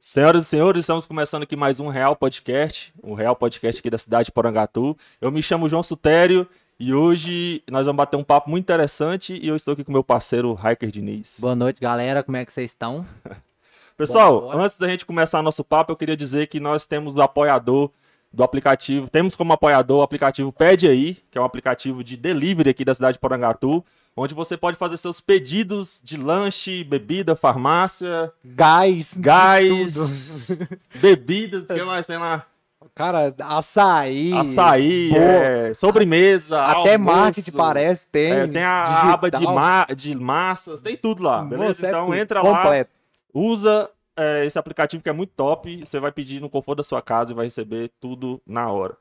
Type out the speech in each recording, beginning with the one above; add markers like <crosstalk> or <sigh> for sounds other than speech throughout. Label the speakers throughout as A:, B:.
A: Senhoras e senhores, estamos começando aqui mais um Real Podcast, um Real Podcast aqui da cidade de Porangatu. Eu me chamo João Sutério e hoje nós vamos bater um papo muito interessante e eu estou aqui com meu parceiro Hiker Diniz.
B: Boa noite, galera. Como é que vocês estão?
A: Pessoal,
B: bora, bora.
A: antes da gente começar nosso papo, eu queria dizer que nós temos o apoiador do aplicativo, temos como apoiador o aplicativo Pede Aí, que é um aplicativo de delivery aqui da cidade de Porangatu, onde você pode fazer seus pedidos de lanche, bebida, farmácia,
C: Gás,
A: gás, bebidas, o que mais tem lá?
C: cara, açaí.
A: Açaí,
C: boa.
A: é, sobremesa,
C: Até
A: almoço,
C: marketing parece, tem.
A: é, tem a
C: digital.
A: aba de, ma de massas, tem tudo lá, beleza?
C: Nossa, é
A: então
C: tudo.
A: entra lá,
C: Completo.
A: usa é, esse aplicativo que é muito top. Você vai pedir no conforto da sua casa e vai receber tudo na hora.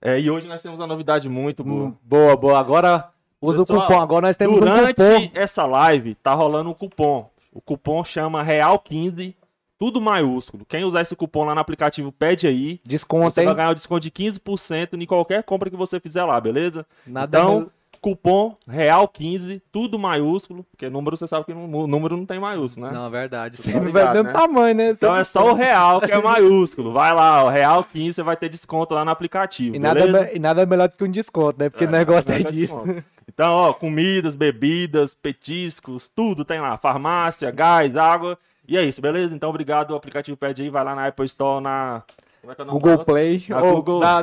A: É, e hoje nós temos uma novidade muito boa.
C: Hum, Boa, boa. Agora usa
A: Pessoal,
C: o cupom. Agora nós temos
A: Durante
C: um cupom.
A: essa live, tá rolando um cupom. O cupom chama Real15, tudo maiúsculo. Quem usar esse cupom lá no aplicativo, pede aí.
C: Desconto,
A: Você
C: hein?
A: vai ganhar um desconto de 15% em qualquer compra que você fizer lá, beleza?
C: Nada é
A: então,
C: meu-
A: Cupom Real15, tudo maiúsculo, porque número você sabe que não- número não tem maiúsculo, né?
B: Não, é verdade.
A: Sim.
B: Sim.
A: tá
C: Vai
A: ligado,
C: do mesmo
A: né?
C: tamanho, né?
A: Então é só o real que é maiúsculo. Vai lá, o real 15, você vai ter desconto lá no aplicativo,
C: E nada,
A: assim, beleza?
C: me- e nada melhor do que um desconto, né? Porque
A: É,
C: nós
A: vai
C: gostamos
A: ter
C: disso.
A: desconto. Então, ó, comidas, bebidas, petiscos, tudo tem lá. Farmácia, gás, água. E é isso, beleza? Então, obrigado. O aplicativo pede aí, vai lá na Apple Store, na... Como é que é o nome
C: Google
A: dela?
C: Play.
A: Na
C: ou
A: Google-
C: na, na-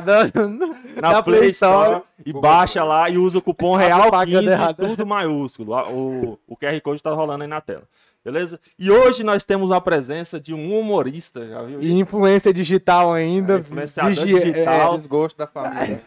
C: <laughs>
A: na,
C: na
A: Play Store e
B: Google
A: baixa lá e usa o cupom
C: Tá
A: real
C: propaganda
A: 15
C: errada.
A: tudo maiúsculo. A- O, o QR Code tá rolando aí na tela. Beleza? E hoje nós temos a presença de um humorista, já viu?
C: E
A: isso?
C: influência digital ainda.
A: É, influenciador
C: vigi- é,
A: digital.
D: desgosto da família.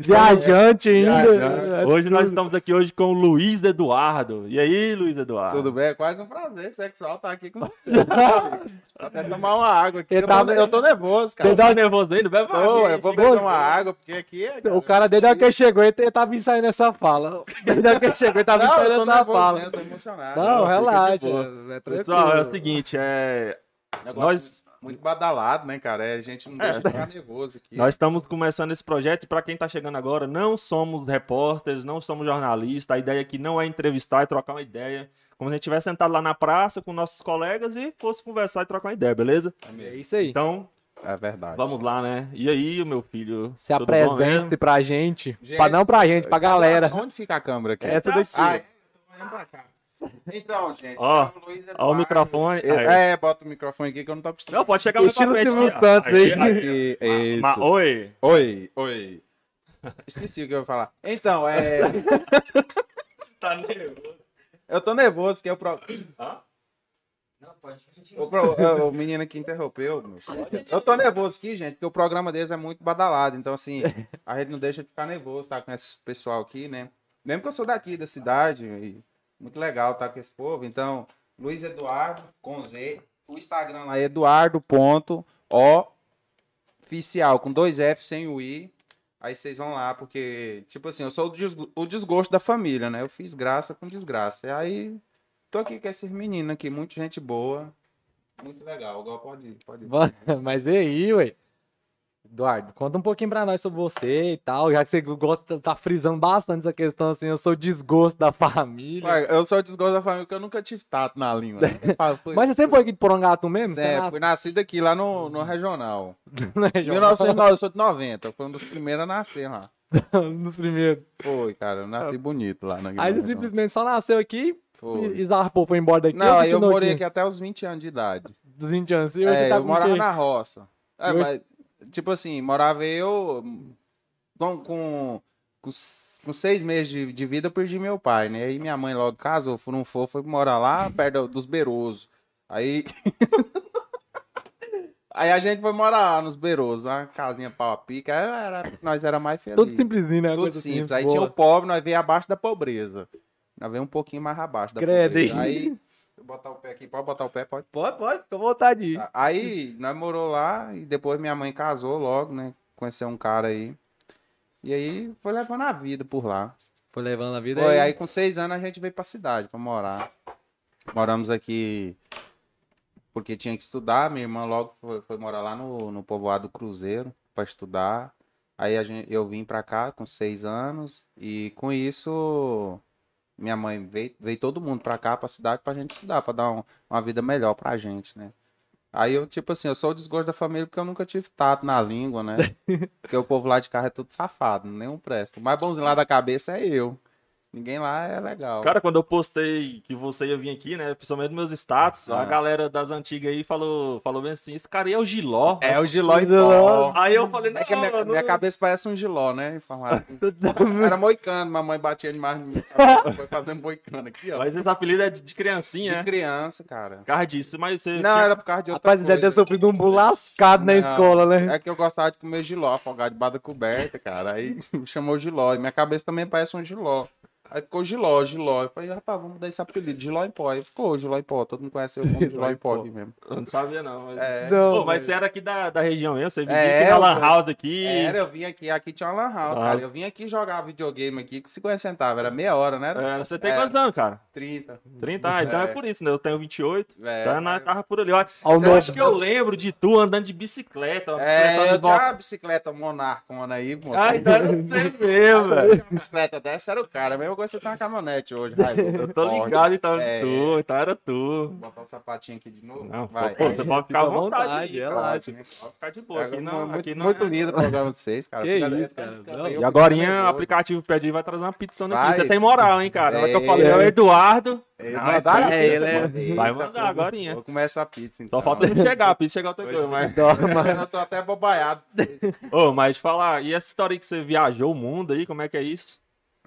C: viajante ainda.
D: Viajante.
A: Hoje nós estamos aqui hoje com o Luiz Eduardo. E aí, Luiz Eduardo?
D: Tudo bem? É quase um prazer sexual estar aqui com você. amigo. Até tomar uma água aqui.
C: Ele
D: Eu,
C: tava-
D: tô, eu tô
C: É.
D: nervoso, cara.
A: Você tá nervoso ainda? Bebe uma
D: Tô,
A: aguinha.
D: eu vou beber
C: Nervoso?
D: uma água, porque aqui é.
C: O cara, desde a hora que ele chegou, ele ele tava ensaiando essa
D: <laughs>
C: fala. Desde a hora que ele chegou, ele tava
D: Não, eu
C: ensaiando
D: tô
C: essa
D: nervoso,
C: fala.
D: né? Eu tô emocionado.
C: Não,
D: Fica de
C: relaxa.
D: boa, é tranquilo.
A: Pessoal, é o seguinte, é...
D: Negócio
A: nós,
D: Muito badalado, né, cara? É, A gente não deixa de ficar nervoso aqui.
A: nós estamos começando esse projeto e para quem tá chegando agora, não somos repórteres, não somos jornalistas. A ideia aqui não é entrevistar e trocar uma ideia. Como se a gente tivesse sentado lá na praça com nossos colegas e fosse conversar e trocar uma ideia, beleza?
C: É
D: amigo.
C: isso aí.
A: Então,
D: É verdade.
A: vamos lá, né? E aí, meu filho?
C: Se
A: tudo bom mesmo?
C: apresente pra gente.
D: Gente,
C: Pra não pra gente, pra galera. <laughs>
D: Onde fica a câmera aqui?
C: Essa daí sim.
D: Ah, é? Vem pra cá. Então, gente.
A: assim. Ó,
D: é o Luiz
A: Ó o
D: Eduardo.
A: microfone. Aí.
D: É, bota o microfone aqui que eu não tô
A: <laughs>
D: acostumado.
A: Não, pode chegar mais pra
C: Estilo
A: frente.
C: Silvio
A: aqui, ó.
C: Santos, hein? <laughs>
A: Aí, aí,
D: Aqui,
A: ó.
D: isso.
A: Ma- Oi.
D: Oi, oi. Esqueci o que eu ia falar. Então, é.
A: Tá nervoso.
D: Eu tô nervoso, que é o pro...
A: Hã?
D: o, pro- é, o menino que interrompeu. meu. Eu tô nervoso aqui, gente, porque o programa deles é muito badalado. Então, assim, a gente não deixa de ficar nervoso, tá? Com esse pessoal aqui, né? Mesmo que eu sou daqui, da cidade, e muito legal tá com esse povo. Então, Luiz Eduardo, com Z. O Instagram lá é eduardo.oficial, com dois F sem o I. Aí vocês vão lá, porque, tipo assim, eu sou o desgo- o desgosto da família, né? Eu fiz graça com desgraça. E aí Tô aqui com esses meninos aqui, muita gente boa. Muito legal. Agora pode ir, pode ir.
C: Va- Mas e aí, ué? Eduardo, conta um pouquinho pra nós sobre você e tal, já que você gosta, tá frisando bastante essa questão assim, eu sou o desgosto da <laughs> família.
D: Ué, eu sou o desgosto da família porque eu nunca tive tato na língua. Né? Eu falo, fui-
C: Mas você sempre foi aqui de Porangatu mesmo? Você
D: É,
C: nasce-
D: fui nascido aqui lá no, no regional.
C: né, João?
D: 1909, eu sou de 90. Eu fui um dos primeiros a nascer lá.
C: <laughs> Nos primeiros.
D: Foi, cara. Eu nasci bonito lá na
C: Aí você
D: regional.
C: simplesmente só nasceu aqui,
D: Foi.
C: e zarpou, foi embora daqui.
D: Não, aí eu
C: continuou
D: morei aqui até os 20 anos de idade.
C: Dos 20 anos. E hoje
D: É,
C: você tá
D: eu
C: com
D: morava
C: quem?
D: na roça. É,
C: E hoje-
D: mas, tipo assim, morava eu. Com, com, com, s- com seis meses de, de vida, eu perdi meu pai, né? Aí minha mãe logo casou, foi, não for, foi morar lá perto dos Berosos. Aí. <laughs> Aí a gente foi morar lá nos Berosos, uma casinha pau a pica. Era, era- nós era mais felizes.
C: Tudo simplesinho, né?
D: Tudo
C: Coisa assim,
D: simples. Aí
C: boa.
D: tinha o pobre, nós veio abaixo da pobreza. Nós veio um pouquinho mais abaixo da
C: Credo,
D: pobreza.
C: hein?
D: Aí. Deixa eu botar o pé aqui. Pode botar o pé? Pode.
C: Pode, pode, fica à vontade. aí.
D: A- Aí, nós morou lá e depois minha mãe casou logo, né? Conheceu um cara aí. E aí foi levando a vida por lá.
B: Foi levando a vida
D: Foi,
B: aí.
D: aí com seis anos a gente veio pra cidade pra morar. Moramos aqui porque tinha que estudar. Minha irmã logo foi, foi morar lá no, no povoado Cruzeiro pra estudar. Aí a gente, eu vim pra cá com seis anos e com isso minha mãe veio, veio todo mundo pra cá, pra cidade, pra gente estudar, pra dar um- uma vida melhor pra gente, né? Aí eu, tipo assim, eu sou o desgosto da família porque eu nunca tive tato na língua, <laughs> né? Porque o povo lá de carro é tudo safado, nenhum presta. O mais bonzinho lá da cabeça é eu. Ninguém lá é legal.
A: Cara, quando eu postei que você ia vir aqui, né? Principalmente nos meus status, a
D: Ah.
A: galera das antigas aí falou, falou bem assim: esse cara aí é o Giló.
D: é o giló em
C: Giló.
D: pó.
A: Aí eu falei, não,
D: É que a minha,
A: não-
D: minha cabeça parece um giló, né? Informado. <laughs>
C: Totalmente.
D: Era moicano, mamãe batia demais <laughs> no Foi fazendo moicano aqui, ó.
A: Mas esse apelido é de, de
D: De
A: criancinha, né?
D: criança, cara.
A: Por causa disso, mas você.
D: Não, era por causa de outra
C: Rapaz, ele deve ter
D: coisa.
C: sofrido um bulascado na
D: Não.
C: escola, né?
D: É que eu gostava de comer giló, afogado de bada coberta, cara. Aí <laughs> me chamou giló. E minha cabeça também parece um giló. Aí ficou giló, giló. Eu falei, rapaz, vamos mudar esse apelido, giló em pó. Aí ficou giló em pó. Todo mundo conhece eu como giló em pó aqui mesmo.
A: Eu não sabia, não. Mas...
D: É.
C: Não,
A: Pô, mas você era aqui da, da região mesmo? Você vivia
D: É,
A: aqui na
D: eu-
A: Lan House aqui.
D: Era, eu vim aqui, aqui tinha uma lan house,
A: Lan
D: cara.
A: house.
D: Eu vim aqui jogar videogame aqui com 50 centavos, era meia hora, né? Era
A: Era. Você tem
D: Era.
A: quantos anos, cara?
D: 30.
A: 30? Ah, então é,
D: É.
A: por isso, né? Eu tenho 28.
D: É,
A: então nós
D: mas-
A: tava por ali. Eu, acho-
C: Ao
A: eu acho
C: novo.
A: que eu lembro de tu andando de bicicleta. uma
D: É,
A: bicicleta
D: eu tinha uma bicicleta monarcona aí, pô.
A: Ah, então era você mesmo, velho.
D: Uma bicicleta dessa era o cara, mesmo eu gosto de ter uma caminhonete hoje. Hilux,
A: Eu tô
D: Ford.
A: ligado, então era
D: É.
A: tu. Então era tu.
D: Botar o sapatinho aqui de novo.
A: Não,
D: Vai.
A: pô, você pode ficar à
C: à
A: vontade,
C: vontade,
A: aí,
C: é
A: cara.
C: lá,
A: Você Pode ficar de boa.
D: Cara,
A: Aqui
D: É mu-
A: não,
D: muito
A: aqui não
D: muito
A: é-
D: lindo o programa de vocês, cara.
C: Que
D: Fica
C: isso,
D: dessa,
C: cara.
D: fica-
C: Não,
D: eu
A: E
D: fico
A: agora o
D: nervoso.
A: aplicativo pede aí, vai trazer uma pizza
D: Vai.
A: aqui. Você tem moral, hein, cara? Olha que eu
D: É.
A: falei, é o Eduardo.
D: Ei,
A: Ah,
D: mandaram
A: então
D: a
B: é,
D: pizza,
B: ele é-
D: mandei.
A: Vai
D: Eita,
A: mandar
D: porra.
A: agorinha.
D: Vou comer essa pizza,
A: Só
D: então.
A: falta não chegar, a pizza chegar outra coisa,
D: é.
A: mas...
D: <laughs> Eu tô até bobaiado.
A: Ô, mas falar, e essa história aí que você viajou o mundo aí, como é que é isso?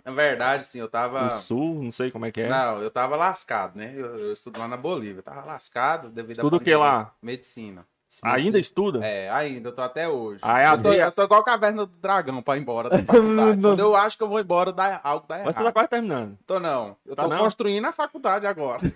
D: Na verdade, sim, eu tava...
A: O sul, não sei como é que é.
D: Não, eu tava lascado, né? Eu, eu estudo lá na Bolívia. Eu tava lascado devido
A: Estuda o que lá?
D: Medicina.
A: Ainda estuda?
D: É, ainda, eu tô até hoje.
A: Ah, é a
D: eu, tô,
A: teia.
D: eu tô igual a caverna do dragão pra ir embora da <laughs> faculdade. Quando eu acho que eu vou embora, dá, algo dá errado.
A: Mas você tá quase terminando.
D: Tô não. Eu
A: Tá
D: tô
A: não?
D: construindo a faculdade agora. <laughs>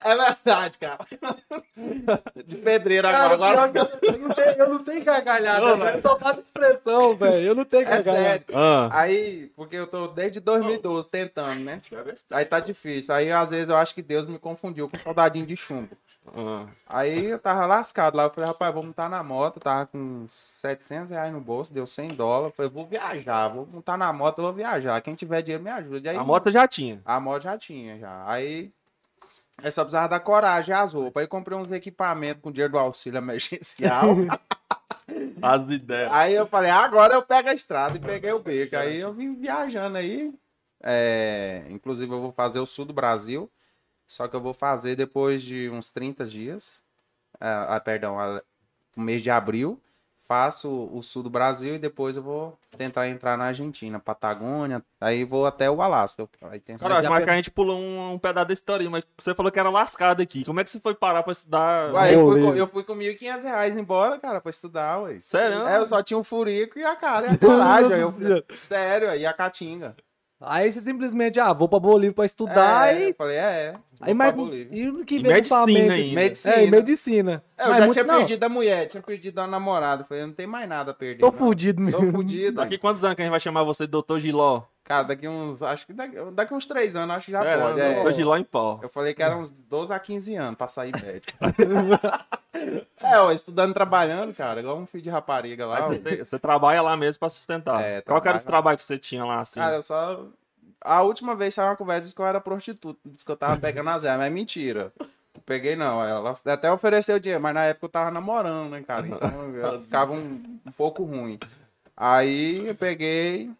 D: é verdade, cara. <laughs> De pedreiro
C: Cara,
D: agora. agora...
C: pior que eu, não tenho, eu não tenho gargalhada,
A: Ô,
C: velho. Eu tô falando de expressão, velho. Eu não tenho
D: É
C: gargalhada. <laughs>
D: sério.
A: Ah,
D: Aí, porque eu tô desde 2012 tentando, né? Aí tá difícil. Aí às vezes eu acho que Deus me confundiu com soldadinho de chumbo.
A: ah.
D: Aí eu tava lascado lá. Eu falei, rapaz, vou montar na moto. Eu tava com 700 reais no bolso, deu 100 dólares. Eu falei, vou viajar, vou montar na moto, eu vou viajar. Quem tiver dinheiro me ajude. Aí,
A: A moto você já tinha.
D: A moto já tinha, já. Aí. Eu só precisava da coragem, as roupas. Aí comprei uns equipamentos com dinheiro do auxílio emergencial.
A: As ideias.
D: aí eu falei, agora eu pego a estrada e peguei o beco. Aí eu vim viajando aí. É, inclusive, eu vou fazer o sul do Brasil. Só que eu vou fazer depois de uns 30 dias. Ah, ah, perdão, ah, no mês de abril. Faço o sul do Brasil e depois eu vou tentar entrar na Argentina, Patagônia. Aí vou até o Alasca. Aí tem
A: Caralho,
B: já
A: mas
B: pe-
A: que a gente pulou um, um pedaço da história, aí, mas você falou que era lascado aqui. Como é que você foi parar pra estudar?
D: Uai, eu, fui com,
C: Moleza.
D: eu fui com 1.500 reais embora, cara, pra estudar, ué.
A: Sério?
D: É, eu só tinha o furico e a cara,
C: <laughs>
D: e a coragem. aí eu, sério, aí a caatinga.
C: Aí você simplesmente, ah, vou pra Bolívia pra estudar
D: é,
C: e.
D: eu falei, é, é.
C: Aí,
D: Aí,
C: mas.
D: Bolívia.
C: E o que
A: E
C: vem pra
A: medicina
C: mente?
A: ainda.
D: Medicina.
C: É, e medicina.
D: É, eu
C: Mas
D: já
C: muito-
D: tinha
C: não,
D: perdido a mulher, tinha perdido a namorada. Eu Falei, não tem mais nada a perder.
C: Tô
D: não.
C: fudido
D: Tô
C: mesmo.
D: fudido.
A: Daqui quantos anos que a gente vai chamar você de Doutor Giló?
D: Cara, daqui uns. Acho que daqui, daqui uns 3 anos, acho que já
A: Sério,
D: pode.
A: Doutor
D: É.
A: Giló em pó.
D: Eu falei que era uns 12 a 15 anos pra sair
C: <laughs>
D: médico. é, ó, estudando, trabalhando, cara, igual um filho de rapariga lá.
A: Mas
D: ó.
A: você, Ah, tem- você trabalha lá mesmo pra sustentar.
D: É,
A: Qual que era os
D: trabalho.
A: trabalhos que você tinha lá, assim?
D: Cara, eu só. A última vez saiu uma conversa disse que eu era prostituta, disse que eu tava pegando as velhas, mas é mentira. Não peguei não, ela até ofereceu dinheiro, mas na época eu tava namorando, né, cara? Então eu ficava um, um pouco ruim. Aí eu peguei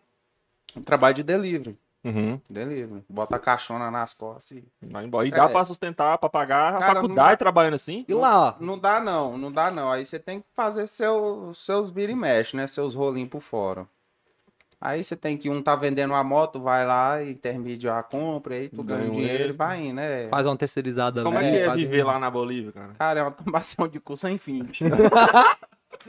D: um trabalho de delivery.
A: Uhum.
D: Delivery. Bota a caixona nas costas. E...
A: Vai embora. E dá
D: É.
A: pra sustentar, pra pagar a
D: Cara,
A: faculdade trabalhando assim?
C: E lá, ó.
D: Não dá não, não dá não. Aí você tem que fazer seu, seus vira e mexe, né? Seus rolinhos por fora. Aí você tem que um tá vendendo uma moto, vai lá, intermediar a compra, aí tu ganha
A: Ganha
D: um
A: um
D: dinheiro e
A: extra.
D: vai indo, né?
B: Faz uma terceirizada
A: Como é,
B: ali,
A: que é
B: faz um-
A: viver lá na Bolívia, cara?
D: Cara, é uma tomação de cu sem fim. <laughs>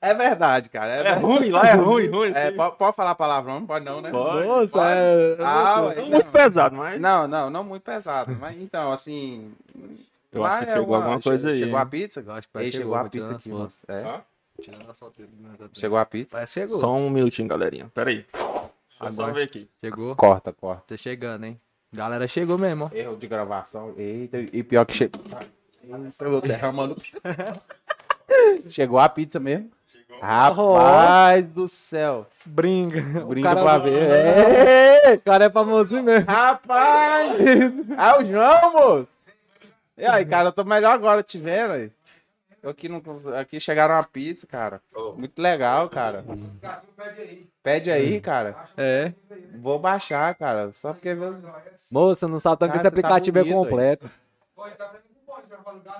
D: é verdade, cara. É,
A: É
D: verdade.
A: ruim lá, é ruim, ruim.
D: É,
A: assim.
D: po- pode falar palavrão? Não Pode não, né?
A: Pode.
C: Nossa,
A: pode.
C: é.
D: Ah,
C: nossa.
D: ué.
A: Não muito pesado, mas.
D: Não, não, não muito pesado. Mas então, assim.
A: Eu
D: lá
A: acho que
D: é
A: chegou
D: uma-
A: alguma
D: che-
A: coisa aí.
D: Chegou a
A: hein?
D: pizza?
B: Eu acho que
D: Ei,
B: parece que
D: chegou a
B: vou
D: pizza
B: tirando
D: aqui,
B: as
D: mano.
B: fotos.
D: É?
B: Tirando as fotos dele, né, tá bem.
D: Chegou a pizza?
B: Parece que chegou.
A: Só um minutinho, galerinha. Pera aí. Deixa eu só
B: Agora.
A: ver aqui.
B: Chegou.
D: Corta, corta.
B: Tá chegando, hein? Galera, chegou mesmo, ó.
D: Erro de gravação. Eita, e pior que chegou. Eita, eu
C: <laughs>
D: derramando. chegou a pizza mesmo? Rapaz do céu.
C: Brinca.
D: Brinca
C: o cara
D: pra ver. <laughs>
C: É, o cara é famosinho mesmo.
D: Rapaz! É o João, Ah, moço! E aí, cara, eu tô melhor agora te vendo aí. Eu aqui, não, aqui chegaram a pizza, cara. Muito legal, cara. Pede aí, cara.
B: É.
D: Vou baixar, cara. Só porque.
C: Moça, não sabe tanto que esse
D: Cara, você tá
C: aplicativo é
D: bonito,
C: completo.
D: Tá-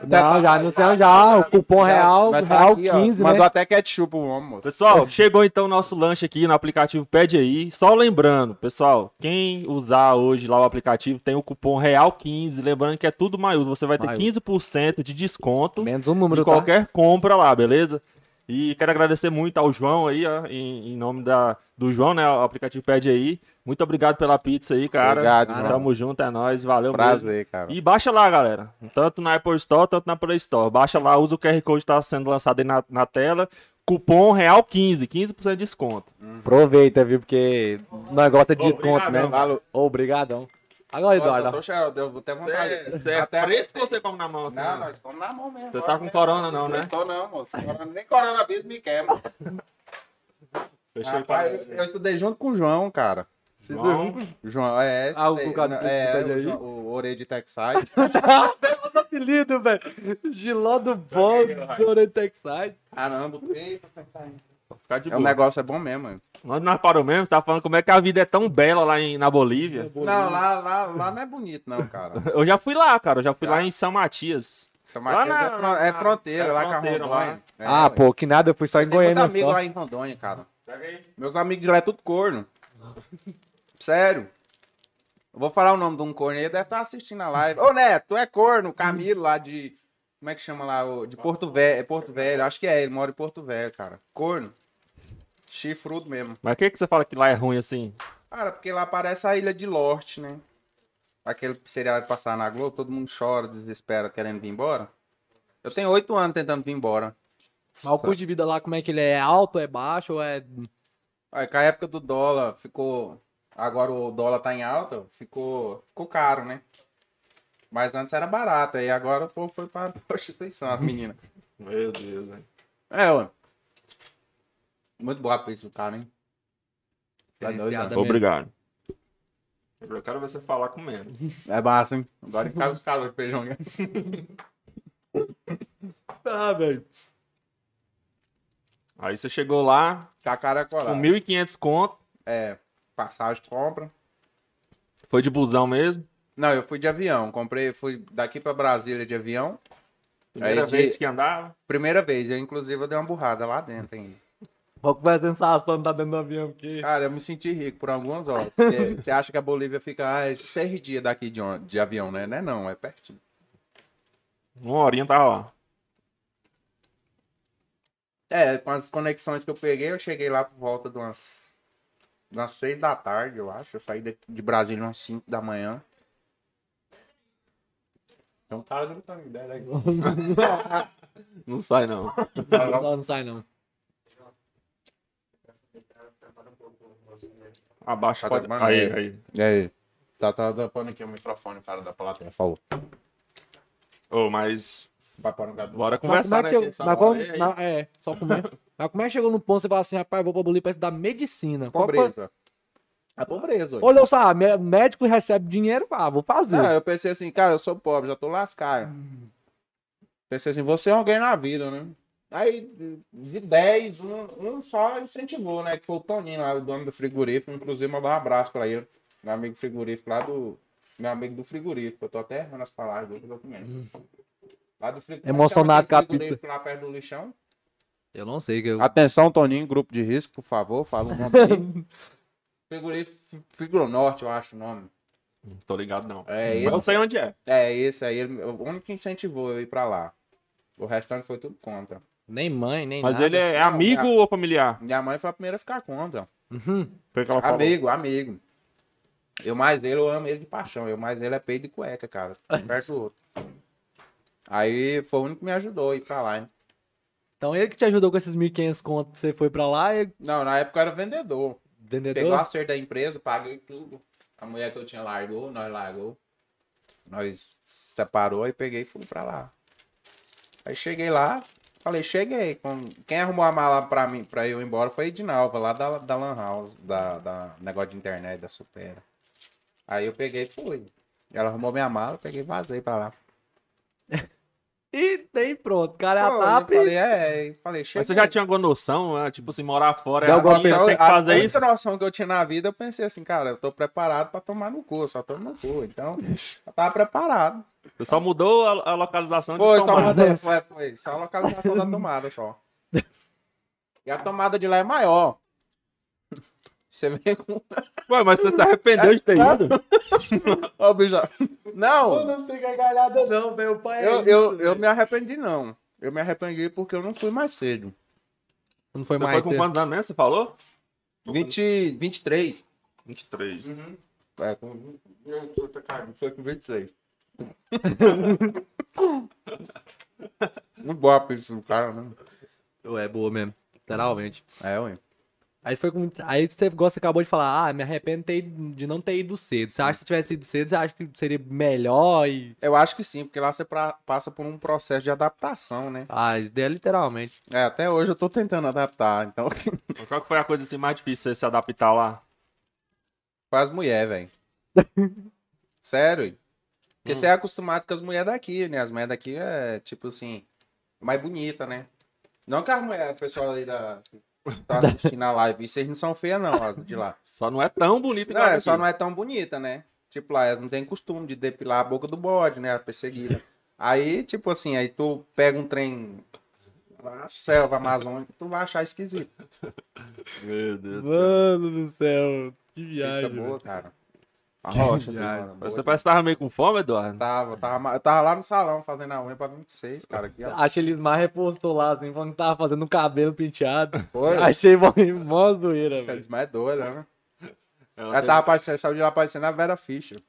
C: Não, já anunciaram já. O cupom real,
D: Mas tá
C: real
D: aqui, ó.
C: 15, né?
D: Mandou até ketchup o homem, moço.
A: Pessoal, chegou então o nosso lanche aqui no aplicativo Pede Aí. Só lembrando, pessoal, quem usar hoje lá o aplicativo tem o cupom Real15. Lembrando que é tudo maiúsculo. Você vai ter
B: Maiúsculo.
A: 15% de desconto
C: Menos um
A: em
C: número, tá?
A: qualquer compra lá, beleza? E quero agradecer muito ao João aí, ó, em, em nome da, do João, né? O aplicativo Pede Aí. Muito obrigado pela pizza aí, cara.
D: Obrigado,
A: Tamo
D: João.
A: junto, é nóis. Valeu mesmo.
D: Prazer, cara.
A: E baixa lá, galera. Tanto na Apple Store, tanto na Play Store. Baixa lá, usa o QR Code que tá sendo lançado aí na, na tela. Cupom Real 15, 15% de desconto.
C: Aproveita, viu? Porque nós gosta de desconto, né?
A: Obrigadão.
D: Valeu.
C: Obrigadão. Agora,
D: Nossa, eu
C: Eduardo.
D: tô cheirando, eu vou até
A: é-
D: vontade. Até-
A: que você come na mão,
D: é
A: assim,
D: Não, nós estamos na mão mesmo.
A: Você
D: agora
A: tá com
D: mesmo.
A: corona não, né?
D: Não tô não, moço. Corona- Nem coronavírus me quebra. Rapaz, eu, eu estudei junto com o João, cara. João, é.
C: Ah, o
D: estudei-
C: Cucado
D: não,
C: Pico
D: é,
C: tá
D: o,
C: aí?
D: Jo- o Orelha de Texas.
C: Nosso apelido, velho. Giló do Bom, Texite.
D: Caramba, eita,
A: Ficar de
D: um <laughs> é, o
A: boa.
D: negócio é bom mesmo, mano.
A: Nós não parou mesmo, você tá falando como é que a vida é tão bela lá em- na Bolívia.
D: Não, lá, lá, lá não é bonito, não, cara.
A: Eu já fui lá, cara. Eu já fui
D: Tá.
A: lá em São Matias.
D: São
A: Lá na-
D: Mateus é, fron- é fronteira,
A: é
D: lá com a
A: fronteira,
D: Rondônia. É,
C: Ah,
D: ué.
C: pô, que nada, eu fui só em
D: Eu tenho muito
C: Goiânia
D: amigo
C: só.
D: lá em Rondônia, cara. Meus amigos de lá é tudo corno. Sério. Eu vou falar o nome de um corno aí, ele deve estar assistindo a live. Ô, Neto, tu é corno, Camilo lá de. Como é que chama lá? ô, De Porto Velho. É Porto Velho, acho que é, ele mora em Porto Velho, cara. Corno. Chifrudo mesmo.
A: Mas o que, que você fala que lá é ruim assim?
D: Cara, porque lá parece a Ilha de Lorte, né? Aquele seriado que passar na Globo, todo mundo chora, desespera, querendo vir embora. Eu tenho oito anos tentando vir embora.
C: Mas o custo de vida lá, como é que ele é? É alto, é baixo ou é.
D: Aí, com a época do dólar ficou. Agora o dólar tá em alta, ficou, ficou caro, né? Mas antes era barato, aí agora o povo foi pra <laughs> prostituição,
B: Uhum.
D: as meninas.
A: Meu Deus, velho.
D: É, ué. Muito boa a pizza do cara, hein?
B: Tá doido,
D: Diferenciada.
B: né?
A: Obrigado. Eu quero ver você falar comendo.
D: É massa, hein? Agora cai os caras de feijão. né?
C: Ah, velho.
A: Aí você chegou lá
D: Cacara é
A: com
D: coragem.
A: 1.500 conto.
D: É, passagem, compra.
A: Foi de busão mesmo.
D: Não, eu fui de avião. Comprei, fui daqui pra Brasília de avião.
A: Primeira
D: Aí de-
A: vez que andava.
D: Primeira vez, eu inclusive eu dei uma burrada lá dentro ainda.
C: Qual que foi a sensação de estar dentro do avião? Porque...
D: Cara, eu me senti rico por algumas horas. Porque Você acha que a Bolívia fica ah, é seis dias daqui de, on- de avião, né? Não é não, é pertinho.
A: Uma horinha tava lá.
D: É, com as conexões que eu peguei, eu cheguei lá por volta de umas, de umas seis da tarde, eu acho. Eu saí de, de Brasília umas cinco da manhã. Então, cara, não tá me dando aí.
A: Não sai, não.
C: Não, não sai não.
A: Abaixa.
D: Cada
A: Pode...
D: mano,
A: Aí,
D: é.
A: aí.
D: <laughs> E aí? Tá, tá tampando aqui o microfone, o cara da plateia. Falou.
A: Ô, mas...
D: Vai para o Gabriel.
A: Bora
C: Mas,
A: conversar,
C: como é
A: né?
C: que chegou-
A: quem sabe
C: mas como-
A: falar. E aí?
C: na- é, só comer. mas como é que chegou no ponto você fala assim, rapaz, eu vou pra Bolívia pra estudar medicina? Qual coisa-
D: Pobreza. É pobreza, ué.
C: Olha só, mé- médico recebe dinheiro, ah, vou fazer.
D: Não, eu pensei assim, cara, eu sou pobre, já tô lascado. Pensei assim, você é alguém na vida, né? Aí, de 10, um, um só incentivou, né? Que foi o Toninho lá, o dono do frigorífico. Inclusive, mandar um abraço pra ele. Meu amigo frigorífico lá do. Meu amigo do frigorífico. Eu tô até errando as palavras do documento. Lá do é frigorífico.
C: Emocionado com a
D: Lá perto do lixão.
B: Eu não sei que eu.
D: Atenção, Toninho, grupo de risco, por favor, fala o nome dele. <laughs> frigorífico Frigonorte, eu acho o nome.
A: Não tô ligado, não.
D: É
A: Mas
D: ele.
A: não sei onde é.
D: É, esse aí, ele, o único que incentivou eu ir pra lá. O restante foi tudo contra.
B: Nem mãe, nem
A: Mas
B: nada.
A: ele é
D: Não,
A: amigo
D: é-
A: ou familiar?
D: Minha mãe foi a primeira a ficar contra.
C: Uhum.
A: Foi o que ela falou.
D: Amigo, amigo. Eu mais ele, eu amo ele de paixão. Eu mais ele é peito de cueca, cara. Um verso outro. Aí foi o único que me ajudou a ir pra lá. hein?
C: Então ele que te ajudou com esses 1.500 contos, que você foi pra lá e
D: Não, na época eu era vendedor. Pegou o
C: vendedor.
D: acerto da empresa, paguei tudo. A mulher que eu tinha largou, nós largou. Nós separou e peguei e fui pra lá. Aí cheguei lá, falei, cheguei. Com... Quem arrumou a mala pra mim, pra eu ir embora foi a Edinalva, lá da, da Lan House, da, da negócio de internet, da Supera. Aí eu peguei e fui. Ela arrumou minha mala, eu peguei e vazei pra lá.
C: E tem pronto, o cara é a
D: Foi,
C: TAP.
D: Eu falei, é, é, falei, chega.
A: Mas você já tinha alguma noção, né? tipo assim, morar fora é
C: Dá
A: assim,
C: alguma
A: você tem que
D: a
A: fazer
D: única
A: isso?
D: noção que eu tinha na vida, eu pensei assim, cara, eu tô preparado pra tomar no cu, eu só tomo no cu. Então, eu tava preparado.
A: Você só mudou a, a localização de
D: Foi,
A: tomada.
D: tomada, foi, foi. Só a localização da tomada só. E a tomada de lá é maior. <laughs> Você vem com.
A: Ué, mas você se arrependeu de ter
D: É,
A: ido?
D: <laughs> Ó, bicho. Não,
C: não tem gargalhada não, meu pai.
D: eu, eu, eu me arrependi, não. Eu me arrependi porque eu não fui mais cedo.
B: Não foi
A: Você
B: mais.
A: foi
B: é.
A: com
D: é.
B: cedo.
A: quantos anos mesmo, você falou?
D: 20, 23.
A: 23.
D: É, com... Cara, foi com <laughs> 26. Muito boa a pizza do cara, né?
B: Ué, é boa mesmo. Literalmente.
D: É, ué.
B: Aí foi com... Aí você igual você acabou de falar, ah, me arrependo de ter ido- de não ter ido cedo. Você acha que se tivesse ido cedo, você acha que seria melhor e.
D: Eu acho que sim, porque lá você pra- passa por um processo de adaptação, né?
B: Ah, isso daí é literalmente.
D: É, até hoje eu tô tentando adaptar, então <laughs>
A: Qual que foi a coisa assim, mais difícil de você se adaptar lá?
D: quase mulher, <laughs> velho. Sério. hein? Porque
A: Hum.
D: você é acostumado com as mulheres daqui, né? As mulheres daqui é, tipo assim, mais bonita, né? Não que as mulheres, o pessoal aí da... que <laughs> tá assistindo a live, e vocês não são feias não, as de lá.
A: Só não é tão bonito
D: Não, é, só não é tão bonita, né? Tipo, lá, elas não têm costume de depilar a boca do bode, né? A perseguida. Aí, tipo assim, aí tu pega um trem na selva amazônica, tu vai achar esquisito. é-
A: Meu Deus. do céu.
B: Mano do céu, que
D: Pizza
B: velho.
D: boa, cara. A
A: Que
D: rocha, assim,
A: viagem.
D: mano, boa
A: Você parece que tava meio com fome, Eduardo?
D: Tava, tava, ma- eu tava lá no salão fazendo a unha pra vir com vocês, cara. Aqui,
B: Tá,
D: ó.
C: Achei eles mais repostou lá, assim, falando que você tava fazendo um cabelo penteado.
D: Foi.
B: <laughs>
C: Achei mó, mó zoeira, velho.
D: Eles mais doida, né?
A: Ela
D: Ela
A: teve-
B: um-
D: tava parecendo, saiu de lá parecendo a Vera
B: <laughs>
D: Fischer.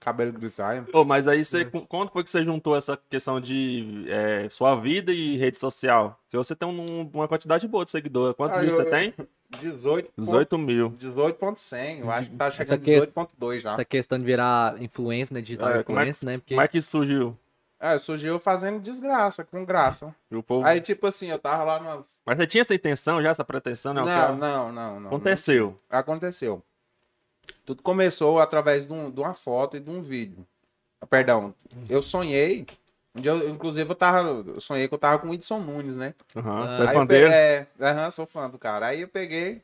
D: Cabelo grisalho.
A: um- Ô, mas aí você, com- quando foi que você juntou essa questão de é, sua vida e rede social? Porque você tem um- uma quantidade boa de seguidor. Quantos
D: Ah,
A: mil
D: eu-
A: você tem?
D: 18.
A: 18 mil.
D: 18.100, eu acho que tá
B: Essa
D: chegando
B: aqui é-
D: 18.2 já.
B: Essa questão de virar influencer, né? Digital
A: É, como é que-
B: influencer, né? Porque
A: Como é que isso surgiu?
D: É, surgiu eu fazendo desgraça, com graça.
A: E o povo-
D: Aí, tipo assim, eu tava lá no.
A: Mas você tinha essa intenção já, essa pretensão? né? Não,
D: Não,
A: eu quero-
D: não, não, não. não.
A: Aconteceu.
D: Aconteceu. Tudo começou através de, um- de uma foto e de um vídeo. Ah, Perdão, eu sonhei. Um dia, eu, inclusive, eu tava. Eu sonhei que eu tava com o Edson Nunes, né?
A: Aham.
B: Ah.
A: Você é
D: Aí
A: fã
D: eu peguei,
A: dele?
D: é, aham, sou fã do cara. Aí eu peguei,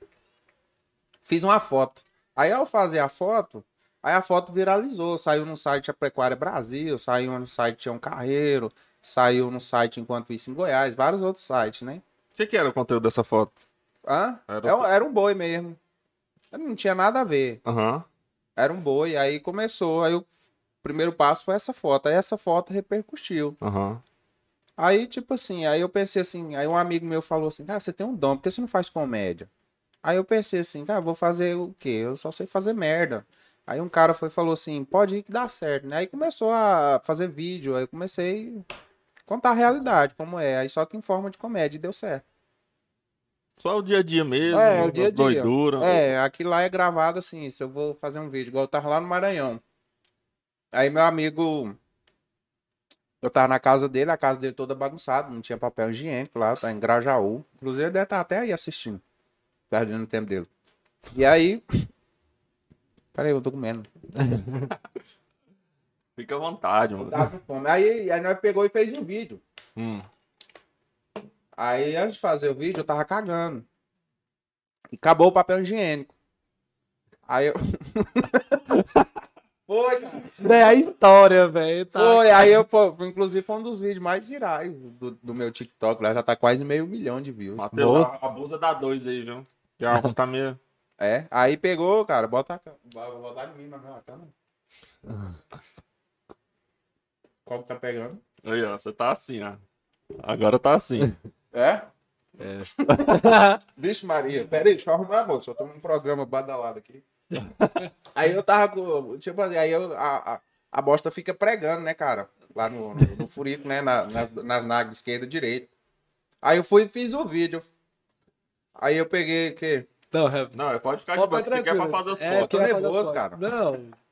D: fiz uma foto. Aí ao fazer a foto, aí a foto viralizou. Saiu no site Aprecuária Brasil, saiu no site Tião Carreiro, saiu no site Enquanto Isso em Goiás, vários outros sites, né?
A: O que, que era o conteúdo dessa foto?
D: Hã?
A: Era-
D: Era, um- era um boi mesmo. Não tinha nada a ver.
A: Aham.
D: Era um boi, aí começou. Aí o primeiro passo foi essa foto. Aí essa foto repercutiu.
A: Aham.
D: Aí, tipo assim, aí eu pensei assim, aí um amigo meu falou assim, cara, você tem um dom, por que você não faz comédia? Aí eu pensei assim, cara, vou fazer o quê? Eu só sei fazer merda. Aí um cara foi e falou assim, pode ir que dá certo, né? Aí começou a fazer vídeo, aí eu comecei a contar a realidade, como é, aí só que em forma de comédia, e deu certo.
A: Só o dia a dia mesmo,
D: É, o
A: as
D: dia a dia.
A: doiduras.
D: É, aqui lá é gravado assim, se eu vou fazer um vídeo, igual eu tava lá no Maranhão. Aí meu amigo, eu tava na casa dele, a casa dele toda bagunçada, não tinha papel higiênico lá, tá em Grajaú. Inclusive ele deve estar até aí assistindo, perdendo o tempo dele. E aí, <coughs> peraí, eu tô comendo.
A: Fica à vontade, mano.
D: Tava com fome. Aí, aí nós pegou e fez um vídeo.
A: Hum.
D: Aí antes de fazer o vídeo, eu tava cagando. E acabou o papel higiênico. Aí eu... <laughs> Foi, cara.
C: É a história, velho. Tá...
D: Foi, aí eu, pô, inclusive foi um dos vídeos mais virais do, do meu TikTok, lá já tá quase meio milhão de views.
A: Matheus,
C: Nossa.
A: abusa da dois aí, viu? Que a tá meio...
D: É, aí pegou, cara, bota a câmera. Vou botar de mim na minha câmera. Qual que tá pegando?
A: Aí, ó, você tá assim, ó. Agora tá
B: <laughs>
A: assim.
D: É? <laughs> Vixe Maria, peraí, deixa eu arrumar, moço, eu tô num programa badalado aqui. <laughs> aí eu tava com, tipo, aí eu, a, a, a bosta fica pregando, né, cara, lá no, no, no furico, né, na, nas, nas nagas esquerda e direita. Aí eu fui e fiz o vídeo. Aí eu peguei, o quê?
C: Não, é...
A: Não, é, pode ficar de
C: Pode
A: boa, que
C: ficar
A: você quer pra
C: tranquilo.
A: fazer as
C: É,
A: fotos.
D: tô
C: quer fazer
D: nervoso,
C: as fotos.
D: cara.
C: Não.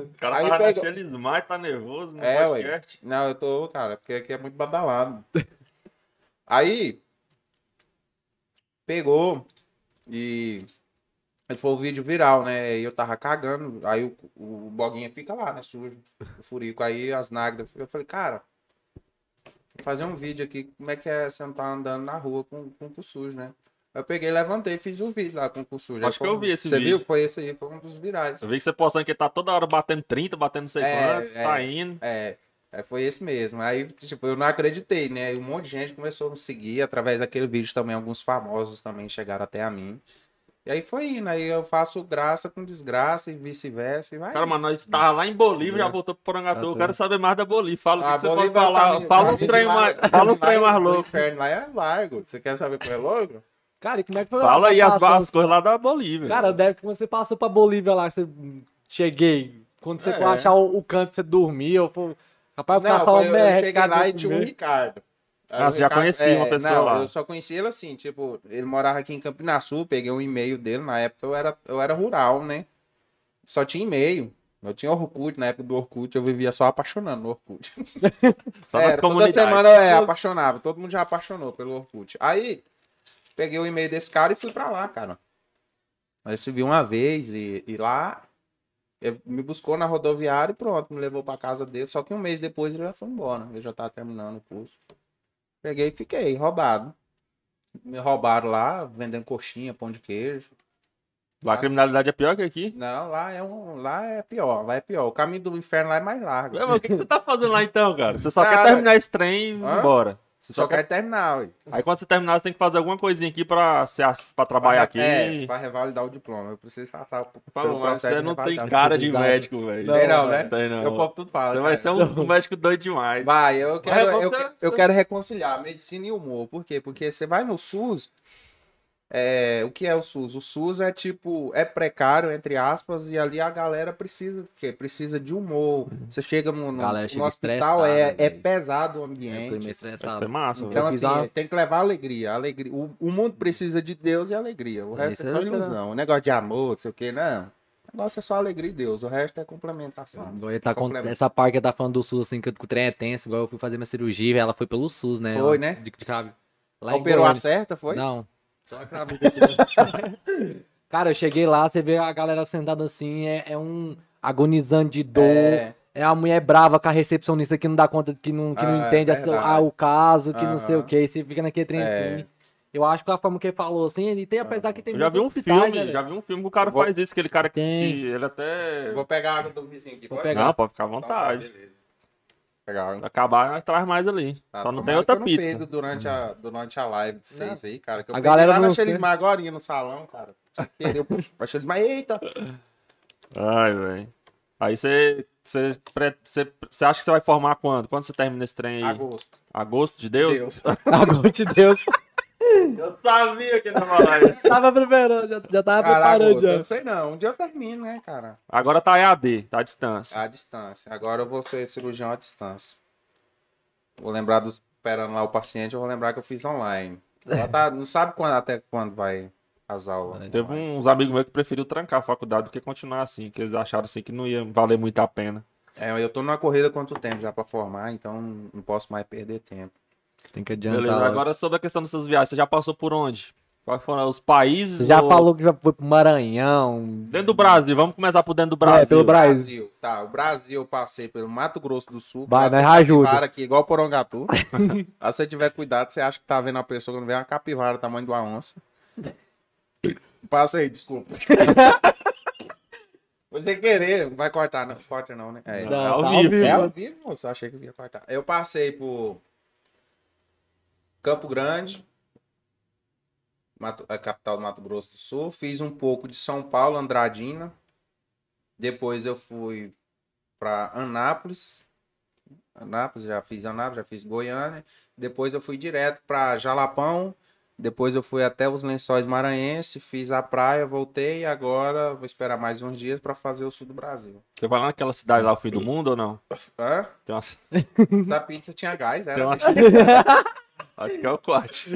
A: O cara
D: Aí
A: tá
D: pega-
A: pega... mais, tá nervoso no
D: É, ué.
A: podcast.
D: Não, eu tô, cara, porque aqui é muito badalado. <laughs> Aí, pegou e Ele foi o vídeo viral, né? E eu tava cagando. Aí o, o Boguinha fica lá, né? Sujo, o furico. Aí as nágridas. Eu falei, cara, vou fazer um vídeo aqui. Como é que é você não tá andando na rua com, com o cu sujo, né? Eu peguei, levantei e fiz um vídeo lá com o cu sujo. Aí
A: Acho que
D: foi
A: eu
D: um-
A: vi esse
D: Você
A: vídeo.
D: viu? Foi esse aí, foi um dos virais.
A: Eu vi que você postando que tá toda hora batendo 30, batendo não sei
D: É,
A: quantos,
D: é.
A: tá indo.
D: É, é, foi esse mesmo. Aí, tipo, eu não acreditei, né? E um monte de gente começou a me seguir através daquele vídeo também. Alguns famosos também chegaram até a mim. E aí foi indo. Aí eu faço graça com desgraça e vice-versa. E vai.
A: Cara,
D: Tá indo.
A: mano, nós tava lá em Bolívia, já
B: É.
A: voltou pro Porangatu. Eu
B: Tá
A: quero saber mais da Bolívia. Fala o
D: A
A: que, que você pode
D: Bolívia
A: falar.
D: tá-
A: fala
D: tá
A: uns
D: de
A: trem
D: lá-
A: mais, fala uns
D: lá
A: trem mais
D: no
A: loucos.
D: inferno lá é largo. Você quer saber como é louco?
B: Cara, e como é que foi?
A: Fala aí as, as
B: vascas.
A: coisas lá da Bolívia.
B: Cara, deve que você passou pra Bolívia lá, que você cheguei. Quando você
D: É.
B: for achar o, o canto, você dormiu. pô, Rapaz, um o
D: Não,
B: caçal
D: eu, eu cheguei lá e tinha um o Ricardo. Aí
A: Ah,
D: o
A: você já
D: Ricardo- é,
A: conhecia uma pessoa
D: não,
A: lá.
D: Eu só conhecia ele assim, tipo, ele morava aqui em Campinaçu, peguei um e-mail dele, na época eu era, eu era rural, né? Só tinha e-mail. Eu tinha Orkut, na época do Orkut, eu vivia só apaixonando no Orkut.
A: Só
D: Era,
A: nas
D: toda
A: comunidades.
D: semana eu é, apaixonava, todo mundo já apaixonou pelo Orkut. Aí, peguei o e-mail desse cara e fui pra lá, cara. Aí se viu uma vez e, e lá, ele me buscou na rodoviária e pronto, me levou pra casa dele. Só que um mês depois ele já foi embora, eu já tava terminando o curso. Peguei e fiquei, roubado. Me roubaram lá, vendendo coxinha, pão de queijo.
A: Lá a criminalidade é pior que aqui.
D: Não, lá é, um, lá é pior, lá é pior. O caminho do inferno lá é mais largo.
A: Ué, mas o que, que você tá fazendo lá então, cara? Você só quer
D: Cara.
A: terminar esse trem e ir
D: Hã?
A: embora. Você
D: Só quero terminar, ué.
A: Aí quando você terminar, você tem que fazer alguma coisinha aqui pra, se, ass- pra trabalhar aqui.
D: É, pra revalidar o diploma. Eu preciso passar p-
A: Fala,
D: pelo
A: mano,
D: processo
A: você
D: de
A: não tem
D: revalidar.
A: cara de
B: Exato.
A: médico, velho.
D: Tem não, né?
A: Tem não.
D: Eu povo tudo
A: Então,
D: fala.
A: Você
D: cara.
A: vai ser um, um médico doido demais.
D: Vai, eu quero,
A: Mas
D: eu,
A: você- é um
D: eu
A: você-
D: quero reconciliar medicina e humor. Por quê? Porque você vai no SUS. é, o que é o SUS? O SUS é tipo, é precário, entre aspas, e ali a galera precisa, porque precisa de humor. Você chega no, no,
B: Galera
D: no
B: chega
D: hospital, é,
B: estressada,
D: é
B: velho.
D: pesado o
B: É, foi meio
D: ambiente.
A: Isso é
B: estressado.
A: massa,
D: Então,
B: Eu
A: velho.
B: fiz
D: assim,
B: umas-
D: tem que levar alegria. alegria. O, o mundo precisa de Deus e alegria. O
B: É,
D: resto
B: isso
D: é
B: é
D: só
B: outra-
D: ilusão. O negócio de amor, não sei o que, não. O negócio é só alegria e Deus. O resto é complementação.
B: Igual ele tá com,
D: Complemento.
B: essa parte que ele tá falando do SUS, assim, que o trem é tenso, igual eu fui fazer minha cirurgia, ela foi pelo SUS, né?
D: Foi,
B: lá-
D: né?
B: De, de cabo. Lá em
D: Operou a
B: Goiânia.
D: certa, foi?
B: Não.
A: né?
B: <laughs> Cara, eu cheguei lá, você vê a galera sentada assim, é, é um agonizando de dor. É...
D: É,
B: a mulher brava com a recepcionista que não dá conta, que não, que não
D: Ah, é
B: entende a-
D: verdade.
B: ah, o caso, que não sei o
D: Aham.
B: que. Você fica naquele trem
D: É.
B: assim. Eu acho que a forma que ele falou assim, ele tem, apesar que tem
A: Eu já vi um
B: muitos hospitais,
A: filme,
B: né,
A: já vi um filme que o cara
D: Vou-
A: faz isso, aquele cara que,
B: Tem.
A: que ele até.
D: vou pegar a água do vizinho aqui.
B: Vou
D: pode?
B: pegar.
A: Não, pode ficar à
D: Então tá,
A: vontade.
D: beleza. Pegar a água.
A: Acabar, traz mais ali.
D: Tá,
A: Só não
D: tomara
A: tem
D: que
A: outra
D: eu
A: pizza.
D: peido durante a, durante a live de vocês aí, cara. Que eu
B: A
D: peidei
B: galera
D: lá na
B: não
D: Xelismar agora no salão, cara. Sem querer, eu puxei pra Xelismar. Eita!
A: Ai, velho. Aí você. Você pre- você- você acha que você vai formar quando? Quando você termina esse trem aí?
D: Agosto.
A: Agosto de Deus?
D: Deus.
B: Tá Agora de Deus.
A: <laughs>
B: <laughs>
A: Eu sabia que ele ia falar isso.
B: tava preparando, já, já tava
D: Cara,
B: preparando
D: agosto. Eu
B: já.
D: não sei não. Um dia eu termino, né, cara?
A: Agora tá EAD, tá à distância.
B: Ah,
D: À distância. Agora eu vou ser cirurgião à distância. Vou lembrar do esperando lá o paciente, eu vou lembrar que eu fiz online. Ela tá- não sabe quando, até quando vai as aulas.
B: é
A: Teve
D: online.
A: uns amigos meus que preferiu trancar a faculdade do que continuar assim, que eles acharam assim que não ia valer muito a pena.
D: É, eu tô numa corrida há quanto tempo já pra formar, então não posso mais perder tempo.
B: Tem que adiantar.
A: Beleza,
B: logo.
A: agora sobre a questão dessas viagens, você já passou por onde? Quais foram os países?
B: Você já
A: ou-
B: falou que já foi pro Maranhão.
A: Dentro do Brasil, vamos começar por dentro do Brasil.
B: É, pelo Brasil.
D: Brasil, tá. O Brasil eu passei pelo Mato Grosso do Sul.
B: Vai,
D: que lá
B: nós
D: tem
B: ajuda.
D: Capivara aqui, igual Porongatu. <laughs> Aí se você tiver cuidado, você acha que tá vendo uma pessoa que não vê uma capivara do tamanho de uma onça. Passa aí, desculpa. Você querer, vai cortar, não. Corta não, né? É,
A: Não,
B: Não,
A: é ao
B: tá
A: vivo.
D: é ao vivo, moço. eu Achei que ia cortar. Eu passei por Campo Grande, Mato- a capital do Mato Grosso do Sul. Fiz um pouco de São Paulo, Andradina. Depois eu fui para Anápolis. Anápolis, já fiz Anápolis, já fiz Goiânia. Depois eu fui direto para Jalapão. Depois eu fui até os Lençóis Maranhenses, fiz a praia, voltei e agora vou esperar mais uns dias para fazer o sul do Brasil.
A: Você vai lá naquela cidade lá, o fim do mundo ou não?
D: Hã?
A: Tem uma,
D: Essa pizza tinha gás,
A: tem
D: era.
A: uma...
B: <laughs>
A: Acho que é o corte.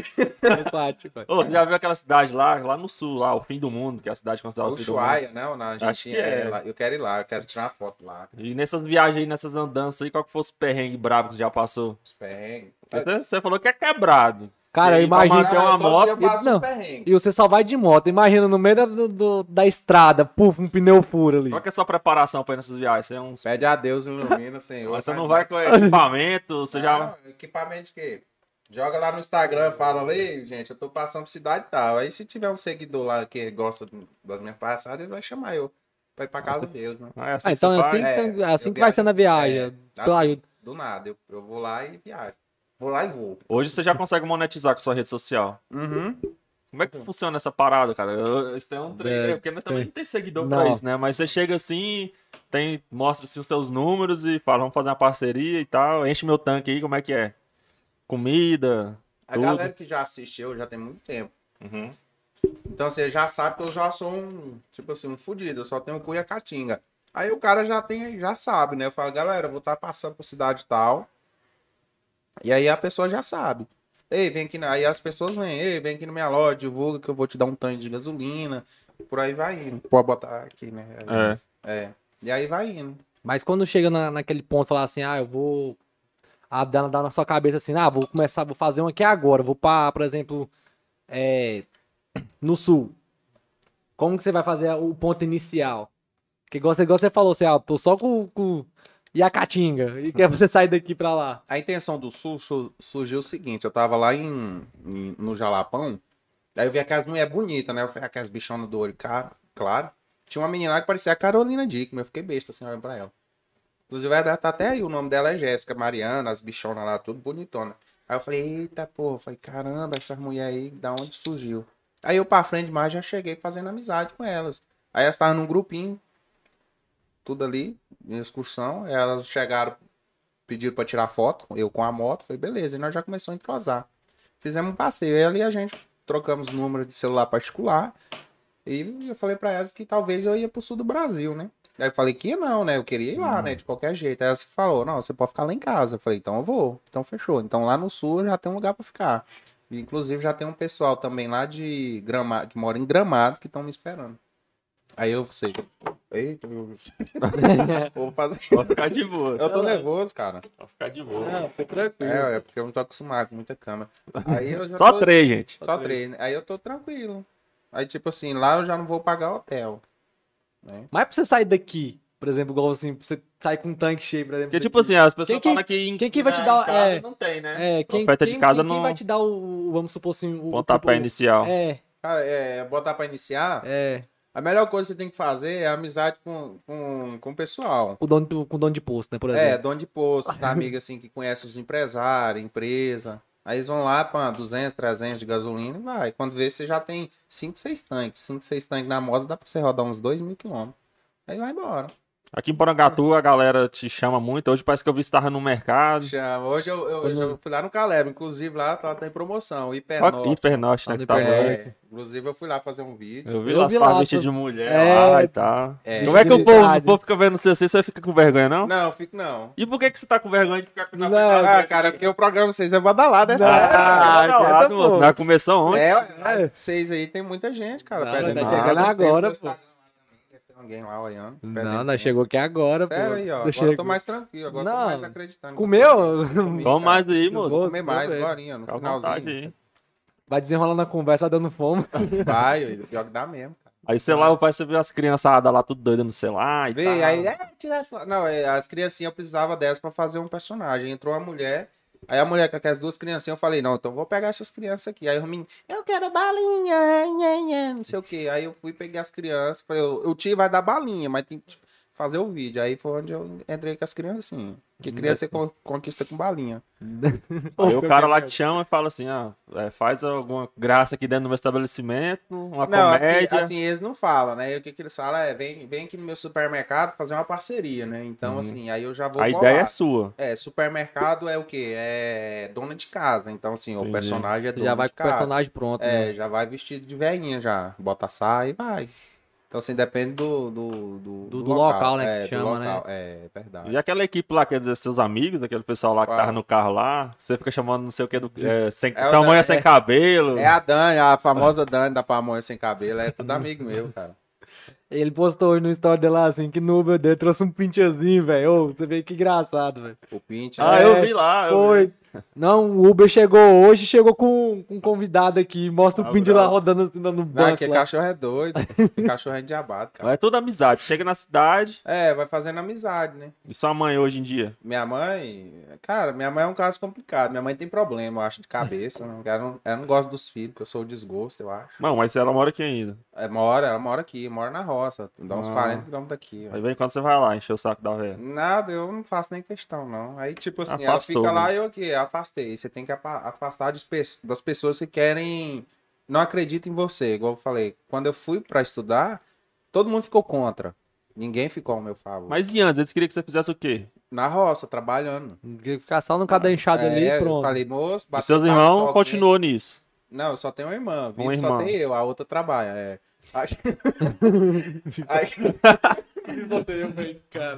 B: Aquático.
A: Ô, você já viu aquela cidade lá, lá no sul, lá, o fim do mundo, que é a cidade considerada o fim do mundo.
D: Ushuaia, né? ou Na
A: Acho que
D: Argentina.
A: é.
D: É, lá. Eu quero ir lá, eu quero tirar uma foto lá.
A: E nessas viagens aí, nessas andanças aí, qual que foi os perrengues bravos que você já passou?
D: Os perrengues. "Ah,
A: Porque Você, você falou que é quebrado.
B: Cara, eu
A: E aí, pra
B: imagino.
A: manter uma moto,
B: e- não. E você só vai de moto. Imagina, no meio da, do- do- da estrada, puf, um pneu fura ali.
A: Qual que é a sua preparação pra ir nessas viagens? Você, é um...
D: Pede a Deus, ilumina, Senhor.
A: você não vai com equipamento, você já.
D: Não, equipamento de quê? Joga lá no Instagram, fala ali, gente, eu tô passando por cidade e tal. Aí se tiver um seguidor lá que gosta do- das minhas passadas, ele vai chamar eu pra ir pra casa deles, né?
A: Ah, é assim
B: Ah,
A: que
B: então
A: você
B: é assim,
A: faz?
D: faz?
B: que-
D: É,
B: assim
D: eu
B: que vai ser na
D: viajo,
B: viagem.
D: é,
B: pela
D: assim.
B: ajuda.
D: Do nada, eu, eu vou lá e viajo. Vou lá e vou.
A: Hoje você já consegue monetizar com sua rede social.
D: Uhum.
A: Como é que funciona essa parada, cara? Eu- Isso é um
B: É,
A: treino. Porque nós também
B: tem.
A: não tem seguidor
B: Não.
A: pra isso, né? Mas você chega assim, tem, mostra assim, os seus números e fala, vamos fazer uma parceria e tal. Enche meu tanque aí, como é que é? Comida.
D: A
A: Tudo.
D: galera que já assistiu já tem muito tempo.
A: Uhum.
D: Então você já sabe que eu já sou um, tipo assim, um fudido, eu só tenho cu e a caatinga. Aí o cara já tem, já sabe, né? Eu falo, galera, eu vou estar passando por cidade tal. E aí a pessoa já sabe. Ei, vem aqui, na... aí as pessoas vêm, ei, vem aqui na minha loja, divulga que eu vou te dar um tanque de gasolina. Por aí vai indo. Pode botar aqui, né?
A: É.
D: É. E aí vai indo.
B: Mas quando chega na- naquele ponto, falar assim, ah, eu vou. A dar, dar na sua cabeça assim, ah, vou começar, vou fazer um aqui agora. Vou pra, por exemplo, é, no sul. Como que você vai fazer o ponto inicial? Porque igual você, igual você falou, assim, ah, tô só com, com Iacatinga. E quer você sair daqui pra lá.
D: A intenção do Sul su- surgiu o seguinte: eu tava lá em, em- no Jalapão, daí eu vi aquelas mulheres bonitas, né? Eu vi aquelas bichonas do olho, cara, claro. Tinha uma menina lá que parecia a Carolina Dickman, eu fiquei besta assim, olhando pra ela. Inclusive, ela tá até aí, o nome dela é Jéssica Mariana, as bichonas lá, tudo bonitona. Aí eu falei, eita porra, eu falei, caramba, essas mulheres aí, da onde surgiu? Aí eu pra frente mais já cheguei fazendo amizade com elas. Aí elas estavam num grupinho, tudo ali, em excursão, elas chegaram pediram pra tirar foto, eu com a moto, falei, beleza, e nós já começamos a entrosar. Fizemos um passeio, aí ali a gente trocamos número de celular particular, e eu falei pra elas que talvez eu ia pro sul do Brasil, né? Aí eu falei que não, né? Eu queria ir lá, né? De qualquer jeito. Aí elas falou, não, você pode ficar lá em casa. Eu falei, então eu vou. Então fechou. Então lá no sul já tem um lugar pra ficar. E, Inclusive já tem um pessoal também lá de Gramado, que mora em Gramado, que estão me esperando. Aí eu sei, eita, eu- vou fazer.
A: Pode ficar de boa.
D: Eu tô nervoso, cara.
A: Pode ficar de boa.
B: foi tranquilo.
D: É, é porque eu não tô acostumado com muita câmera. Aí eu já
A: <laughs> Só
D: tô-
A: três, gente.
D: Só três. né? Aí eu tô tranquilo. Aí, tipo assim, lá eu já não vou pagar hotel.
B: Mas pra você sair daqui, por exemplo, igual assim, pra você sair com um tanque cheio, por exemplo.
A: Porque, tipo
B: daqui.
A: assim, as pessoas
B: Quem que-
A: falam que em,
B: quem que vai te
A: na-
B: dar-
A: em casa
B: é.
A: não tem, né?
B: É, quem,
A: oferta de
B: quem-
A: casa
B: quem
A: não-
B: vai te dar o, o- vamos supor assim, o
A: Pontapé
B: tipo,
A: inicial.
B: É,
D: Cara, é, botar pra iniciar,
B: é,
D: a melhor coisa que você tem que fazer é amizade com, com, com o pessoal.
B: com o dono, do- com o dono de posto, né, por
D: É,
B: exemplo.
D: dono de posto, tá, amigo assim que conhece os empresários, empresa. Aí eles vão lá pra 200, 300 de gasolina e vai. Quando vê, você já tem 5, 6 tanques. 5, 6 tanques na moda, dá pra você rodar uns 2 mil quilômetros. Aí vai embora.
A: Aqui em Porangatu a galera te chama muito. Hoje parece que eu vi estar no mercado.
D: Chama. Hoje eu, eu- eu já fui lá no Caleb, inclusive lá tá, tá em promoção.
A: Ó,
D: Hipernorte.
A: Hipernorte, né?
B: Tá
A: Que
B: no
A: você tá
B: Hipernorte.
A: doido.
D: É, inclusive eu fui lá fazer um vídeo.
A: Eu vi
B: Eu
A: lá
B: vi
A: as
B: lá,
A: travestis
B: tô-
A: de mulher
B: É.
A: lá e tal.
D: É.
A: Como é que o povo,
B: Visibilidade.
A: o povo fica vendo você assim, você fica com vergonha, não?
D: Não, eu fico não.
A: E por que, que você tá com vergonha de ficar com
B: Não,
D: Ah, cara, porque o programa de vocês é badalado, é sério.
A: Ah,
B: Ah,
A: ah,
B: então,
A: moço.
B: pô.
A: Nós começamos ontem.
D: É, ué, vocês aí tem muita gente, cara.
B: Não,
D: perdendo
B: tá
D: nada.
B: chegando
D: Tem
B: agora,
D: meu
B: pô.
D: Instagram lá também, que Tem alguém lá olhando.
B: não,
D: perdendo
B: nós
D: tempo.
B: chegou aqui agora,
D: Sério
B: pô.
D: aí, ó.
B: Eu
D: Agora eu tô
B: chego-
D: mais tranquilo, agora eu tô
B: Não.
D: mais acrediteu.
B: Comeu?
A: Toma
D: Comi, É, cara.
A: mais aí,
B: Não
A: moço.
B: vou.
D: Comer mais
B: Também.
D: agora, no
A: Fica à vontade
D: finalzinho.
A: aí.
B: Vai desenrolando a conversa, vai dando fome.
D: Vai, ué, pior que dá mesmo. cara.
A: Aí, sei lá, o pai você viu as criançadas lá tudo doido no celular e
D: Vê,
A: tal.
D: aí, é, tira essa- Não, é, as criancinhas eu precisava dessas pra fazer um personagem. Entrou a mulher. Aí a mulher com aquelas duas criancinhas, eu falei, não, então eu vou pegar essas crianças aqui. Aí o menino, eu quero balinha, nhe, nhe, não sei o quê. Aí eu fui peguei as crianças, falei, o o tio vai dar balinha, mas tem que tipo, fazer o vídeo. Aí foi onde eu entrei com as criancinhas. Que
A: Hum,
D: criança
A: é
D: você con- conquista com balinha.
A: <laughs> Aí o
B: né,
A: cara lá te chama e fala assim, ah, é, faz alguma graça aqui dentro do meu estabelecimento, uma
D: Não,
A: comédia.
D: aqui, assim, eles não falam, né? E o que, que eles falam é, vem, vem aqui no meu supermercado fazer uma parceria, né? Então,
A: Uhum.
D: assim, aí eu já vou
A: a ideia é sua.
D: É, supermercado é o quê? É dona de casa. Então, assim,
A: Entendi.
D: o personagem é
B: Você
D: dono
B: já vai
D: de
B: com o
D: casa.
B: personagem pronto. né?
D: É, já vai vestido de velhinha já. Bota a saia e vai. Então, assim, depende do... Do, do,
B: do local, né,
D: É,
B: que
D: do
B: chama, né?
D: local. É, verdade.
A: E aquela equipe lá, quer dizer, seus amigos, aquele pessoal lá que
D: Qual?
A: tava no carro lá, você fica chamando não sei o que do. É, sem,
D: É o
A: tamanho
D: da-
A: sem cabelo.
D: É a Dani, a famosa Dani da Pamonha Sem Cabelo. É tudo amigo meu, cara.
B: Ele postou hoje no story dele lá assim, que no Uber dele trouxe um pinchezinho, velho. Ô, você vê que engraçado, velho.
D: O Pint.
A: Ah,
D: né?
A: eu vi lá. eu vi.
B: Foi.
C: Não, o Uber chegou hoje, chegou com, com um convidado aqui. Mostra o
A: Ah,
C: Pindy lá
A: bravo.
C: rodando assim, no
D: Não,
C: banco.
D: aqui é
C: lá.
D: cachorro é doido. cachorro é endiabado, cara.
A: É toda amizade. Você chega na cidade
D: É, vai fazendo amizade, né?
A: e sua mãe hoje em dia.
D: Minha mãe, cara, minha mãe é um caso complicado. Minha mãe tem problema, eu acho,
A: <laughs>
D: de cabeça. né? Ela não, ela não gosta dos filhos, porque eu sou o desgosto, eu acho.
A: Não, mas ela mora aqui ainda.
D: É, mora, ela mora aqui, mora na roça. Dá uns
A: Ah.
D: 40 quilômetros daqui. ó.
A: Aí vem quando você vai lá encher o saco da velha.
D: Nada, eu não faço nem questão, não. Aí, tipo assim,
A: Afastou,
D: ela fica lá
A: né?
D: e eu aqui, afastei. Você tem que apa- afastar de pe- das pessoas que querem. Não acreditam em você. Igual eu falei, quando eu fui pra estudar, todo mundo ficou contra. Ninguém ficou ao meu favor.
A: Mas e antes? Eles queriam que você fizesse o quê?
D: Na roça, trabalhando.
B: Ficar só no cadenchado ali
D: É,
B: e
D: eu
B: pronto. <laughs>
D: falei, moço,
A: E
D: bateu
A: seus
D: papo, só
A: irmãos
D: que-
A: continuou nisso.
D: Não, eu só tenho uma irmã. Vivo,
A: Uma
D: só
A: irmã.
D: tem eu, a outra trabalha. É. Aí-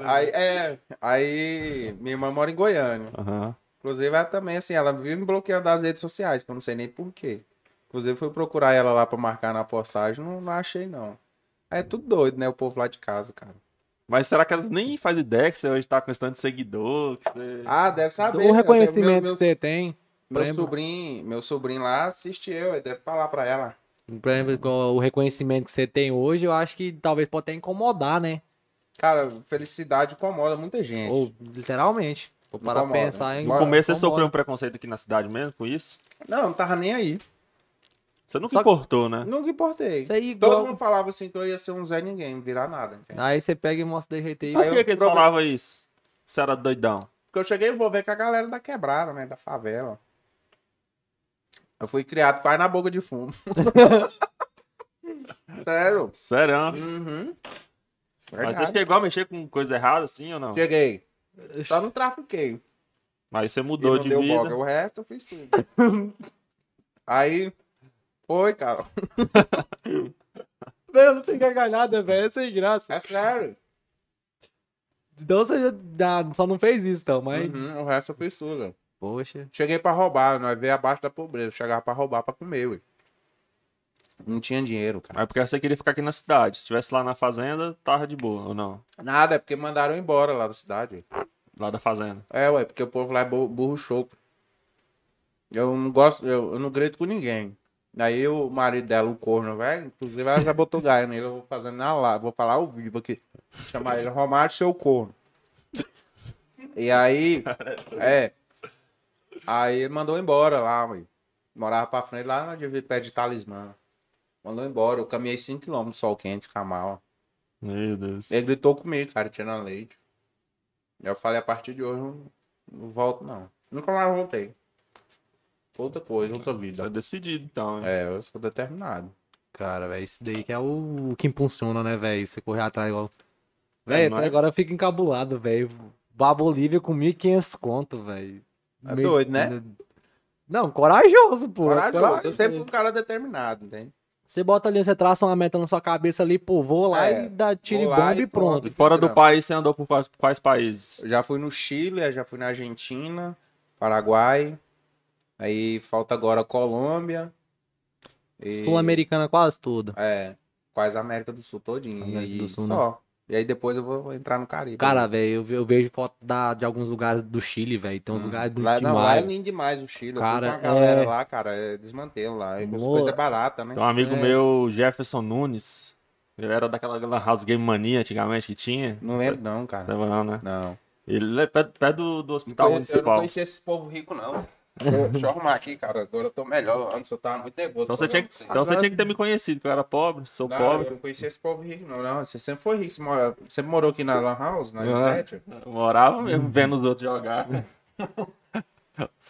D: Aí, é, aí minha irmã mora em Goiânia.
A: Aham.
D: Inclusive, ela também, assim, ela vive me bloqueando das redes sociais, que eu não sei nem porquê. Inclusive, fui procurar ela lá pra marcar na postagem, não, não achei, não. Aí é tudo doido, né? O povo lá de casa, cara.
A: Mas será que elas nem fazem ideia que você hoje tá com esse tanto de seguidor? Que você...
D: Ah, deve saber.
B: Então, o
D: né?
B: reconhecimento
D: Meu,
B: que você tem,
D: meu, meu
B: lembra?
D: sobrinho, meu sobrinho lá assiste eu, ele deve falar pra ela.
B: por exemplo, com o reconhecimento que você tem hoje, eu acho que talvez pode até incomodar, né?
D: Cara, felicidade incomoda muita gente.
B: Ou literalmente. Vou parar pra
D: Incomoda. né?
B: pensar em.
A: No começo você
B: incomoda.
A: sofreu um preconceito aqui na cidade mesmo com isso?
D: Não, não tava nem aí.
A: Você nunca
B: Só-
A: importou, né?
D: Nunca importei.
B: Isso aí,
D: Todo
B: igual-
D: mundo falava assim que eu ia ser um Zé Ninguém, virar nada. entende?
B: Aí você pega e mostra desse jeito aí.
A: Por
D: eu
A: que, que eles
D: provo-
A: falavam isso? Você era doidão.
D: Porque eu cheguei a envolver com a galera da quebrada, né? Da favela. Eu fui criado quase na boca de fumo. <laughs> Sério?
A: Sério?
D: Uhum.
A: Mas é você
D: Verdade.
A: chegou a mexer com coisa errada assim ou não?
D: Cheguei. Só não trafiquei.
A: Mas você
D: E
A: mudou
D: não
A: de
D: deu
A: vida.
D: boga. O resto eu fiz tudo. <laughs> Aí. Foi, cara.
C: Não, não tem gargalhada, velho. É sem graça.
D: É sério.
C: Então você já dá- só não fez isso, então, mas.
D: Uhum, o resto eu fiz tudo.
B: Poxa.
D: Cheguei pra roubar. Nós veio abaixo da pobreza. Chegava pra roubar pra comer, ué. Não tinha dinheiro, cara.
A: Mas É porque você queria ficar aqui na cidade. Se estivesse lá na fazenda, tava de boa, ou não?
D: Nada, é porque mandaram embora lá da cidade, ué.
A: Lá da fazenda.
D: É, ué, porque o povo lá é bu- burro show. Eu não gosto, eu, eu não grito com ninguém. Daí o marido dela, o corno, velho, inclusive ela já botou <laughs> gaia nele, eu vou fazendo na lá, vou falar ao vivo aqui. Chamar ele Romário, seu corno. E aí, é. Aí ele mandou embora lá, ué. Morava pra frente lá na divisa perto de Talismã. Mandou embora, eu caminhei 5km, sol quente, com a mala.
A: Meu Deus.
D: Ele gritou comigo, cara, tirando leite. Eu falei, a partir de hoje eu não, não volto, não. Nunca mais voltei. Outra coisa, outra
A: Você é
D: vida.
A: decidido, então. né?
D: É, eu sou determinado.
B: Cara, velho, isso daí que é o, o que impulsiona, né, velho? Você correr atrás igual.
A: É,
B: Velho,
A: não
B: até
A: é?
B: agora eu fico encabulado, velho. Babolívia com 1.500 conto, velho.
D: É doido, né?
B: Não, corajoso, pô.
D: Corajoso, eu sempre fui um cara determinado, entende?
B: Você bota ali, você traça uma meta na sua cabeça ali, pô, vou lá
D: É,
B: e dá tiro e
D: vou lá
B: bomba
D: e
B: e pronto.
A: E fora do
D: Não.
A: país, você andou por quais, quais países?
D: Eu já fui no Chile, já fui na Argentina, Paraguai. Aí falta agora Colômbia. e-
B: Sul-Americana quase toda.
D: É, quase a América do Sul todinha.
B: América
D: e
B: do Sul, né?
D: só. E aí depois eu vou entrar no Caribe.
B: Cara, velho, eu, ve- eu vejo foto da- de alguns lugares do Chile, velho. Tem uns
D: Hum.
B: lugares bonitos
D: lá, não, lá é
B: demais.
D: lindo demais o Chile.
B: Cara,
D: eu fui com a galera
B: é.
D: lá, cara, é desmantelo lá. E as
B: Mo-
D: coisas é barata, né?
A: Tem um amigo
B: É.
A: meu, Jefferson Nunes. Ele era daquela lan House Game Mania antigamente que tinha.
D: Não lembro, não,
A: Não
D: cara.
A: lembra não, né?
D: Não.
A: Ele é perto, perto do, do
D: Não
A: hospital
D: conhe- eu não
A: municipal.
D: conhecia esses povo rico, não. Deixa eu- deixa eu arrumar aqui, cara. Agora eu tô melhor. Antes eu tava muito nervoso.
A: Então você, tinha
D: Agora eu
A: que,
D: não sei.
A: então você tinha que ter me conhecido, que eu era pobre, sou
D: Não,
A: pobre.
D: eu não conhecia esse povo rico, não. não. Você sempre foi rico. Você, mora... você morou aqui na Lan House,
B: É.
D: na
A: Ah.
D: internet?
A: Eu morava
B: Uhum.
A: mesmo vendo os outros jogar.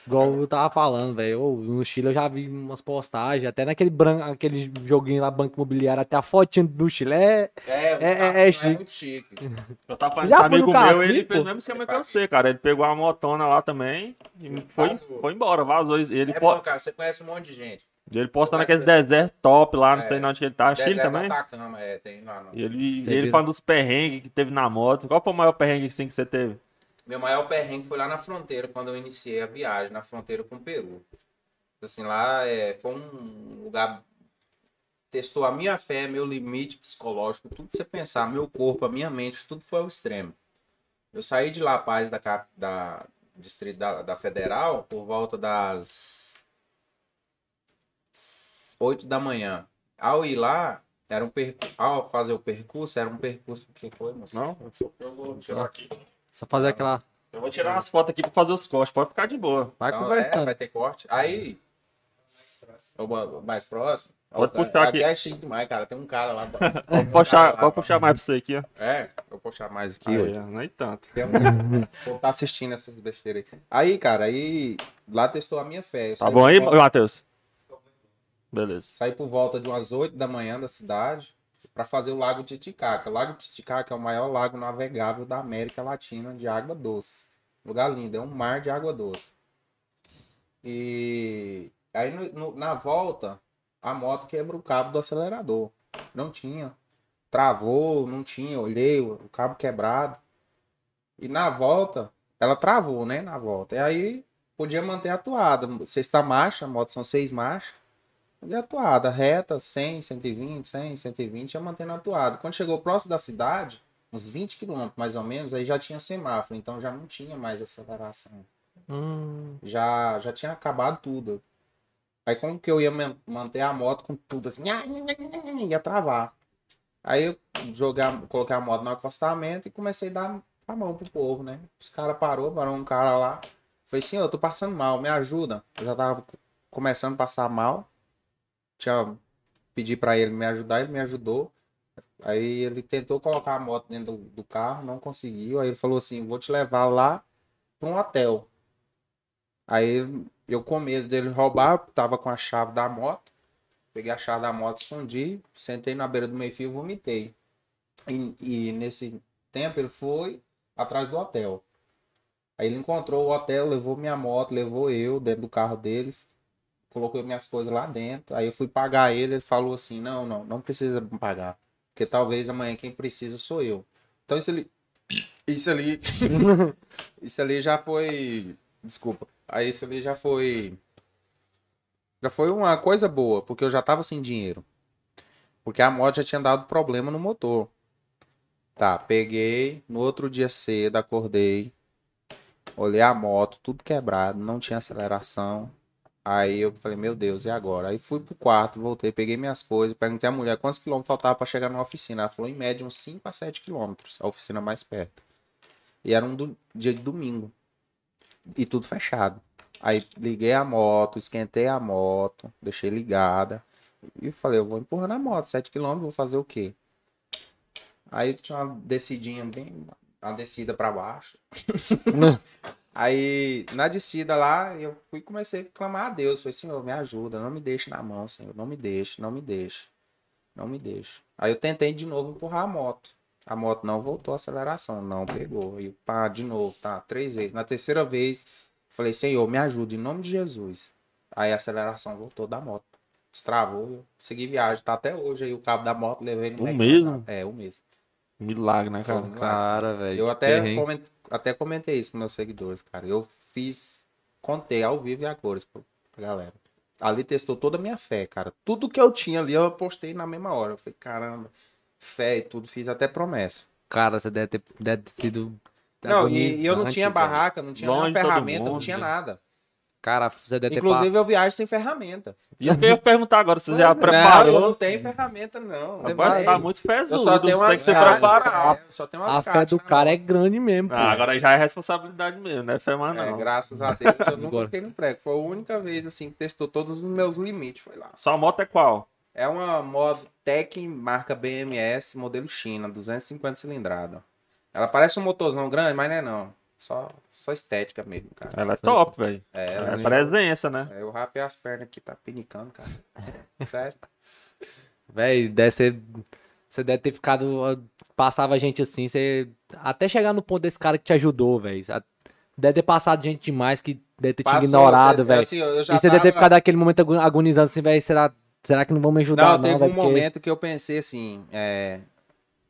B: Igual eu tava falando, velho. ô, No Chile eu já vi umas postagens, até naquele bran... aquele joguinho lá, Banco Imobiliário, até a fotinha do Chile é.
D: É,
B: é, é chique.
D: muito chique.
A: Eu tava falando
B: Já
A: com um
B: foi
A: amigo
B: no
A: meu,
B: cassino,
A: ele fez o
B: pô?
A: mesmo esquema que eu sei, cara. Ele pegou uma motona lá também e foi, foi embora, vazou. E Ele,
D: é
A: po-
D: bom, cara. Você conhece um monte de gente.
A: ele posta naqueles desertos top lá, não sei onde que ele tá, Chile
D: Deserto
A: também.
D: Atacama, é, tem lá no-
A: E ele,
B: Você
A: e ele
B: vira.
A: falando dos perrengues que teve na moto. Qual foi o maior perrengue assim, que você teve?
D: Meu maior perrengue foi lá na fronteira, quando eu iniciei a viagem, na fronteira com o Peru. Assim, lá é, foi um lugar. Testou a minha fé, meu limite psicológico, tudo que você pensar, meu corpo, a minha mente, tudo foi ao extremo. Eu saí de La Paz, da, cap- da, distrito da, da Federal, por volta das 8 da manhã. Ao ir lá, era um percu... ao fazer o percurso, era um percurso que foi, moço?
A: Não? Eu vou tirar aqui.
B: Só
D: Ah,
B: fazer aquela.
A: Eu vou tirar umas fotos aqui pra fazer os cortes. Pode ficar de boa.
B: Vai
D: Então, é,
B: conversando.
D: vai ter corte. Aí. O ba- o mais próximo.
A: Pode
D: Ó, cara,
A: puxar aqui.
D: é chique demais, cara. Tem um cara lá.
A: <laughs> Pode puxar, pode puxar mais pra você aqui, ó.
D: É, vou puxar mais aqui.
A: Aí,
D: hoje.
A: ó, nem tanto.
D: Tem um- O povo tá assistindo essas besteiras aí. Aí, cara, aí lá testou a minha fé. Eu
A: Tá
D: saí
A: bom
D: por
A: aí,
D: volta-
A: Matheus? Beleza.
D: Saí por volta de umas 8 da manhã da cidade pra fazer o Lago Titicaca. O Lago Titicaca é o maior lago navegável da América Latina de água doce. Lugar lindo, é um mar de água doce. E aí no- no- na volta, a moto quebra o cabo do acelerador. Não tinha. Travou, não tinha, olhei, o o cabo quebrado. E na volta, ela travou, né? Na volta. E aí podia manter atuada. Sexta marcha, a moto são seis marchas. E atuada, é reta, 100, 120, 100, 120, ia é mantendo atuado. Quando chegou próximo da cidade, uns 20 quilômetros mais ou menos, aí já tinha semáforo, então já não tinha mais aceleração.
B: Hum,
D: Já, já tinha acabado tudo. Aí como que eu ia man- manter a moto com tudo assim, nha, nha, nha, nha, nha, ia travar. Aí eu jogar, coloquei a moto no acostamento e comecei a dar a mão pro povo, né? Os caras parou, parou um cara lá. Falei, senhor, eu tô passando mal, me ajuda. Eu já tava começando a passar mal. Tinha pedi pra ele me ajudar, ele me ajudou. Aí ele tentou colocar a moto dentro do, do carro, não conseguiu. Aí ele falou assim, vou te levar lá pra um hotel. Aí eu com medo dele roubar, tava com a chave da moto. Peguei a chave da moto, escondi, sentei na beira do meio fio e vomitei. E, e nesse tempo ele foi atrás do hotel. Aí ele encontrou o hotel, levou minha moto, levou eu dentro do carro dele, colocou minhas coisas lá dentro. Aí eu fui pagar ele, ele falou assim: não, não, não precisa pagar. Porque talvez amanhã quem precisa sou eu. Então isso ali. <coughs> Isso ali. <coughs> isso ali já foi. Desculpa. Aí isso ali já foi. Já foi uma coisa boa, porque eu já tava sem dinheiro. Porque a moto já tinha dado problema no motor. Tá, peguei. No outro dia cedo, acordei. Olhei a moto, tudo quebrado, não tinha aceleração. Aí eu falei, meu Deus, e agora? Aí fui pro quarto, voltei, peguei minhas coisas, perguntei à mulher quantos quilômetros faltava pra chegar numa oficina. Ela falou, em média, uns 5 a 7 quilômetros, a oficina mais perto. E era um do- dia de domingo. E tudo fechado. Aí liguei a moto, esquentei a moto, deixei ligada. E falei, eu vou empurrando a moto, 7 quilômetros, vou fazer o quê? Aí tinha uma descidinha bem. Uma descida pra
A: <laughs>
D: baixo. Aí, na descida lá, eu fui e comecei a clamar a Deus. Falei, Senhor, me ajuda, não me deixe na mão, Senhor. Não me deixe, não me deixe. Não me deixe. Aí eu tentei de novo empurrar a moto. A moto não voltou a aceleração, não pegou. E pá, de novo, tá? Três vezes. Na terceira vez, falei, Senhor, me ajuda, em nome de Jesus. Aí a aceleração voltou da moto. Destravou, eu segui viagem. Tá até hoje aí o cabo da moto, levei ele
A: O
D: mecânico.
A: mesmo?
D: É, o mesmo.
A: Milagre, né, cara?
D: Foi.
C: Cara, velho.
D: Eu até,
C: perrengue.
D: coment- até comentei isso com meus seguidores, cara. Eu fiz, contei ao vivo e a cores pro- pra galera. Ali testou toda a minha fé, cara. Tudo que eu tinha ali, eu postei na mesma hora. Eu falei, caramba, fé e tudo, fiz até promessa.
C: Cara, você deve ter, deve ter sido.
A: Tá
D: não, e, e eu não
C: agonizante,
D: tinha
C: velho.
D: barraca, não tinha
A: Longe
D: nenhuma
A: de todo
D: ferramenta, não
A: mundo,
D: tinha
A: né?
D: nada.
C: Cara, você deve ter.
D: Inclusive, eu viajo sem ferramenta.
A: Isso que eu ia perguntar agora. Você já
D: Não, Eu
A: preparou?
D: não tenho ferramenta, não.
A: Você tá
D: Eu
A: vai
D: tenho.
A: estar muito
D: eu
A: fezudo.
D: só tenho uma...
A: Tem que se
D: cara,
A: preparar.
D: eu só tenho uma né?
B: a fé do cara é grande mesmo. pô.
A: Ah, agora já é responsabilidade mesmo, né? Fé mais
D: É,
A: não.
D: graças a Deus
B: <laughs>
D: eu nunca
C: Agora.
D: fiquei no prego. Foi a única vez assim que testou todos os meus limites, foi lá.
A: Sua moto é qual?
D: É uma moto Tech marca BMS, modelo China, 250 cilindrada. Ela parece um motorzão grande, mas não é não. Só, só estética mesmo, cara.
A: Ela é top, velho.
D: É, ela
A: É
D: é-
A: presença, né?
D: é, eu rapei as pernas aqui, tá pinicando,
B: <laughs>
D: cara. Sério?
B: Véi, deve ser. Você deve ter ficado. ó, Passava gente assim, você. Até chegar no ponto desse cara que te ajudou, velho. A- Deve ter passado gente demais que deve ter te
D: Passou,
B: ignorado,
D: eu-
B: velho. é
D: assim, eu- eu
B: E
D: já
B: você deve ter
D: tava-
B: ficado naquele momento agu- agonizando assim, velho. Será, será que não vão me ajudar?
D: Não,
B: Não,
D: teve
B: véi,
D: um
B: porque-
D: momento que eu pensei assim, é,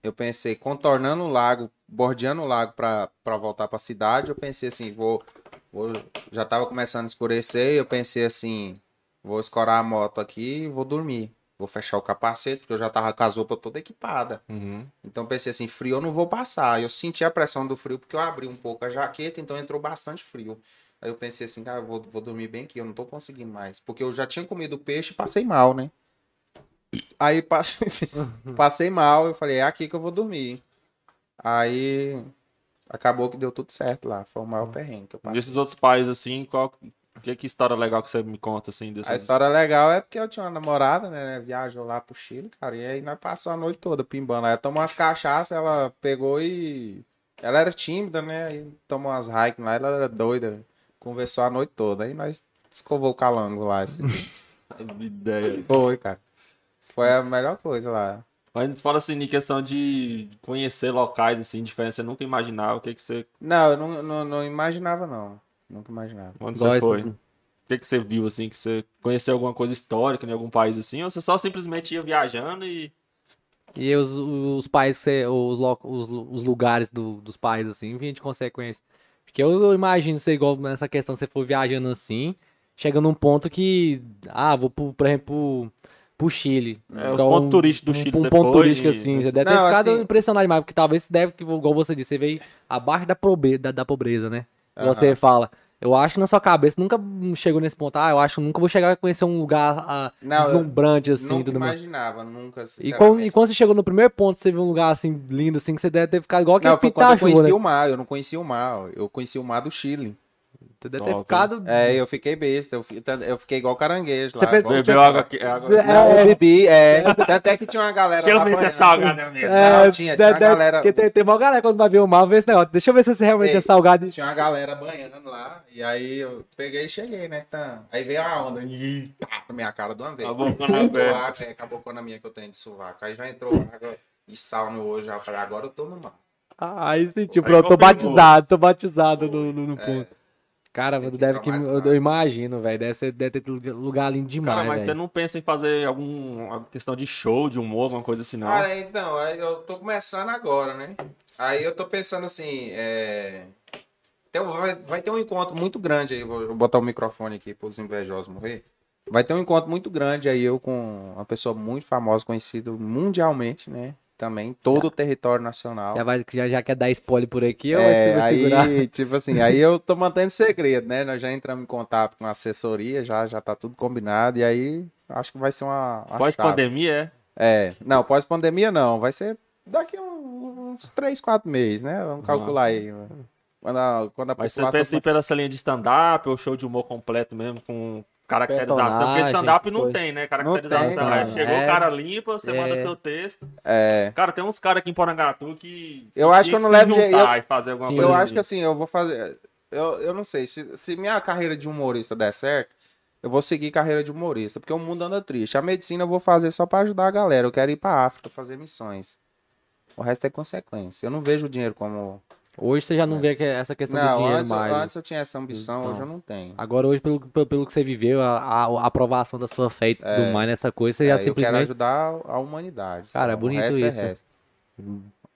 D: eu pensei contornando o lago, bordeando o lago pra pra voltar pra cidade, eu pensei assim, vou, vou- já tava começando a escurecer, eu pensei assim, vou escorar a moto aqui e vou dormir. Vou fechar o capacete, porque eu já tava com a roupas toda equipada.
A: Uhum.
D: Então pensei assim, frio eu não vou passar. Eu senti a pressão do frio porque eu abri um pouco a jaqueta, então entrou bastante frio. Aí eu pensei assim, cara, eu vou, vou dormir bem aqui, eu não tô conseguindo mais. Porque eu já tinha comido peixe e passei mal, né? Aí passei, <laughs> passei mal, eu falei, é aqui que eu vou dormir. Aí acabou que deu tudo certo lá. Foi o maior perrengue que eu passei.
A: Desses outros pais, assim, qual que, que história legal que você me conta, assim, desses...
D: A história legal é porque eu tinha uma namorada, né? né, Viajou lá pro Chile, cara. E aí nós passamos a noite toda pimbando. Aí tomou umas cachaças, ela pegou e. Ela era tímida, né? Aí tomou umas hiking lá, ela era doida. Conversou a noite toda. Aí nós escovou o calango
B: <laughs>
D: lá. esse dia.
A: ideia.
D: Foi, cara. Foi a melhor coisa lá.
A: Mas fala assim, em questão de conhecer locais, assim, diferente, você nunca imaginava o que que você...
D: Não, eu não, não, não imaginava, não. Nunca imaginava.
A: Onde
B: Igual
A: você
B: esse-
A: foi? O que que você viu, assim, que você conheceu alguma coisa histórica em algum país, assim, ou você só simplesmente ia viajando e...
B: E os, os países, que você- os, lo- os, lu- os lugares do- dos países, assim, vinha de consequência. Porque eu, eu imagino ser igual nessa questão, você for viajando assim, chega num ponto que, ah, vou, pro, por exemplo, pro, pro Chile.
A: É, os
D: Então,
B: Igual
A: pontos
B: um-
A: turísticos do
B: um-
A: Chile
B: um
A: você
B: ponto
A: foi
B: turístico
A: e-
B: assim, você deve ter
D: Não,
B: ficado
D: assim-
B: impressionado demais, porque talvez você deve, que, igual você disse, você veio abaixo da, probe, da, da pobreza, né?
D: Aham.
B: Você fala, eu acho que na sua cabeça nunca chegou nesse ponto, ah, eu acho que nunca vou chegar a conhecer um lugar ah,
D: Não, eu
B: deslumbrante assim,
D: nunca
B: tudo mais.
D: imaginava, nunca.
B: E quando, e
D: sinceramente.
B: quando você chegou no primeiro ponto, você viu um lugar assim, lindo, assim, que você deve ter ficado igual aquele
D: Não, foi quando eu
B: pitachu,
D: conheci
B: né?
D: o mar. Eu não conhecia o mar. Eu conheci o mar do Chile.
B: Você deve ter
A: Top.
B: ficado.
D: É, eu fiquei besta. Eu, fi- eu fiquei igual caranguejo
B: Você
D: lá.
B: fez-
D: igual-
A: Bebeu água aqui, água...
D: Não, eu bebi, é. Até que tinha uma galera
A: Deixa eu
D: lá
A: ver se é
D: banhando.
A: salgada mesmo.
D: Não, tinha, tinha uma galera...
B: Porque tem, tem uma galera quando vai ver o mar, vê esse negócio. Deixa eu ver se você realmente
D: Ei.
B: é salgado.
D: Tinha uma galera banhando lá, e aí eu peguei e cheguei, né? Tá. Aí veio a onda, e tá, na minha cara de uma vez.
A: Acabou com a
D: Entrou
A: minha.
D: água, é, acabou com a minha que eu tenho de sovaco. Aí
A: <laughs>
D: já entrou água e sal no olho, já falei, agora eu tô no mar.
B: Ah, Aí sentiu,
A: Aí
B: pronto, tô
A: confirmou.
B: batizado, tô batizado no, no, no ponto. É. Cara,
D: Senti
B: deve que, eu,
D: traumatizado.
B: eu imagino, velho. Deve, ser- deve ter lugar- lugar lindo demais,
A: Cara, mas você
B: velho.
A: não pensa em fazer algum, alguma questão de show, de humor, alguma coisa assim, não?
D: Cara, então, aí eu tô começando agora, né? Aí eu tô pensando assim, é... tem um- vai, vai ter um encontro muito grande aí, vou vou botar o microfone aqui pros invejosos morrer. Vai ter um encontro muito grande aí, eu com uma pessoa muito famosa, conhecida mundialmente, né? Também, em todo o território nacional.
B: Já, vai, já, já quer dar spoiler por aqui, ou
D: É,
B: você vai
D: aí,
B: segurar?
D: <laughs> tipo assim, aí eu tô mantendo segredo, né? Nós já entramos em contato com a assessoria, já, já tá tudo combinado, e aí acho que vai ser uma. uma chave.
A: Pós-pandemia,
D: É, não, pós-pandemia não, vai ser daqui um- uns 3, 4 meses, né?
B: Ah,
D: Vamos
B: tá.
D: calcular aí. Quando a, quando a
A: é. Mas você pensa em ir pela essa linha de stand-up, ou show de humor completo mesmo, com caracterização. Porque
B: Personagem,
A: stand-up não
B: coisa.
A: tem, né? Caracterização.
D: tem,
A: tá?
D: cara.
A: Chegou,
B: É.
A: o cara limpa, você
B: É.
A: manda seu texto.
D: É,
A: Cara, tem uns caras aqui em Porangatu que.
D: Eu acho que eu
A: tinha
D: não
A: se
D: levo jeito,
A: juntar e fazer alguma
B: Eu
A: coisa.
D: eu
A: assim.
D: acho que assim, eu vou fazer. Eu, eu não sei, se, se minha carreira de humorista der certo, eu vou seguir carreira de humorista, porque o mundo anda triste. A medicina eu vou fazer só pra ajudar a galera. Eu quero ir pra África fazer missões. O resto é consequência. Eu não vejo o dinheiro como.
B: Hoje você já não vê que- é essa questão do
D: É. Não,
B: dinheiro
D: antes,
B: mais. né?
D: antes eu tinha essa ambição,
B: Então.
D: hoje eu não tenho. É,
B: Agora, hoje, pelo, pelo, pelo que você viveu, a, a- a aprovação da sua fé e tudo mais nessa coisa, você
D: É,
B: já
D: eu quero
B: simplesmente.
D: ajudar a humanidade.
B: Cara,
D: só.
B: é bonito
D: o resto
B: isso.
D: É resto.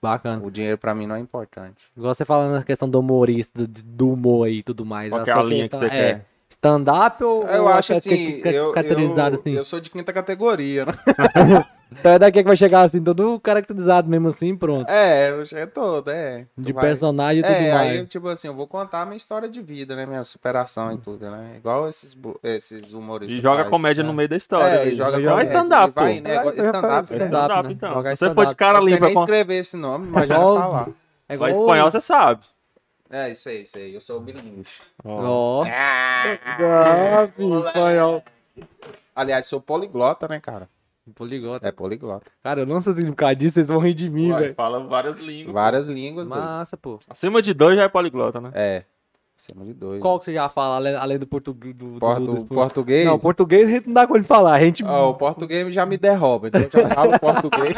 B: Bacana.
D: O dinheiro pra mim não é importante.
B: Igual você falando na questão do humorista, do, do humor aí e tudo mais.
A: Qual que é a
B: sua
A: linha que
B: questão
A: você
B: é
A: quer?
B: Stand-up ou.
D: Eu
B: ou
D: acho
B: ca-
D: assim,
B: ca-
D: eu,
B: Caracterizado
D: eu,
B: assim.
D: eu sou de quinta categoria, né? <laughs>
B: Então é daqui que vai chegar assim, todo caracterizado mesmo assim, pronto.
D: É, eu é todo, é. Tu
B: de
D: vai-
B: personagem e tudo
D: É,
B: mais.
D: aí, tipo assim, eu vou contar a minha história de vida, né? Minha superação e
B: Hum.
D: tudo, né? Igual esses, bu- esses humoristas.
A: E joga
D: fazem,
A: comédia
D: né?
A: no meio da história.
D: É,
A: né?
D: e joga
B: Joga
D: comédia.
A: stand-up,
D: e vai,
A: pô.
D: né?
B: É,
D: Igual
B: é,
D: Stand-up,
B: é,
D: né?
B: stand-up,
A: Stand-up,
B: né?
A: então.
B: Joga
A: Se você for de
B: stand-up.
A: cara é
D: Não sei
A: limpa
D: nem
A: com.
D: escrever esse nome, mas já
B: Igual-
D: falar.
B: É
A: Mas
B: igual-
A: espanhol você sabe.
D: É, isso aí, isso aí. Eu sou bilíngue.
B: Ó.
C: Ah, filho, espanhol.
D: Aliás, sou poliglota, né, cara?
B: Poligota.
D: É poliglota.
B: Cara, eu não sei o significado disso, vocês vão rir de mim,
A: Ué,
B: velho.
A: Fala várias línguas.
D: Várias línguas, doido.
B: Massa, pô.
A: Acima de dois já é poliglota, né?
D: É. Acima de dois.
B: Qual que você já fala, além, além do português? Do, do-
D: Portu-
B: do espanhol?
D: português? Ah,
B: Não, português a gente não dá conta de falar. A gente.
D: Ó, o português já me derruba, então eu já falo português.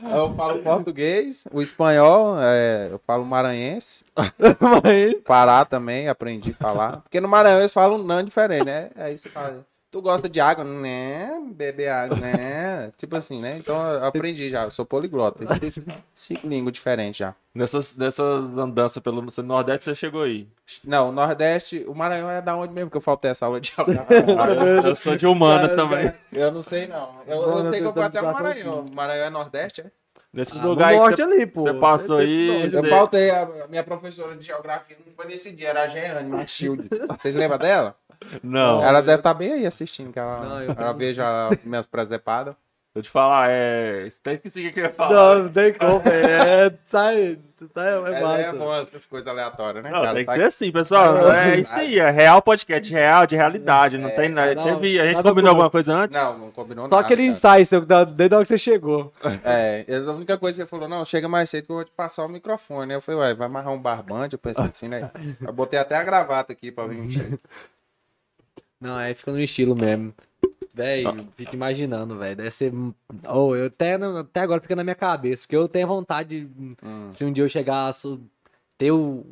D: eu falo português, o espanhol, é, eu falo maranhense,
B: mas-
D: um Pará também, aprendi a falar. Porque no Maranhão eles falam não diferente, né? Aí você fala, tu Tu gosta de água, né? Beber água, né? tipo assim, né? Então eu aprendi já, eu sou poliglota. Cinco línguas diferentes já.
A: Nessas, nessas andanças pelo Nordeste, você chegou aí.
D: Não, o Nordeste, o Maranhão é da onde mesmo que eu faltei essa aula de
A: <laughs> Ah,
D: geografia?
A: eu, eu sou de humanas também.
D: Eu não sei, não. Eu, eu
C: Mano,
D: sei que eu
C: eu tô
D: fui até o
C: tentando
D: Maranhão. Maranhão é Nordeste, é?
A: Nesses
B: Ah, no
A: lugares que
B: norte
A: você,
B: ali, pô.
A: você passou aí.
B: né?
D: Eu
A: você-
D: faltei a a minha professora de geografia, não foi nesse dia, era a Jeane Matilde. Vocês lembram dela?
A: Não,
D: Ela deve estar bem aí assistindo, que ela,
C: Não, eu-
D: ela veja minhas presepadas.
A: eu te falar, é. Até esqueci o que que eu ia falar.
C: Não, não tem como, velho. É, sai, sai, é
D: É, é
C: massa.
D: bom essas coisas aleatórias, né?
A: Não,
D: cara?
A: tem que
D: Tá-
A: ser assim, pessoal.
D: Não, É,
A: é isso aí, é real podcast, real, de realidade. Não tem nada.
C: não,
A: Teve, a gente
C: nada
A: combinou
C: comum.
A: alguma coisa antes?
D: Não, não
C: Só
D: combinou nada.
C: aquele
D: cara.
C: ensaio seu, da- desde a hora que você chegou.
D: É, eles- a única coisa que ele falou, não, chega mais cedo que eu vou te passar o microfone. Eu falei, ué, vai amarrar um barbante? Eu pensei assim, né? Eu botei até a gravata aqui pra vir.
B: Não, aí fica no estilo mesmo. Véi, fico imaginando, velho. Deve ser. Ou eu até, até agora fica na minha cabeça, porque eu tenho vontade. de,
D: Hum.
B: Se um dia eu chegar a su- ter o. um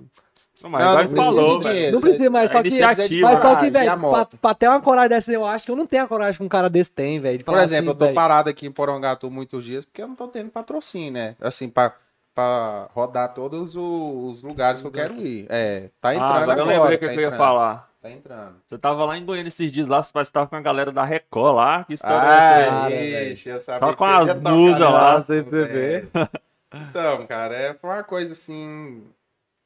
A: Não, mas
D: Não,
A: agora
D: não
A: que
D: precisa
A: falou,
D: de
A: velho.
D: dinheiro.
B: Não precisa, mas
A: é
B: só que.
A: iniciativa.
B: Mas só que,
D: coragem, é a
B: velho, pra,
D: moto.
B: pra ter uma coragem dessa, eu acho que eu não tenho a coragem que um cara desse tem, velho. de
D: Por
B: falar assim,
D: exemplo, eu tô
B: véi.
D: parado aqui em Porongatu muitos dias porque eu não tô tendo patrocínio, né? Assim, pra, pra rodar todos os lugares que eu quero ir. É, tá entrando
A: Ah, agora
D: agora.
A: eu lembrei o que
D: tá
A: que eu ia
D: entrando,
A: falar.
D: Tá entrando.
A: Você tava lá em Goiânia esses dias lá, você parece que tava com a galera da Record lá. Que história é essa aí?
D: Ah,
C: essa aí?
D: ixi, eu sabia
A: Só
D: que
A: com
D: você
A: as
D: ia tocar
A: musas
D: nesse
A: lá,
D: assunto,
C: sem você
D: é.
C: ver.
D: Então, cara, é foi uma coisa assim...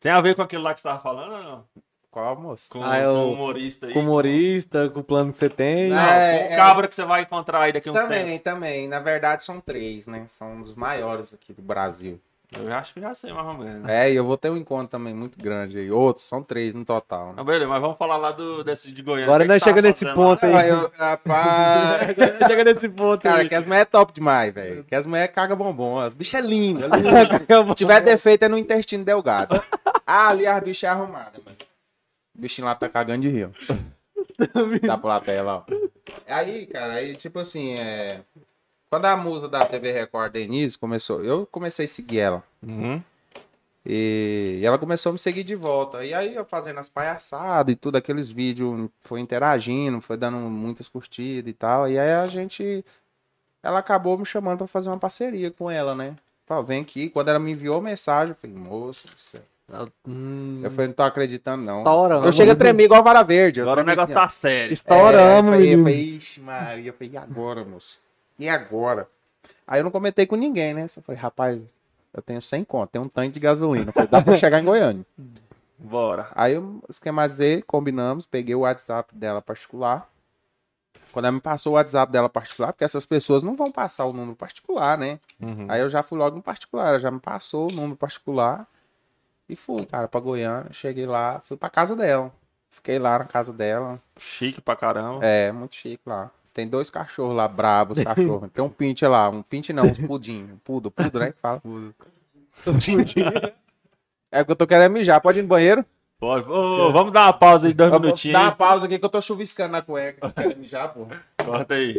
A: Tem a ver com aquilo lá que você tava falando? ou não?
D: Qual moço?
A: Com,
C: Ah, eu-
A: com o humorista aí.
C: Com humorista, com o plano que você tem.
A: Não,
D: Ah, é,
A: com
D: é.
A: o cabra que você vai encontrar aí daqui a uns tempos.
D: Também, também. Na verdade, são três, né? São um dos maiores aqui do Brasil.
A: Eu acho que já sei mais ou menos.
D: É, e eu vou ter um encontro também muito grande aí. Outros, são três no total, né?
A: Mas beleza, mas vamos falar lá do, desse de Goiânia.
C: Agora
A: O que
C: nós
A: que tá
C: chega nesse
A: acontecendo lá?
C: ponto aí.
B: <laughs>
D: Ah, eu- rapaz,
C: Agora Chega nesse ponto
D: Cara,
C: aí.
D: que as mulheres é top demais, velho. Que as mulheres caga bombom. As bichas é linda.
C: Acabou.
D: Se tiver defeito é no intestino delgado. Ah, ali as bichas é arrumada, mano. O bichinho lá tá cagando de rio. Dá pra plateia lá, ó. Aí, cara, aí, tipo assim, é... Quando a musa da TV Record, Denise, começou... Eu comecei a seguir ela.
A: Uhum.
D: E, e ela começou a me seguir de volta. E aí eu fazendo as palhaçadas e tudo, aqueles vídeos, foi interagindo, foi dando muitas curtidas e tal. E aí a gente. Ela acabou me chamando pra fazer uma parceria com ela, né? Falou, vem aqui. Quando ela me enviou mensagem, eu falei, moço do céu.
B: Hum,
D: Eu falei, não tô acreditando, não.
C: Estourando.
D: Eu cheguei
B: <laughs>
D: a tremer igual a vara verde. eu
A: Agora o
D: tremi
A: negócio
D: assim, ó.
A: tá sério.
D: É, eu
C: Estouramos,
D: falei, eu
C: menino.
D: falei, ixi, Maria. Eu falei, e agora, moço? E agora? Aí eu não comentei com ninguém, né? Só falei, rapaz, eu tenho 100 conto, tenho um tanque de gasolina. Eu falei, dá pra chegar em Goiânia.
A: Bora.
D: Aí eu esquematizei, combinamos, peguei o WhatsApp dela particular. Quando ela me passou o WhatsApp dela particular, porque essas pessoas não vão passar o número particular, né? Aí eu já fui logo no particular, ela já me passou o número particular. E fui, cara, pra Goiânia. Cheguei lá, fui pra casa dela. Fiquei lá na casa dela.
A: Chique pra caramba.
D: É, muito chique lá. Tem dois cachorros lá, bravos <laughs> cachorros. Tem um pinte lá, um pinte não, um pudim. Um pudo, pudo, né? Que fala.
B: <laughs>
D: É que eu tô querendo mijar. Pode ir no banheiro?
A: Pode- Ô, vamos dar uma pausa aí de dois
D: Eu vou
A: minutinhos.
D: dar uma pausa aqui que eu tô chuviscando na cueca. Eu Quero mijar, porra.
A: Corta aí.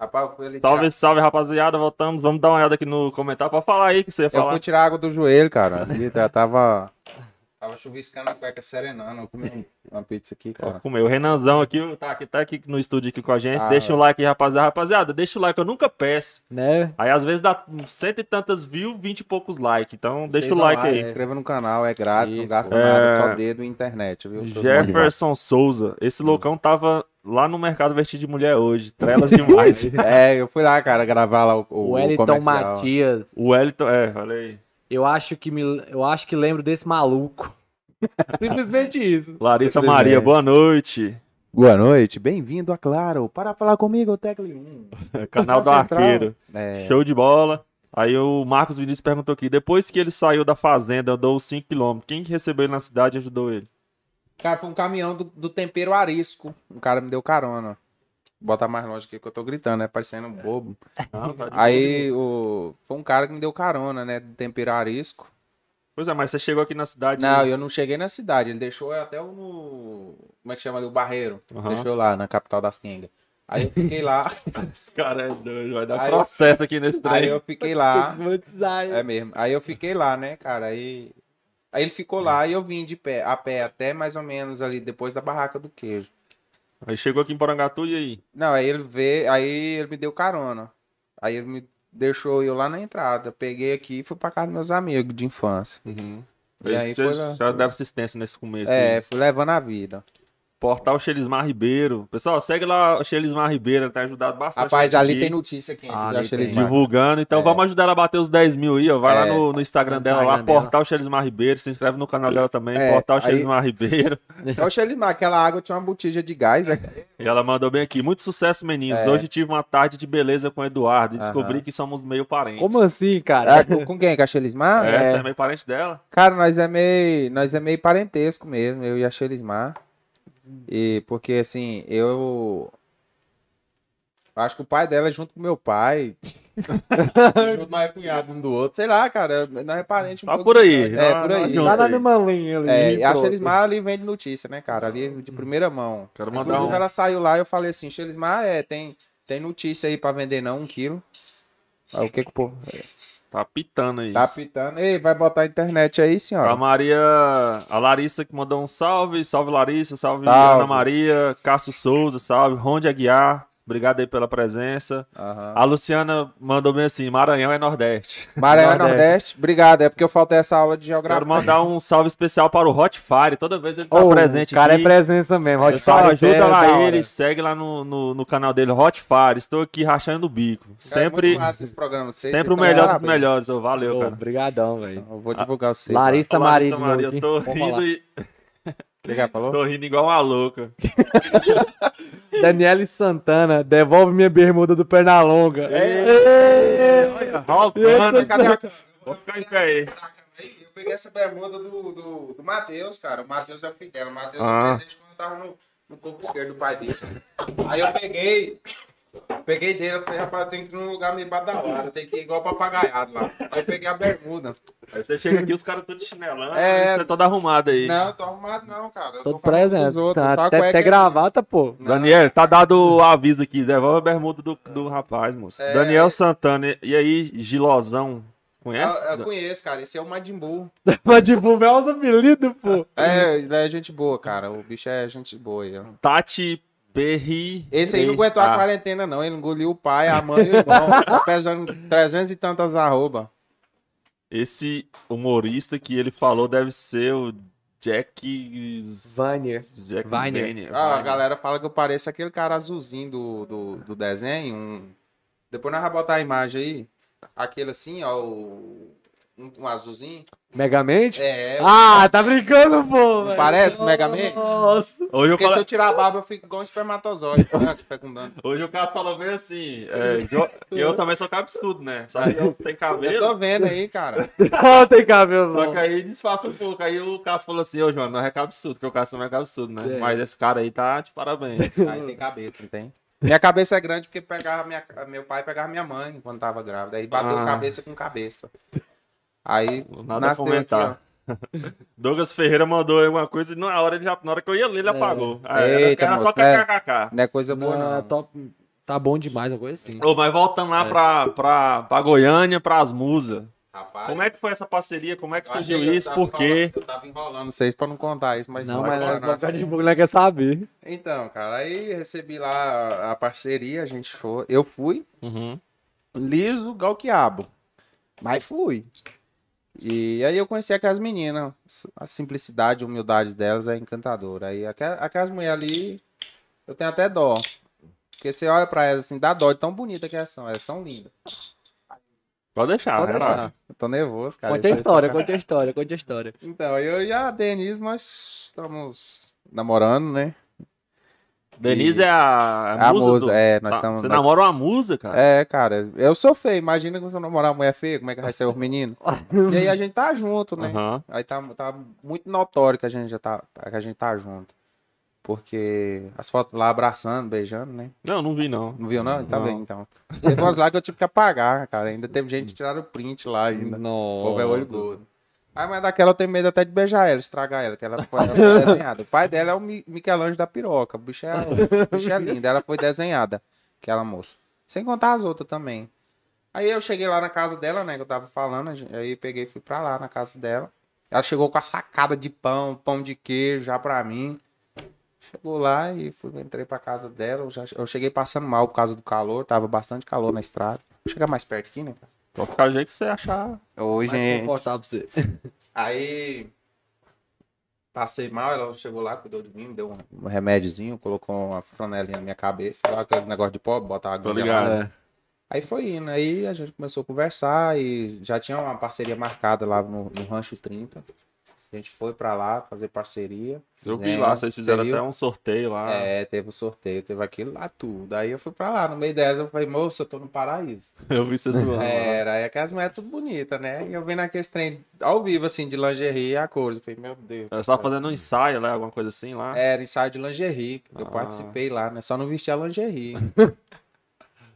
D: Rapaz, eu fui ali
A: Salve, salve, rapaziada. Voltamos. Vamos dar uma olhada aqui no comentário pra falar aí o que você ia
D: tirar- Eu fui
A: falar.
D: tirar água do joelho, cara.
A: <laughs>
D: Ali tá- tava. Tava chuviscando a cueca serenando. Eu
A: <laughs>
D: comi uma pizza aqui,
A: Ó,
D: cara.
A: Comeu. O Renanzão aqui, tá aqui, tá aqui no estúdio aqui com a gente.
D: Ah,
A: deixa o like aí, rapaziada. Rapaziada, deixa o like, eu nunca peço.
B: Né?
A: Aí às vezes dá cento e tantas views, vinte e poucos likes. Então deixa
B: Vocês
A: o
B: vão
A: like
B: lá,
A: aí.
D: Ah, Se inscreva no canal, é grátis, não
B: Isso,
D: gasta
A: pô.
D: nada,
A: É.
D: só dedo e internet, viu? Todo mundo
A: Jefferson Souza. Esse loucão tava lá no mercado vestido de mulher hoje.
D: <laughs>
A: Trelas demais.
D: vai. É, eu fui lá, cara, gravar lá o, o,
B: <laughs> O
D: o
B: Wellington
D: comercial.
B: Matias.
A: o Wellington, é, olha aí.
B: Eu acho que me, eu acho que lembro desse maluco. <laughs> Simplesmente isso.
A: Larissa
D: Simplesmente.
A: Maria, boa noite.
D: Boa noite, bem-vindo a Claro. Para falar comigo, um. Tecle 1.
A: É, Canal do
D: Central.
A: Arqueiro.
D: É,
A: Show de bola. Aí o Marcos Vinícius perguntou aqui: depois que ele saiu da fazenda, andou 5km, quem que recebeu ele na cidade e ajudou ele?
D: cara, foi um caminhão do, do tempero arisco. Um cara me deu carona. Bota mais longe aqui que eu tô gritando, né? Parecendo um bobo.
A: tá
D: Aí o... foi um cara que me deu carona, né? Do tempero arisco.
A: Pois é, mas você chegou aqui na cidade.
D: Não,
A: né?
D: eu não cheguei na cidade. Ele deixou até o no. Como é que chama ali? O Barreiro.
A: Aham.
D: Deixou lá, na capital das Quengas. Aí eu fiquei lá.
A: <laughs> Esse cara é doido, vai dar
D: Aí eu-
A: processo aqui nesse
D: aí
A: trem.
D: eu fiquei
B: <laughs>
D: lá.
B: Desmonetizar.
D: É mesmo. Aí eu fiquei lá, né, cara? Aí, aí ele ficou lá e eu vim de pé, a pé até mais ou menos ali depois da barraca do queijo.
A: Aí chegou aqui em Porangatu e aí?
D: Não, aí ele vê, aí ele me deu carona. Aí ele me deixou eu lá na entrada. Peguei aqui e fui pra casa dos meus amigos de infância. E
A: Uhum. Eles
D: aí
A: já,
D: foi lá.
A: já deram assistência nesse começo. aí.
D: É, fui levando a vida.
A: Portal Xelismar Ribeiro. Pessoal, segue lá o Xelismar Ribeiro, ele tá ajudado bastante.
D: Rapaz,
A: a gente
D: ali
A: aqui,
D: tem notícia quente.
B: Ah,
D: viu?
B: ali
D: Achei eles
B: tem.
D: marcam.
A: Divulgando. Então
D: É.
A: vamos ajudar ela a bater os 10 mil aí, ó. Vai lá
D: É.
A: no, no Instagram
B: No
A: dela, lá,
B: Instagram dela.
A: Portal Xelismar Ribeiro. Se inscreve no canal dela também,
D: É,
A: Portal
D: aí-
A: Xelismar Ribeiro.
D: Eu achei ele mar, É aquela água tinha uma botija de gás, né?
A: E ela mandou bem aqui. Muito sucesso, meninos.
D: É.
A: Hoje tive uma tarde de beleza com o Eduardo e descobri
D: Aham.
A: que somos meio parentes.
B: Como assim, cara?
D: Ah, com, com quem? Com a Xelismar?
A: É, é. Você é meio parente dela?
D: Cara, nós é meio, nós é meio parentesco mesmo, eu e a Xelismar. E porque assim, eu acho que o pai dela é junto com
A: <laughs>
D: meu pai. junto mais cunhado um do outro, sei lá, cara, nós é parente um
A: Tá
D: pouco
A: por aí.
D: distante. É,
A: tá-
D: por
A: tá
D: aí.
A: junto
B: Lá na mesma linha ali.
D: É, e a
B: pronto.
D: Xelismar ali vende notícia, né, cara? Ali de primeira mão.
A: Hum. Quero mandar
D: Inclusive,
A: um.
D: ela saiu lá e eu falei assim, Xelismar, é, tem, tem notícia aí pra vender não, um quilo. Aí, o que que o povo...
A: Tá pitando aí.
D: Tá pitando. Ei, vai botar a internet aí, senhora?
A: A Maria, a Larissa que mandou um salve, salve Larissa, salve,
D: Salve.
A: Ana Maria, Cássio Souza, salve Ronde Aguiar, obrigado aí pela presença.
B: Tá.
D: Aham.
A: A Luciana mandou bem assim, Maranhão é Nordeste.
D: Maranhão
B: Nordeste.
D: Nordeste. obrigado. É porque eu faltei essa aula de
A: Quero
D: geografia.
A: mandar um salve especial para o Hot Fire, toda vez ele tá
B: Ô,
A: presente
B: o cara
A: aqui.
B: é presença mesmo. Hot
A: Pessoal,
B: Fire
A: ajuda
B: é
A: lá
D: tá
B: da hora.
A: ele, segue lá no, no, no canal dele, Hot Fire, estou aqui rachando o bico.
D: Cara, é muito
A: Sempre,
D: massa esse programa. Vocês-
A: sempre o
D: vocês
A: melhor
D: estão
A: dos
D: de parabéns.
A: melhores, ô, valeu,
B: Ô,
A: cara.
B: Obrigadão, velho.
D: Eu vou divulgar o vocês. lá.
B: Larissa
A: Ô,
B: Maria de
A: Larissa
B: novo
A: Maria, eu
B: aqui.
A: tô
B: Vamos lá.
A: rindo, e,
D: Obrigado, falou?
A: tô rindo igual uma louca.
B: Daniele Santana, devolve minha bermuda do Pernalonga.
A: Roubando,
D: Cadê a câmera?
A: Vou ficar em pé aí.
D: Eu peguei essa bermuda do, do, do Matheus, cara. O Matheus é o filho dela. O Matheus
A: Ah.
D: ah. desde quando eu tava no, no corpo esquerdo do pai dele. Aí eu peguei. Peguei dele, eu falei, rapaz, eu tenho que ir num lugar meio badalado, eu tenho que ir igual papagaiado lá. Aí eu peguei a bermuda.
A: Aí você chega aqui, os caras tudo chinelando,
D: É.
A: você é todo arrumado aí.
D: Não, eu tô arrumado não, cara. Eu
B: Todo
D: falando dos
B: presente.
D: outros, só
B: Tá,
D: a
B: até,
D: cueca é
B: até
D: aqui.
B: gravata, pô.
D: Não,
A: Daniel, tá dado o aviso aqui, devolve a bermuda do, do rapaz, moço.
D: É.
A: Daniel Santana, e aí, Gilosão, conhece?
D: Eu, eu conheço, cara. Esse é o Majin Buu.
B: <laughs> Mas tipo, divulgar os apelidos, pô.
D: É, ele é gente boa, cara. O bicho é gente boa. aí, ó.
A: Tati Perri.
D: Esse aí não aguentou a quarentena, não. Ele engoliu o pai, a mãe e o irmão. <laughs> Tá pesando 300 e tantas arroba.
A: Esse humorista que ele falou deve ser o Jack...
B: Vanier.
A: Jack
B: Viner.
A: Vanier.
D: Ah, a galera fala que eu pareço aquele cara azulzinho do, do, do desenho. um- Depois nós vamos botar a imagem aí. Aquele assim, ó. O... Um, um azulzinho.
B: Megamente?
D: É.
B: Ah, tá brincando, pô. velho.
D: parece Megamente?
B: Nossa.
A: Hoje eu
D: Porque se eu
A: falo...
D: tirar a barba, eu fico igual um espermatozoide. né, se fecundando.
A: Hoje o cara falou bem assim, é, jo- eu também sou absurdo, né? Só que eu tenho
D: <laughs> Eu
A: cabelo,
D: tô vendo aí, cara.
B: <laughs> Não tem cabelo,
A: Só
D: é
B: não.
A: que aí disfarça um pouco. Aí o Cássio falou assim: Ô, João, não é absurdo, porque o Cássio não é absurdo, né?
B: É.
A: Mas esse cara aí tá de parabéns.
D: Aí tem cabeça, não tem? Minha cabeça é grande porque pegava minha, meu pai pegava minha mãe quando tava grávida. Aí bateu
A: Ah.
D: cabeça com cabeça. Aí
A: Nada a
D: nasceu
A: comentar.
D: aqui,
A: Douglas Ferreira mandou aí uma coisa e na hora, ele já, na hora que eu ia ler, ele apagou. Aí, era-
D: É. Eita,
A: era só
D: moço, é.
A: kkkk.
D: ó. não é coisa boa,
B: Não,
D: não.
B: top. Tá bom demais, uma coisa assim.
A: Ô, mas voltando
D: É.
A: lá pra, pra, pra Goiânia, pras musas.
D: Rapaz,
A: Como é que foi essa parceria? Como é que
D: eu achei
A: surgiu
D: eu
A: isso?
D: tava
A: Por quê?
D: enrolando- Eu tava enrolando vocês pra não contar isso, mas
B: Não,
D: vai assim.
B: mas é
D: rolar, não.
C: de boca, não quer saber.
D: Então, cara, aí recebi lá a parceria, a gente foi. Eu fui
A: Uhum.
D: liso igual quiabo. Mas fui. E aí eu conheci aquelas meninas. A simplicidade, a humildade delas é encantadora. Aí aqua- aquelas mulheres ali, eu tenho até dó. Porque você olha pra elas assim, dá dó de tão bonita que elas são. Elas são lindas.
A: Pode deixar,
B: Pode
A: relaxa.
B: deixar.
D: Eu tô nervoso, Ah, cara.
B: Conte a
D: Isso aí-
B: história, conte a história, conte a história.
D: Então, eu e a Denise, nós estamos namorando, né?
A: Denise é a,
D: A musa,
A: do-
D: é, nós
A: Tá,
D: estamos.
A: Você namora uma musa, cara?
D: É, cara, eu sou feio. Imagina que você namorar uma mulher feia, como é que vai ser os meninos? e aí a gente tá junto, né?
A: Aham.
D: Aí tá, tá muito notório que a gente já tá, que a gente tá junto. Porque as fotos lá abraçando, beijando, né?
A: Não, não vi, não.
D: Não viu, não? Tá
A: Não.
D: bem, então. Teve umas lá que eu tive que apagar, cara. Ainda teve gente que tiraram print lá ainda. O povo é olho gordo. Ah, mas daquela eu tenho medo até de beijar ela, estragar ela, que ela <laughs> foi, ela foi desenhada. O pai dela é o Mi- Michelangelo da piroca. O bicho é, o bicho é lindo. Ela foi desenhada, aquela moça. Sem contar as outras também. Aí eu cheguei lá na casa dela, né? Que eu tava falando. a gente- Aí peguei e fui pra lá na casa dela. Ela chegou com a sacada de pão, pão de queijo já pra mim. Chegou lá e fui, entrei pra casa dela. Eu, já- eu cheguei passando mal por causa do calor. Tava bastante calor na estrada. Vou chegar mais perto aqui, né?
A: Pode ficar do jeito que você achar.
D: Hoje,
B: Mais confortável pra você.
D: Aí passei mal, ela chegou lá, cuidou de mim, me deu um remédiozinho, colocou uma franelinha na minha cabeça, igual aquele negócio de pobre, botar água.
A: Tô tá ligado.
B: É.
D: Aí foi indo, aí a gente começou a conversar e já tinha uma parceria marcada lá no, no Rancho 30. A gente foi pra lá fazer parceria.
A: Eu vi
D: fizemos,
A: lá, vocês fizeram
D: você viu?
A: até um sorteio lá.
D: Né? É, teve o sorteio, teve aquilo lá tudo. Aí eu fui pra lá, no meio dessa eu falei, moça, eu tô no paraíso.
A: <laughs> Eu vi
D: <laughs>
A: vocês lá.
D: Era, é aquelas mulheres tudo bonitas, né? E eu vendo aqueles trem ao vivo, assim, de lingerie e a cores. Eu falei, meu Deus.
A: Você tava fazendo um
D: É.
A: ensaio lá, alguma coisa assim lá.
D: Era ensaio de lingerie. Eu
A: Ah.
D: participei lá, né? Só não vesti
A: <laughs>
D: a lingerie.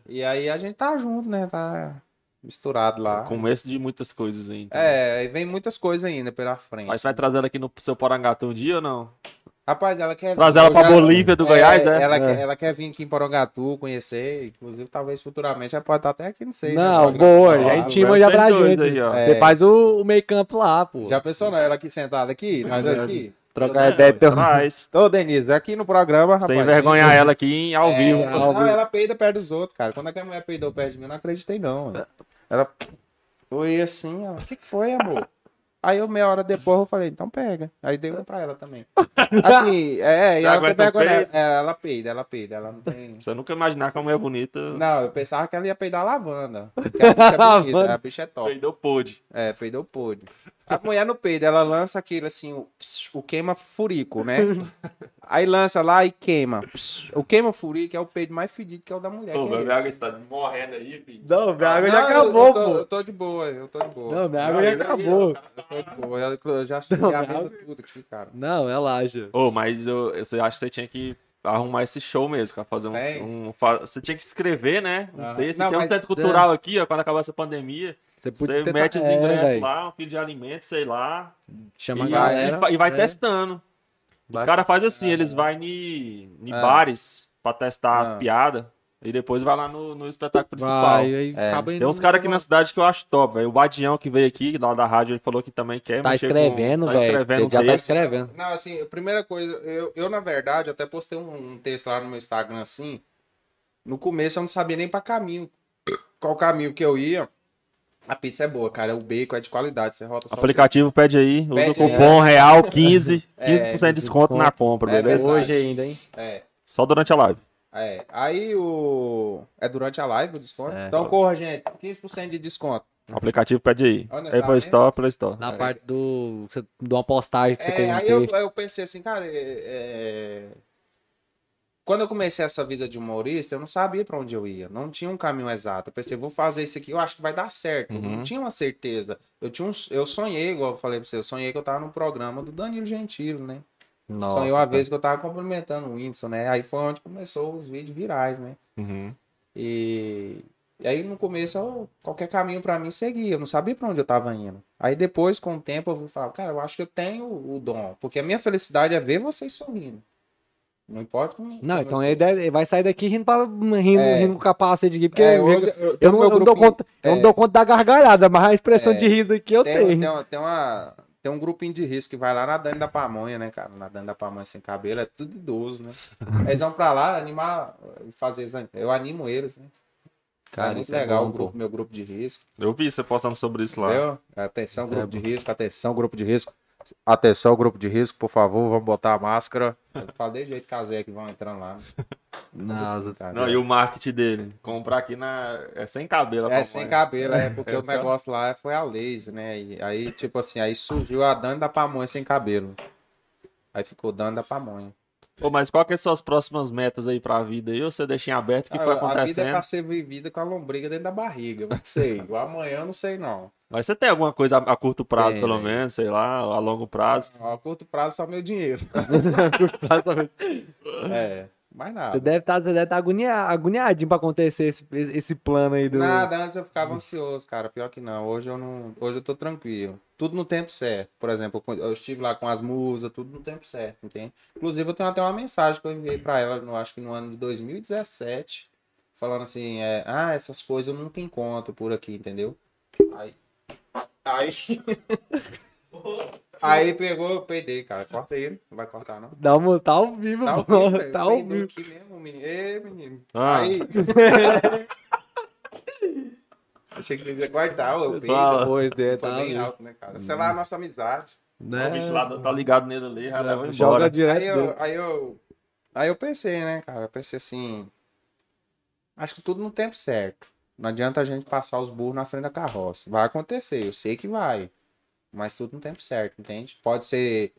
D: e aí a gente tá junto, né? Tá misturado lá.
A: Começo de muitas coisas ainda.
D: É, e vem muitas coisas ainda pela frente.
A: Mas você vai trazer ela aqui no seu Porangatu um dia ou não?
D: Rapaz, ela quer.
A: Traz ela
D: eu
A: pra
D: já-
A: Bolívia do Goiás, é?
D: Ela,
B: É.
D: Quer, ela quer vir aqui em Porangatu, conhecer. Inclusive, talvez futuramente ela pode estar até aqui, não sei. né?
B: Não,
D: Porangatu.
B: boa, já é
A: Ah,
B: intima
A: agora
B: já
A: tem
B: pra
A: dois
B: gente.
A: aí, ó.
B: Você
D: É.
B: faz o, o meio campo lá, pô.
D: Já pensou, não? Ela aqui sentada aqui, nós
B: É.
D: aqui.
B: Trocar ideia então. <laughs>
A: Traz.
D: Ô, Denise, aqui no programa, é <laughs> rapaz.
A: Sem envergonhar ela aqui em- ao
D: É,
A: vivo.
D: não, ela peida perto dos outros, cara. Quando aquela mulher peidou perto de mim, eu não acreditei, não. mano. É. Ela. Oi, assim, ela. O que que foi, amor? Aí eu, meia hora depois, eu falei, então pega. Aí dei uma pra ela também. Assim, é, e
A: Já
D: ela tem
A: aguenta o
D: vergonha.
A: peido?
D: É, ela peida, ela peida, ela
A: <laughs>
D: não tem.
A: Você nunca imaginar que uma mulher bonita
D: Não, eu pensava que ela ia
A: <laughs>
D: peidar lavanda. Porque a bicha é bonita,
B: Lavanda.
D: a bicha é top.
A: perdeu pôde.
D: É, peidou pôde. A mulher no peido, ela lança aquilo assim, o, o queima furico,
A: <laughs>
D: né? Aí lança lá e queima. O queima furico é o peido mais fedido que é o da mulher.
A: Pô,
D: que é
A: meu
D: esse.
A: Braga está morrendo aí, filho.
B: Não, minha água
D: Não,
B: já
D: eu-
B: acabou,
D: eu tô, Eu
B: pô.
D: tô de boa, eu tô de boa.
B: Não, minha água já acabou.
D: Eu tô de boa. Eu, eu já subi
B: Não,
D: a
B: minha
D: mesa tudo aqui, cara.
B: Não, relaxa.
A: Ô, mas eu, eu sei- acho que você tinha que arrumar esse show mesmo, cara. Fazer
D: Tem.
A: um. um fa- você tinha que escrever, né? Um
D: Aham.
A: texto.
D: Não,
A: tem um
D: mas- é.
A: centro cultural aqui, ó, quando acabar essa pandemia.
B: Você podia
A: Você
B: tentar-
A: mete os
B: É,
A: ingressos
B: véi.
A: lá, um quilo de alimento, sei lá.
B: Chama a
A: e,
B: galera.
A: e fa- e vai
B: é.
A: testando. Os
D: Vai-
A: caras fazem assim,
B: né?
A: eles vão em, em
D: É.
A: bares pra testar
D: Ah.
A: as piadas. E depois vai lá no, no espetáculo principal.
B: Vai, aí
D: É.
B: acaba
A: Tem uns caras aqui na cidade que eu acho top, velho. O Badião que veio aqui, lá da rádio, ele falou que também quer
B: Tá
A: mexer com-
B: escrevendo,
A: tá
B: velho.
A: escrevendo um
B: já tá
A: texto.
B: escrevendo.
D: Não, assim, a primeira coisa, eu, eu na verdade até postei um, um texto lá no meu Instagram assim. No começo eu não sabia nem pra caminho. Qual caminho que eu ia. A pizza é boa, cara. O bacon é de qualidade. Você rota só.
A: Aplicativo pede aí, usa
D: Pede é.
A: o cupom real 15,
D: <laughs>
A: 15% de desconto
B: desconto.
A: na compra,
D: É
A: beleza?
D: verdade.
B: Hoje ainda, hein?
D: É.
A: Só durante a live.
D: É. Aí o. É durante a live o desconto?
B: Certo.
D: Então corra, gente. 15% de desconto.
A: O aplicativo pede aí.
D: Olha, tá
A: Apple
D: vendo?
A: Store, Play Store.
B: Na parte do. que Você, de uma postagem que você fez
D: É,
B: no
D: aí eu,
B: texto.
D: eu pensei assim, cara, é- é- quando eu comecei essa vida de humorista, eu não sabia pra onde eu ia, não tinha um caminho exato. Eu pensei, vou fazer isso aqui, eu acho que vai dar certo. Eu
A: Uhum.
D: Não tinha uma certeza. Eu tinha um, eu sonhei, igual eu falei pra você, eu sonhei que eu tava no programa do Danilo Gentili, né?
B: Nossa, tá
D: sonhei uma vez que eu tava cumprimentando o Whindersson, né? Aí foi onde começou os vídeos virais, né?
A: Uhum.
D: E, e aí no começo, eu- qualquer caminho pra mim seguia, eu não sabia pra onde eu tava indo. Aí depois, com o tempo, eu fui falar, cara, eu acho que eu tenho o dom, porque a minha felicidade é ver vocês sorrindo. Não importa como.
B: Não,
D: como
B: então
D: eu
B: ele, deve- ele vai sair daqui rindo, pra, rindo,
D: É.
B: rindo com o capacete aqui, porque
D: É,
B: eu,
D: hoje eu-
B: eu
D: tem
B: não,
D: meu
B: eu não dou
D: grupinho-
B: conta, eu não
D: é.
B: dou conta da gargalhada, mas a expressão
D: É.
B: de riso aqui eu
D: tem,
B: tenho.
D: Tem, uma- tem uma, tem um grupinho de risco que vai lá nadando da pamonha, né, cara? Nadando da pamonha sem cabelo, é tudo idoso,
B: <laughs>
D: né? Eles vão pra lá animar, fazer exame. Eu animo eles, né? é muito
B: isso é
D: legal
B: bom,
D: o grupo- meu grupo de risco.
A: Eu vi você postando sobre isso lá.
D: Entendeu? Atenção, grupo
A: é
D: de risco, atenção, grupo de risco. Atenção, grupo de risco, por favor, vamos botar a máscara. Eu falo de jeito que as velhas que vão entrando lá.
B: Nossa, <laughs>
D: Cara,
A: Não, e o marketing dele? Comprar aqui na. É sem cabelo, a
D: É, sem
A: pamonha.
D: cabelo, é, porque
A: É,
D: o
A: só-
D: negócio lá foi a laser, né? E aí, tipo assim, aí surgiu a Dani da Pamonha sem cabelo. Aí ficou Dani da Pamonha.
A: Pô, mas qual que são as próximas metas aí pra vida aí? Ou você deixa em aberto o que
D: Ah,
A: foi
D: a vida é
A: acontecendo?
D: pra ser vivida com a lombriga dentro da barriga, eu não sei. O amanhã eu não sei, não.
A: Mas você tem alguma coisa a a curto prazo,
B: Tem,
A: pelo
B: velho.
A: menos, sei lá, a longo prazo?
D: A curto prazo só
A: <laughs>
D: meu dinheiro. É, mais
B: Você
D: nada.
B: deve estar você deve tá agonia, agoniadinho pra acontecer esse, esse esse plano aí do.
D: Nada, antes eu ficava ansioso, cara. Pior que não. Hoje eu não. Hoje eu tô tranquilo. Tudo no tempo certo. Por exemplo, eu- eu estive lá com as musas, tudo no tempo certo, entende? Inclusive, eu tenho até uma mensagem que eu enviei pra ela, no, acho que no ano de 2017, falando assim, é, ah, essas coisas eu nunca encontro por aqui, entendeu? Aí. Aí. <laughs> Aí pegou, eu peidei, cara. Corta ele. Não vai cortar, não.
B: Dá uma, tá ao vivo,
D: Tá
B: pô,
D: ouvindo, velho.
B: tá
D: Eu
B: ao
D: peidei
B: vivo.
D: aqui mesmo, menino. Ei, menino.
A: Ah.
B: <laughs>
D: Aí. Achei que você ia guardar o peido.
A: Fala.
B: Pois é,
D: Foi
B: tá ao
D: bem
B: vivo.
D: alto, né, cara? Sei lá, a nossa amizade.
A: O bicho lá tá ligado nele ali, já leva
B: Né? Joga
A: embora.
B: direto. né?
D: Aí eu, aí eu. Aí eu pensei, né, cara? Eu pensei assim. Acho que tudo no tempo certo. Não adianta a gente passar os burros na frente da carroça. Vai acontecer, eu sei que vai. Mas tudo no tempo certo, entende? Pode ser.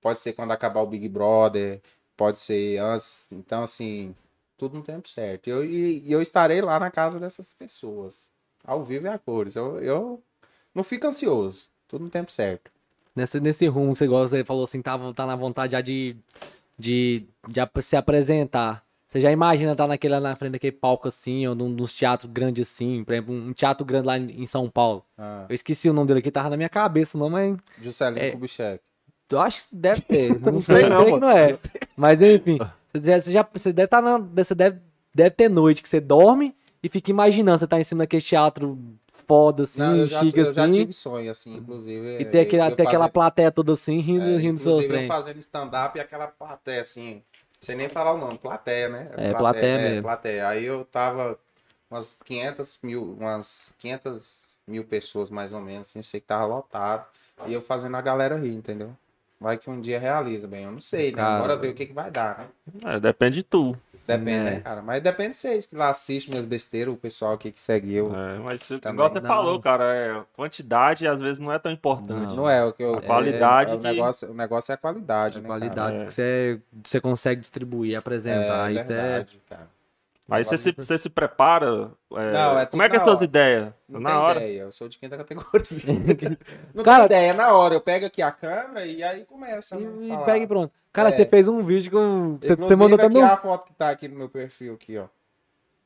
D: Pode ser quando acabar o Big Brother. Pode ser antes. Então, assim. Tudo no tempo certo. Eu, e, e eu estarei lá na casa dessas pessoas. Ao vivo e a cores. Eu, eu não fico ansioso. Tudo no tempo certo.
B: Nesse, nesse rumo que você gosta, você falou assim, tá, tá na vontade já de, de, de ap- se apresentar. Você já imagina estar naquele, na frente daquele palco assim, ou num, nos teatros grandes assim, por exemplo, um teatro grande lá em em São Paulo.
D: Ah,
B: Eu esqueci o nome dele aqui, tava na minha cabeça o nome, mas
D: Juscelino
B: É.
D: Kubitschek.
B: eu acho que deve
D: <laughs>
B: ter. Não sei,
A: não,
B: não, que
A: mano.
B: não é. Mas enfim, você, já, você, já- você deve tá na, você deve, deve ter noite que você dorme e fica imaginando, você tá em cima daquele teatro foda assim,
D: Não, eu já,
B: chique
D: eu já
B: assim,
D: tive sonho, assim, inclusive.
B: e tem, aquele,
D: eu- eu
B: tem aquela
D: fazer-
B: plateia toda assim, rindo, né?
D: é,
B: rindo
D: inclusive,
B: sofrendo.
D: eu fazendo stand-up e aquela plateia, assim, sem nem falar o nome, plateia, né?
B: É, plateia
D: é,
B: mesmo.
D: plateia. Aí eu tava umas 500 mil, umas 500 mil pessoas, mais ou menos, assim, eu sei que tava lotado, e eu fazendo a galera rir, entendeu? Vai que um dia realiza, bem, eu não sei, né?
B: Cara.
D: Bora ver o que, que vai dar, né?
A: É, depende de tu.
D: Depende,
B: É.
D: né, cara? Mas depende de vocês que lá assistem minhas besteiras, o pessoal aqui que segue eu.
A: É, mas você-
D: Também
A: igual você
B: não.
A: falou, cara, é, quantidade às vezes não é tão importante.
D: Não é o que eu.
A: A qualidade
D: é, é o,
A: de-
D: negócio, o negócio é a qualidade, né? cara?
B: qualidade
A: É.
B: que você, você consegue distribuir, apresentar.
D: É,
B: isso <laughs>
D: <laughs>
B: é.
D: verdade, cara.
A: Aí você se, você se prepara. é,
D: Não, é
A: como é que é
D: tudo
A: as
D: na
A: suas
D: hora.
A: ideias?
D: Não
A: na
D: tem
A: hora.
D: ideia, eu sou de quinta categoria. <laughs> Não
B: Cara-
D: tem ideia, é na hora eu pego aqui a câmera e aí começa.
B: E,
D: né,
B: e
D: falar.
B: pega e pronto. Cara, você
D: É.
B: fez um vídeo com. Você, você
D: Inclusive,
B: mandou
D: aqui
B: também.
D: a foto que tá aqui no meu perfil aqui, ó.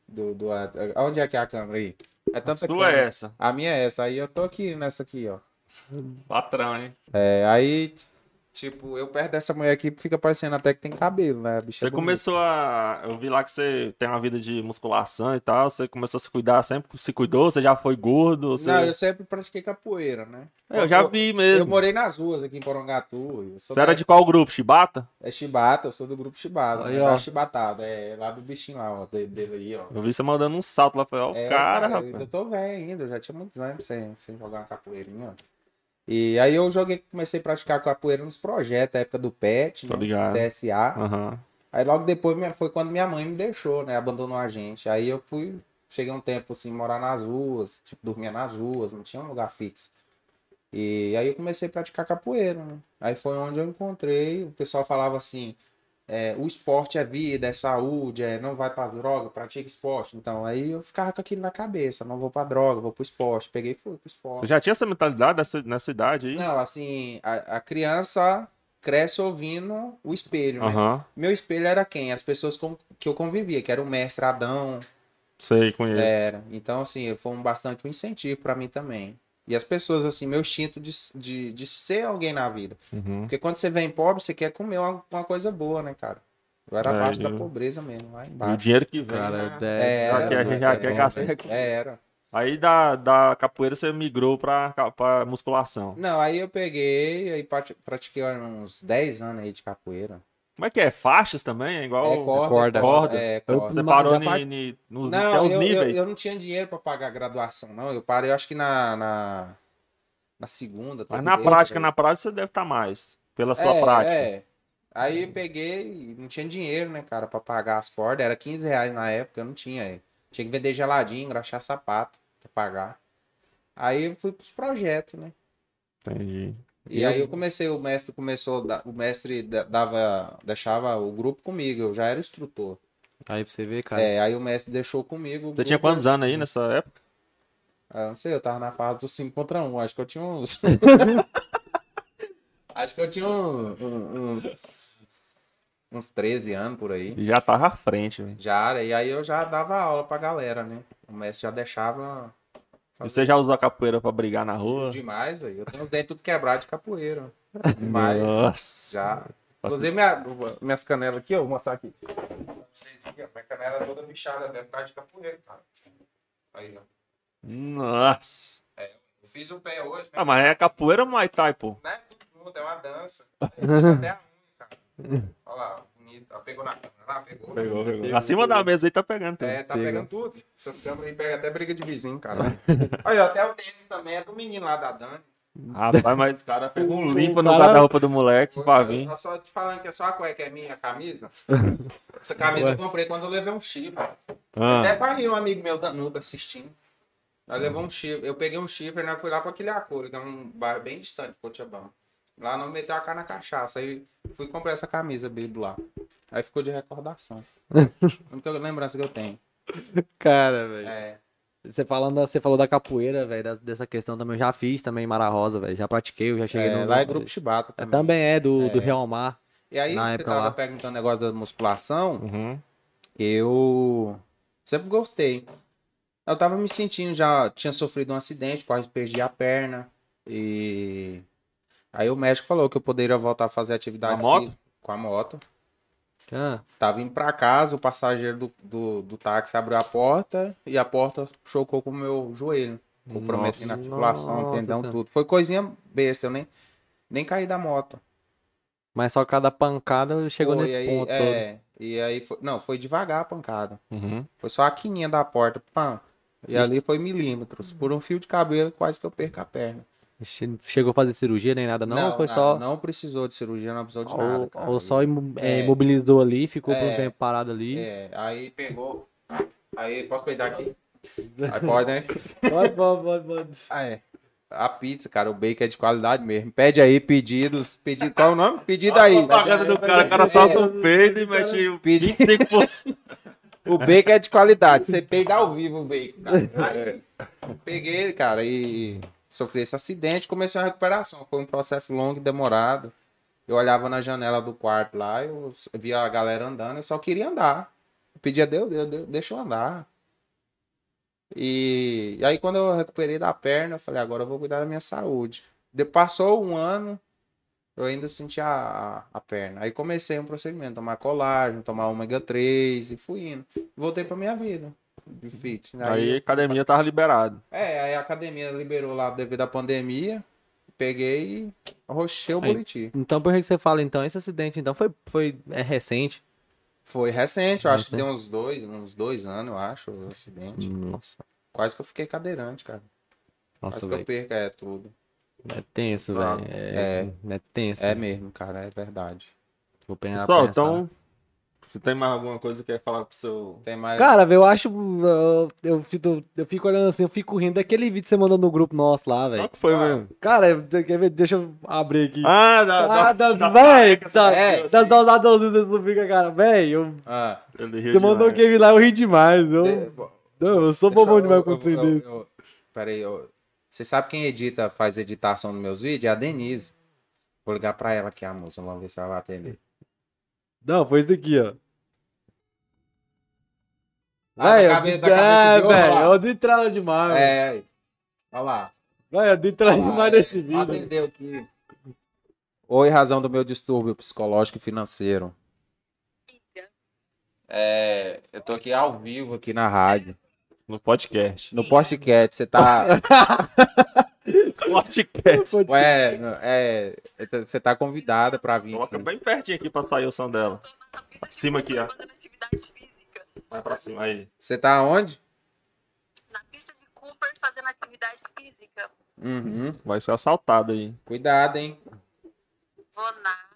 D: Do, do, a- onde é que é a câmera aí? É
A: A
D: tanta
A: sua
D: câmera.
A: é essa.
D: A minha é essa, aí eu tô aqui nessa aqui, ó.
A: Patrão, hein?
D: É, aí, t- tipo, eu perto dessa mulher aqui fica parecendo até que tem cabelo, né? a bicha
A: Você
D: é bonita.
A: começou a. Eu vi lá que você tem uma vida de musculação e tal. Você começou a se cuidar, sempre se cuidou, você já foi gordo. Você...
D: Não, eu sempre pratiquei capoeira, né?
A: É, eu já vi
D: Eu,
A: mesmo.
D: morei nas ruas aqui em Porongatu. Eu sou
A: Você era de qual grupo? Chibata?
D: É Chibata, eu sou do grupo Chibata,
B: Aí,
D: né?
B: ó.
D: da Chibatada, é lá do bichinho lá, ó, de- dele aí, ó.
A: Eu vi você mandando um salto lá. Falei, ó, o
D: É,
A: cara,
D: eu
A: rapaz.
D: ainda tô velho ainda, eu já tinha muitos anos sem, sem jogar uma capoeirinha, ó. E aí eu joguei, comecei a praticar capoeira nos projetos, a época do PET,
A: Tô
D: né?
A: ligado.
D: CSA.
A: Aham.
D: Aí logo depois minha- foi quando minha mãe me deixou, né? Abandonou a gente. Aí eu fui, cheguei um tempo assim, morar nas ruas, tipo, dormia nas ruas, não tinha um lugar fixo. E aí eu comecei a praticar capoeira, né? Aí foi onde eu encontrei, o pessoal falava assim, é, o esporte é vida, é saúde, é não vai pra droga, pratica esporte. Então aí eu ficava com aquilo na cabeça, não vou pra droga, vou pro esporte. Peguei e fui pro esporte.
A: Tu já tinha essa mentalidade nessa, nessa idade aí?
D: Não, assim, a, a criança cresce ouvindo o espelho, né?
A: Aham.
D: Meu espelho era quem? As pessoas com, que eu convivia, que era o mestre Adão,
A: Sei, conheço.
D: era. Então, assim, foi um bastante um incentivo pra mim também. E as pessoas, assim, meu instinto de, de, de ser alguém na vida.
A: Uhum.
D: Porque quando você vem pobre, você quer comer uma, uma coisa boa, né, cara? Eu era
A: É,
D: abaixo da
A: eu-
D: pobreza mesmo, lá
A: E o
D: embaixo.
A: dinheiro que vem.
B: Cara,
A: né?
B: é,
D: É,
A: já quer-
D: mano,
A: já quer
D: é,
A: gastar.
D: é, era.
A: Aí da, da capoeira você migrou pra, ca- pra musculação.
D: Não, aí eu peguei, aí prati- pratiquei olha, uns 10 anos aí de capoeira.
A: Como é que é? Faixas também? É igual.
D: é corda.
B: corda.
A: Corda.
D: É,
B: Eu-
D: corda.
A: Você
B: Mas
A: parou
B: já
A: ni-
B: part-
A: ni- nos até
D: Não,
A: os
D: eu, eu,
A: níveis.
D: eu não tinha dinheiro pra pagar a graduação, não. Eu parei, eu acho que na, na, na segunda.
A: Mas na
D: terceira,
A: prática,
D: aí.
A: na prática você deve estar mais. Pela sua
D: É,
A: prática.
D: é. Aí eu peguei, não tinha dinheiro, né, cara, pra pagar as cordas. Era 15 reais na época, eu não tinha. aí. Tinha que vender geladinho, engraxar sapato pra pagar. Aí eu fui pros projetos, né?
A: Entendi.
D: E aí eu comecei, o mestre começou, da- o mestre da- dava, deixava o grupo comigo, eu já era instrutor.
B: Aí pra você ver, cara.
D: É, aí o mestre deixou comigo. o
A: Tá. Você tinha
D: grupo-
A: quantos anos aí nessa época?
D: Ah, não sei, eu tava na fase do 5 contra 1, acho que eu tinha uns. acho que eu tinha um- um- uns. uns 13 anos por aí.
A: Já tava à frente, velho.
D: Já era, e aí eu já dava aula pra galera, né? O mestre já deixava
A: E você já usou a capoeira pra brigar na rua?
D: demais aí. Eu tenho os dentes tudo quebrados de capoeira. Demais.
A: Nossa.
D: Já.
A: Nossa,
D: Inclusive, minha- minhas canelas aqui, ó, vou mostrar aqui. Pra vocês aqui, ó, Minha canela é toda bichada mesmo, por causa de capoeira, cara. Aí, ó.
A: Nossa.
D: Eu fiz o pé hoje, né?
A: Ah, mas é capoeira ou Muay Thai, pô?
D: Não é tudo junto, é uma dança. Até a unha, cara. Olha lá, ó, bonito. Ó, pegou na câmera lá, pegou.
A: Pegou, pegou. Acima da mesa aí tá pegando. tudo.
D: É, tá pegando tudo. Essas câmeras aí pegam até briga de vizinho, cara. <laughs> Olha, até o tênis também é do menino lá da Dani.
A: Rapaz, mas o cara fez
D: <laughs>
A: um limpo no
B: cara-
A: guarda-roupa do moleque pra vir.
D: Eu tô só te falando que é só a cueca é minha, a camisa. Essa camisa eu comprei quando eu levei um chifre.
A: Ah,
D: Até tá aí um amigo meu da Nuca assistindo. Nós levamos um chifre. Eu peguei um chifre, nós fui lá pra Quilhacura, que é um bairro bem distante de Cochabamba. Lá não meteu a cara na cachaça. Aí fui comprar essa camisa, bebo lá. Aí ficou
B: <laughs>
D: de recordação. a única lembrança que eu tenho.
B: Cara, velho.
D: É,
B: Você, falando, você falou da capoeira, velho, da- dessa questão também. Eu já fiz também em Mara Rosa, velho. Já pratiquei, eu já cheguei
D: é,
B: no.
D: lá é grupo Chibata
B: É,
D: também.
B: também é do, do
D: É.
B: Real Mar.
D: E aí
B: Na
D: você
B: época
D: tava
B: lá.
D: perguntando o negócio da musculação.
A: uhum.
D: Eu sempre gostei. Eu tava me sentindo, já tinha sofrido um acidente, quase perdi a perna. E aí o médico falou que eu poderia voltar a fazer atividade
A: Com a moto?
D: com a moto.
B: Ah,
D: Tava indo pra casa, o passageiro do, do, do táxi abriu a porta e a porta chocou com o meu joelho. Comprometendo a
B: Nossa.
D: articulação,
B: Nossa
D: tendão,
B: Senhora.
D: tudo. Foi coisinha besta, eu nem, nem caí da moto.
B: mas só cada pancada chegou
D: Foi,
B: nesse
D: aí-
B: ponto todo.
D: é, e aí foi- não, foi devagar a pancada.
A: Uhum.
D: Foi só a quininha da porta, pã. E ali foi milímetros. Por um fio de cabelo, quase que eu perco a perna.
B: Che- Chegou a fazer cirurgia nem nada, não? ou foi
D: nada,
B: só.
D: Não precisou de cirurgia, não precisou de nada,
B: ou,
D: cara.
B: ou só imo- é,
D: É.
B: imobilizou ali, ficou por um
D: É.
B: tempo parado ali. <laughs>
D: É, aí pegou. Aí, posso peidar aqui? Aí pode, né?
B: Bora, bora, bora, bora.
D: Ah, é. A pizza, cara, o bacon é de qualidade mesmo. Pede aí pedidos. Pedido, qual é o nome? Pedido aí. É,
A: propaganda do cara, o cara solta um peido e mete o
D: Pedi-
A: 25%.
D: O bacon é de qualidade. Você peida ao vivo o bacon, cara.
A: <laughs>
D: Aí, peguei ele, cara, e sofri esse acidente. Comecei a recuperação. Foi um processo longo e demorado. Eu olhava na janela do quarto lá, eu via a galera andando, eu só queria andar. Eu pedia, Deus, Deus, Deus, deixa eu andar. E, e aí, quando eu recuperei da perna, eu falei, agora eu vou cuidar da minha saúde. De, passou um ano, eu ainda sentia a, a perna. Aí comecei um procedimento, tomar colágeno, tomar ômega 3 e fui indo. Voltei pra minha vida de fitness.
A: Aí a academia tava liberada.
D: É, aí a academia liberou lá devido à pandemia. Peguei e rochei o
B: Aí-
D: Buriti.
B: Então por que que você fala então? Esse acidente então foi, foi é recente.
D: Foi recente, eu acho que
B: Recente.
D: deu uns dois, uns dois anos, eu acho, o
B: Hum.
D: acidente.
B: Nossa,
D: Quase que eu fiquei cadeirante, cara.
B: nossa,
D: Quase que
B: velho.
D: eu perca é tudo.
B: É tenso,
A: Sabe?
B: velho. É, é tenso.
D: É mesmo, cara, é verdade.
B: Vou pensar,
A: Pessoal,
B: pensar.
A: então. Você tem mais alguma coisa que quer falar pro seu.
D: Tem mais.
B: Cara, velho, eu acho. Eu, eu, fico- eu fico olhando assim, eu fico rindo daquele vídeo que você mandou no grupo nosso lá,
A: Qual
B: velho.
A: que foi
D: Ah,
A: mesmo?
B: Cara, eu- quer ver? Deixa eu abrir aqui.
A: Ah, da. da-
B: Ah, da,
A: da-
B: velho,
A: da-
B: da,
A: é,
B: das dosadãozinhas desse Lubica, cara, velho, eu-
D: Ah,
A: Ele riu
B: você mandou o
A: demais.
B: game lá, eu ri demais, eu,
D: de-
B: eu, eu sou
D: deixa
B: bobão
D: eu-
B: demais
D: eu-
B: com o
D: eu-
B: trem
D: eu- eu- Peraí, eu... você sabe quem edita, faz editação dos meus vídeos? É a Denise. Vou ligar pra ela aqui, a moça, vamos ver se ela vai atender.
B: Não, foi isso daqui, ó.
D: Ah,
B: Véi,
D: da
B: eu
D: cabe-
B: dei-
D: da cabeça
B: é,
D: de ovo, olha
B: velho,
D: lá.
B: eu dei trela demais, velho.
D: É, olha lá.
B: Véi, eu dei trela demais nesse
D: Ah,
B: vídeo.
D: atendeu aqui. Oi, razão do meu distúrbio psicológico e financeiro.
E: Amiga,
D: É, eu tô aqui ao vivo aqui na rádio.
A: No podcast.
D: No podcast, você <laughs> tá.
A: Podcast.
D: Ué, no- é, eu tô- você tá convidada pra vir.
A: Coloca
D: Aqui.
A: bem pertinho aqui pra sair o som dela. Pra cima aqui, ó. Vai pra cima aí.
D: Você tá onde?
E: Na pista de Cooper fazendo atividade física.
D: Uhum.
A: Vai ser assaltado aí.
D: Cuidado, hein?
E: Vou nada.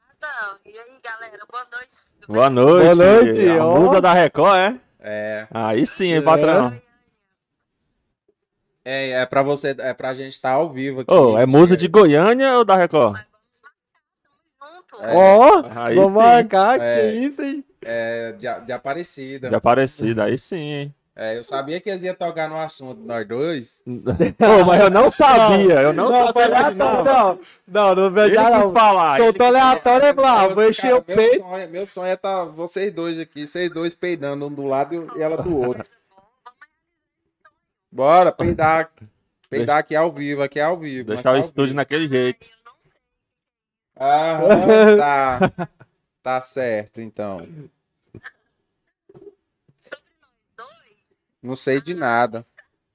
E: E aí, galera? Boa noite. Tudo
A: Boa
E: bem?
A: noite.
C: Boa noite,
A: A
C: ó.
A: musa da Record, é?
D: É,
A: Aí sim, hein, patrão.
D: é, é pra você, é pra gente estar ao vivo aqui.
A: Ô, é musa de Goiânia ou da Record?
E: Junto.
D: É.
C: Ó,
A: Aí
C: vou
A: sim.
C: marcar,
D: É.
C: que isso, hein?
D: É, de, de Aparecida.
A: De Aparecida, aí sim, hein?
D: É, eu sabia que eles iam tocar no assunto, nós dois.
A: Pô, mas eu não sabia, eu não,
C: Não, foi
A: sabia.
C: aleatório,
A: Não,
C: não. Não, não
A: Ele
C: veio
A: quis
C: não.
A: falar. ele
C: Soltou aleatório, é blá,
D: Eu,
C: vou encher
D: cara,
C: o peito.
D: Meu sonho, meu sonho é tá vocês dois aqui, vocês dois peidando, um do lado e eu- e ela do outro. Bora, peidar. Peidar aqui ao vivo, aqui ao vivo.
C: tá
A: Deixar o
D: aqui ao
A: estúdio
D: vivo.
A: naquele jeito.
D: Aham, tá. Tá certo, então. Não sei de nada.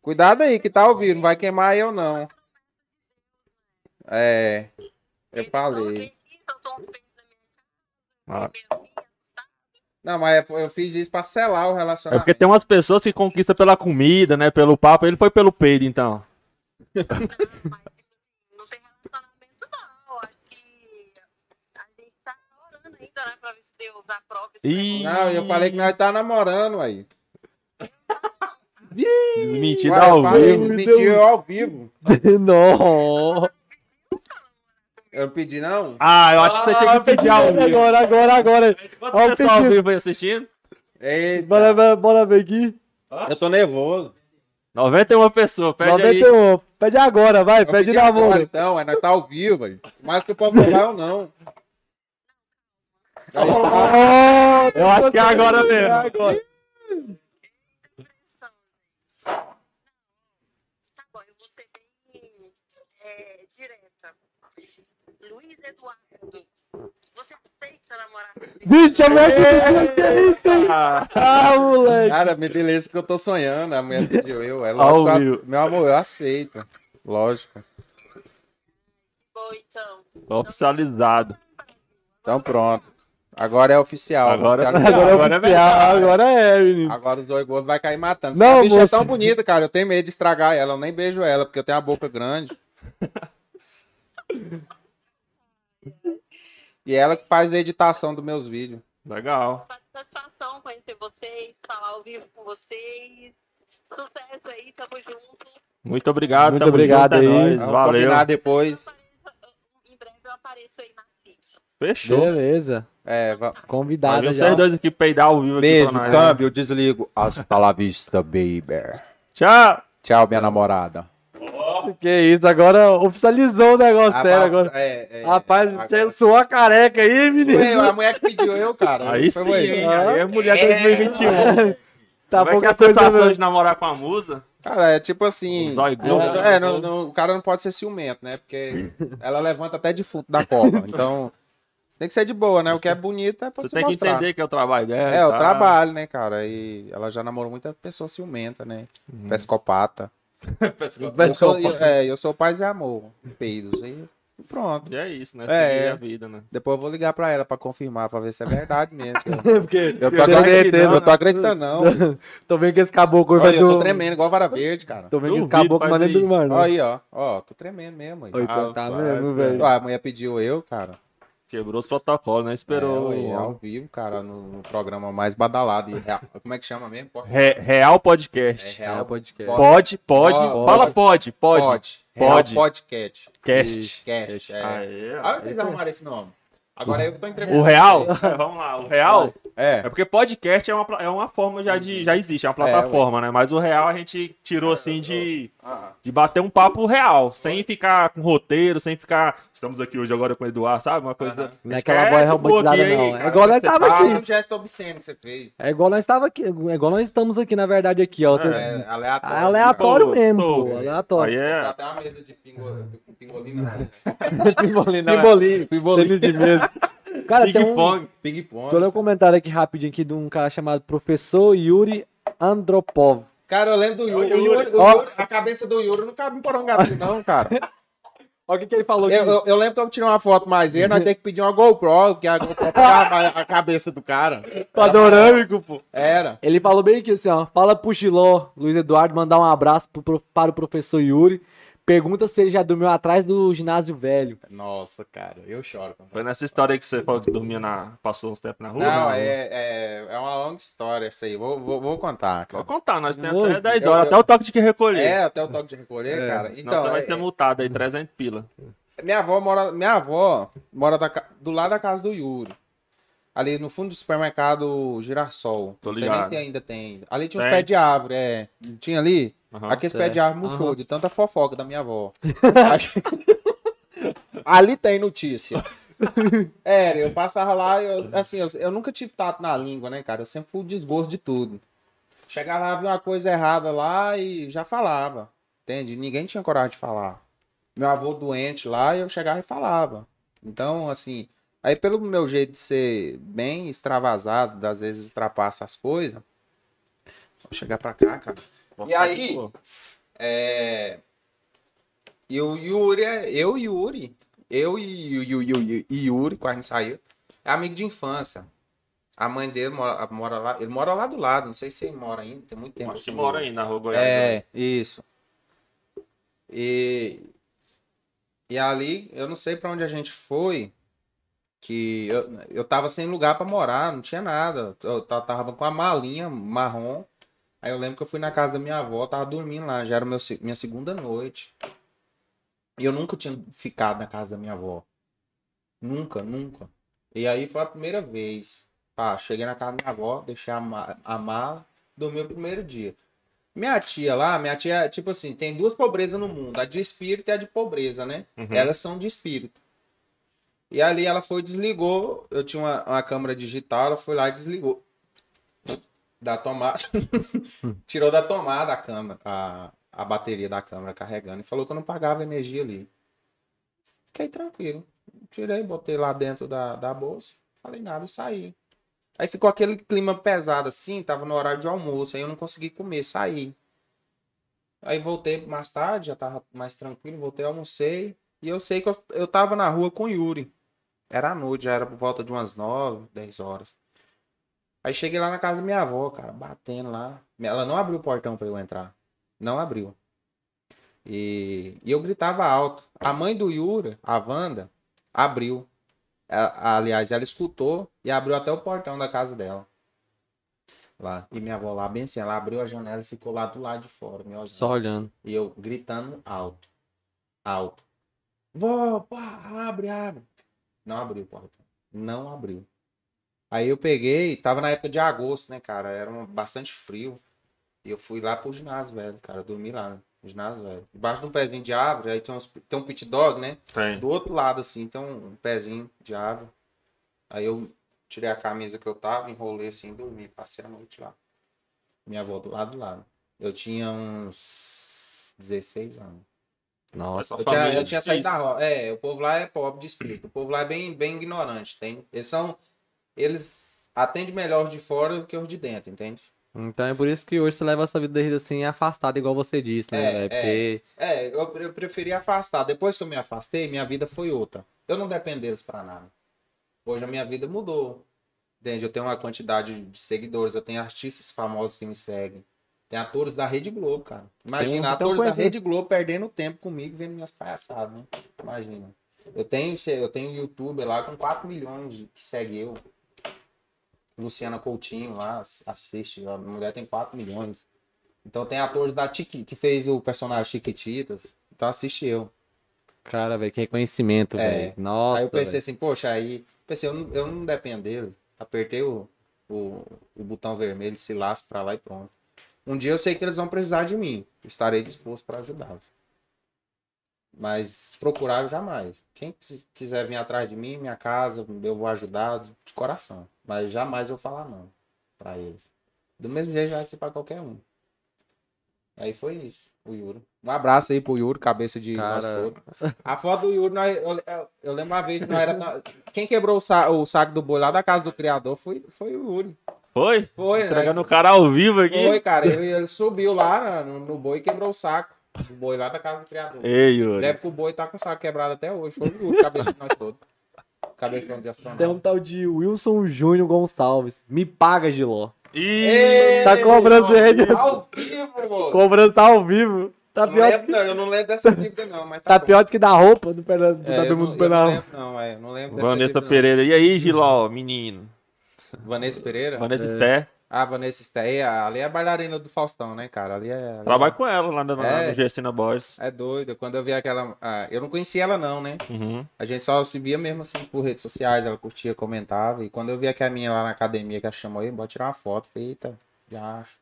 D: Cuidado aí que tá ouvindo, não vai queimar eu não. É, eu falei.
A: Ah.
D: Não, mas é- eu fiz isso pra selar o
A: É
D: relacionamento.
A: porque tem umas pessoas que conquistam pela comida, né? Pelo papo. Ele foi pelo peido, então.
E: tipo assim, Não tem relacionamento, não. Acho que a gente tá orando ainda, né? Pra ver se Deus aprova esse
A: Ih.
E: negócio.
D: Não, eu falei que nós tá namorando aí.
A: Desmentido
D: Ué, eu
A: ao
D: falei,
A: vivo. um
D: desmentiu eu ao vivo.
C: <laughs> Não.
D: Eu não pedi, não?
A: Ah, eu acho que você tinha que pedir ao vivo.
C: Agora, agora, agora.
A: Quanto
C: Ó, o
A: pessoal ao
C: pedido.
A: vivo aí assistindo?
D: Eita,
C: Bora, bora, bora ver aqui.
D: eu tô nervoso.
A: 91 pessoas, pede aí.
C: 91. Pede agora, vai,
D: Eu
C: pede
D: pedi
A: né?
D: agora,
C: namoro.
D: então, é nós tá ao vivo. gente. Mas que eu posso falar ou não. Aí,
C: Ó,
A: Eu acho que é agora mesmo.
C: agora.
E: Tá bom, eu vou ser bem é, direta. Luiz Eduardo, você aceita namorar comigo?
C: Bicho, a mulher pediu que é isso, hein?
A: Ah,
C: Ah, moleque.
D: Cara, me beleza que eu tô sonhando. A mulher pediu eu. É lógico.
A: Ao
D: que eu
A: vivo.
D: ace- Meu amor, eu aceito. Lógico.
E: Bom, então.
A: oficializado.
D: Então pronto. Agora é oficial.
A: Agora-
D: Oficializado.
C: Agora,
A: Agora é
C: é
A: verdade.
C: oficial, agora é, menino.
D: Agora os dois gordos vai cair matando.
C: Não,
D: a bicha
C: moça.
D: é tão bonita, cara. Eu tenho medo de estragar ela. Eu nem beijo ela, porque eu tenho a
A: <laughs>
D: boca grande. e ela que faz a editação dos meus vídeos.
A: Legal.
E: Satisfação conhecer vocês, falar ao vivo com vocês. Sucesso aí, tamo junto.
A: Muito obrigado,
C: Muito
A: tamo
C: obrigado
A: junto, é
C: aí.
A: nóis,
D: Vamos
A: Valeu.
D: combinar depois.
E: Em breve eu apareço aí na CIT.
A: Fechou.
C: Beleza.
D: É, va-
A: Vai
C: Convidado
A: vir
C: já.
A: vocês dois aqui peidar ao vivo
D: Beijo,
A: aqui pra nós.
D: câmbio, desligo. Hasta la vista, baby.
A: Tchau.
D: Tchau, minha namorada.
C: Que isso, agora oficializou o
A: Ah,
C: negócio sério.
D: Rapaz,
C: Agora.
D: é, é,
C: Rapaz,
D: agora-
C: tinha- suou a careca aí, menino.
D: Foi eu, a mulher que pediu eu, cara.
A: <laughs> Aí
D: Foi
A: sim,
D: eu.
A: hein? Aí é mulher 2021.
C: Tá
A: Como é que é
C: pouca
A: a sensação
D: né?
C: coisa.
A: de namorar com a musa?
D: Cara, é tipo assim.
A: Zóio
D: é,
A: gordo,
D: é, não- não- o cara não pode ser ciumento, né? Porque ela levanta até defunto da copa. Então, tem que ser de boa, né? O que é bonito é pra
A: Você
D: se
A: tem que
D: mostrar.
A: entender que é o trabalho dela.
D: É, o
A: tá? <laughs>
D: trabalho, né, cara? E ela já namorou muita pessoa ciumenta, né?
A: Uhum.
D: Pescopata. Eu sou, eu, é, eu sou paz e amor. Peidos. E pronto.
A: E é isso, né?
D: É,
A: Seguir
D: é.
A: a vida, né?
D: Depois eu vou ligar pra ela pra confirmar, pra ver se é verdade <laughs> mesmo.
C: Porque
D: Eu tô
C: Eu
D: acreditando,
C: acredito,
D: eu tô acreditando, não. né?
C: tô vendo que esse caboclo
D: Olha,
C: vai
D: eu tô
C: do.
D: tremendo, igual vara verde, cara.
C: Tô vendo que esse
A: Duvido,
C: caboclo
A: faz
C: não é nem
A: aí.
C: do mano.
D: Ó Aí, ó. Ó, tô tremendo mesmo aí.
C: Oi, então tá
A: Rapaz,
C: mesmo,
A: velho.
C: velho.
D: Ó, a mulher pediu eu, cara.
A: Quebrou os protocolos, né? Esperou.
D: É, eu, eu, ao vivo, cara, no, no programa mais badalado. E real- como é que chama mesmo? Pode.
A: Re- Real Podcast.
D: É, Real
A: Real
C: podcast.
A: Pode, pode.
D: Pode.
A: Fala pode, pode.
D: Pode.
A: Pode.
D: Real Podcast.
A: Cast.
D: Cast, é.
A: Aê,
D: Ah,
A: aê.
D: vocês arrumaram esse nome. Agora eu que tô entregando.
A: O real? É, <laughs> vamos lá, o real
D: É.
A: é porque podcast é uma, pla- é uma forma já de. Já existe, é uma plataforma, né? Mas o real a gente tirou assim de,
D: Ah,
A: de bater um papo real, sem ficar com roteiro, sem ficar. Estamos aqui hoje agora com o Eduardo, sabe? Uma coisa.
D: Aham.
C: Não é
A: Acho
C: aquela
A: que
C: boia
A: de boa
C: robotizada,
A: aqui,
C: não.
A: hein,
C: É igual nós
A: Você
C: tava
A: tá-
D: Ah,
C: aqui.
D: e o gesto obsceno que você fez.
C: É igual nós tava aqui. É igual nós estamos aqui, na verdade, aqui, ó. Você-
D: É, aleatório.
C: Aleatório
A: Tô,
C: mesmo,
A: tô.
C: pô. Aleatório.
A: Aí
D: Tá
A: é.
D: até uma mesa de né? pingo- pingolim na <laughs>
C: Pimbolinho,
A: não é.
C: Pimbolinho.
D: Pimbolim.
C: Tênis de mesa.
B: Cara, tem um...
A: Ping-pong.
B: Tô
D: Ping-pong.
B: lendo um comentário aqui rapidinho aqui de um cara chamado Professor Yuri Andropov.
D: Cara, eu lembro do
A: o
D: Yuri.
A: Yuri.
D: O Yuri- o
B: Ó.
D: Yuri- a cabeça do Yuri não cabe em Porangatu, não, <laughs> cara.
B: Olha o que, que ele falou
D: Eu,
B: aqui.
D: eu- eu lembro que eu tirei uma foto mais ele, nós temos que pedir uma GoPro, porque a GoPro pegava <laughs> a, a cabeça do cara.
B: Panorâmico, pô.
D: Era.
B: Ele falou bem aqui assim, ó. Fala pro Giló, Luiz Eduardo, mandar um abraço pro prof- para o professor Yuri. Pergunta se ele já dormiu atrás do ginásio velho.
D: Nossa, cara, eu choro.
A: Foi nessa história aí que você falou que dormia na. Passou uns tempos na rua? né?
D: Não, é, é, é uma longa história essa aí. Vou, vou, vou contar,
A: Pode
D: cara.
A: contar, nós temos
B: Nossa,
A: até 10
D: eu-
A: horas,
D: eu-
A: até o toque de que recolher.
D: É, até o toque de recolher, cara.
A: Senão
D: Então,
A: você vai
D: é-
A: ser multado aí, 300 pila.
D: Minha avó mora, minha avó mora da ca- do lado da casa do Yuri. Ali no fundo do supermercado Girassol.
A: Tô
D: Não sei
A: ligado.
D: nem se ainda tem. Ali tinha uns
A: Tem.
D: pés de árvore, é. Tinha ali?
A: Aham. é.
D: Aqueles
B: tá.
D: pés de árvore murchou
B: Aham.
D: de tanta fofoca da minha avó. <laughs> Aqui- ali tem notícia. É, eu passava lá, eu, assim, eu, eu nunca tive tato na língua, né, cara? Eu sempre fui o desgosto de tudo. Chegava lá, via uma coisa errada lá e já falava. Entende? Ninguém tinha coragem de falar. Meu avô doente lá, eu chegava e falava. Então, assim, aí pelo meu jeito de ser bem extravasado, às vezes ultrapassa as coisas. Vou chegar pra cá, cara.
A: Vou
D: E
A: ficar
D: aí?
A: de boa.
D: É... E o Yuri, é- eu e o Yuri, eu e o Yu- Yu- Yu- e Yuri, quase não saiu, é amigo de infância. A mãe dele mora, mora lá, ele mora lá do lado, não sei se ele mora ainda, tem muito tempo.
A: Acho que
D: que eu
A: mora
D: não-
A: aí na rua Goiás. né?
D: É, isso. E, e ali, eu não sei pra onde a gente foi, que eu, eu tava sem lugar pra morar, não tinha nada. Eu ta- tava com a malinha marrom. Aí eu lembro que eu fui na casa da minha avó, tava dormindo lá, já era o meu, se- minha segunda noite. E eu nunca tinha ficado na casa da minha avó. Nunca, nunca. E aí foi a primeira vez. Tá, cheguei na casa da minha avó, deixei a, ma- a mala, dormi o primeiro dia. Minha tia lá, minha tia, tipo assim, tem duas pobrezas no mundo, a de espírito e a de pobreza, né?
A: Uhum.
D: Elas são de espírito. E ali ela foi, desligou. Eu tinha uma, uma câmera digital, ela foi lá e desligou. Da tomada. <laughs> Tirou da tomada a câmera, a, a bateria da câmera carregando e falou que eu não pagava energia ali. Fiquei tranquilo. Tirei, botei lá dentro da, da bolsa, falei nada e saí. Aí ficou aquele clima pesado assim, tava no horário de almoço, aí eu não consegui comer, saí. Aí voltei mais tarde, já tava mais tranquilo, voltei, almocei. E eu sei que eu, eu tava na rua com o Yuri. Era à noite, já era por volta de umas 9, 10 horas. Aí cheguei lá na casa da minha avó, cara, batendo lá. Ela não abriu o portão pra eu entrar. Não abriu. E, e eu gritava alto. A mãe do Yuri, a Wanda, abriu. A- aliás, ela escutou e abriu até o portão da casa dela. Lá. E minha avó lá, bem assim, ela abriu a janela e ficou lá do lado de fora, me olhando.
B: Só olhando.
D: E eu gritando alto. Alto. Vó, pá, abre, abre. Não abriu o portão. Não abriu. Aí eu peguei, tava na época de agosto, né, cara? Era um- bastante frio. E eu fui lá pro ginásio, velho, cara. Eu dormi lá, né? no ginásio, velho. Embaixo de um pezinho de árvore, aí tem, uns, tem um pit dog, né?
A: Tem.
D: Do outro lado, assim, tem um, um pezinho de árvore. Aí eu tirei a camisa que eu tava, enrolei assim, dormi, passei a noite lá. Minha avó do lado lá. Eu tinha uns 16 anos.
B: Nossa.
A: Essa
D: Eu tinha,
A: família
D: eu tinha
A: difícil.
D: saído da roda. É, o povo lá é pobre de espírito. O povo lá é bem, bem ignorante, tem? Eles são. Eles atendem melhor os de fora do que os de dentro, entende?
B: Então é por isso que hoje você leva essa vida da vida assim afastada, igual você disse, né,
D: É,
B: velho?
D: é.
B: Porque.
D: É, eu, eu preferi afastar. Depois que eu me afastei, minha vida foi outra. Eu não dependo deles pra nada. Hoje a minha vida mudou. Entende? Eu tenho uma quantidade de seguidores, eu tenho artistas famosos que me seguem. Tem atores da Rede Globo, cara.
B: uns
D: Imagina,
B: que tão
D: atores da
B: conhecidos.
D: Rede Globo perdendo tempo comigo vendo minhas palhaçadas, né? Imagina. Eu tenho, eu tenho um youtuber lá com 4 milhões de- que segue eu. Luciana Coutinho lá, ass- assiste. A mulher tem 4 milhões. Então tem atores da Chiqui, que fez o personagem Chiquititas. Então assiste eu.
B: Cara, velho, que reconhecimento,
D: É.
B: velho. Nossa.
D: aí eu pensei
B: velho.
D: assim, poxa, aí. Pensei, eu não, eu não dependo deles. Apertei o, o, o botão vermelho, se lasca pra lá e pronto. Um dia eu sei que eles vão precisar de mim. Estarei disposto pra ajudá-los. Mas procurar eu jamais. Quem quis- quiser vir atrás de mim, minha casa, eu vou ajudar de coração. Mas jamais eu falar não pra eles. Do mesmo jeito já vai ser pra qualquer um. Aí foi isso, o Yuri. Um abraço aí pro Yuri, cabeça de
B: Cara.
D: nós todos. A foto do Yuri, nós- eu, eu- eu lembro uma vez, não era. tão- Quem quebrou o, sa- o saco do boi lá da casa do criador foi, foi o Yuri.
A: Foi?
D: Foi, né?
A: Entregando o cara ao vivo aqui.
D: Foi, cara. Ele, ele subiu lá né, no, no boi e quebrou o saco. O boi lá da casa do criador.
A: Ei, Yuri.
D: Deve que o boi tá com o saco quebrado até hoje. Foi o Yuri, cabeça de nós todos. Cabeça de
B: Tem um
D: astronauta.
B: tal de Wilson Júnior Gonçalves. Me paga, Giló.
A: Ih,
B: Tá cobrando ele.
D: Ao vivo, moço.
B: Cobrança ao vivo. Tá
D: Não é
B: pior,
D: lembro, não, eu não lembro dessa dívida, não, mas
B: tá
D: bom.
B: pior do que da roupa do Fernando
D: É, eu
B: do
D: não, eu não
B: Penal.
D: lembro, não, é, eu não lembro dessa
A: Vanessa
D: dívida,
A: Pereira. E aí, Giló, menino?
D: não. Vanessa Pereira?
A: Vanessa Té.
D: Ah, Vanessa Esteia, ali é a bailarina do Faustão, né, cara? Ali é. ali
A: Trabalho com ela lá no,
D: É.
A: no Gersina Boys.
D: É doida. Quando eu vi aquela. ah, eu não conhecia ela, não, né?
A: Uhum.
D: A gente só se via mesmo assim por redes sociais, ela curtia, comentava. E quando eu vi aquela minha lá na academia que ela chamou, eu bora tirar uma foto. Falei, eita, já acho.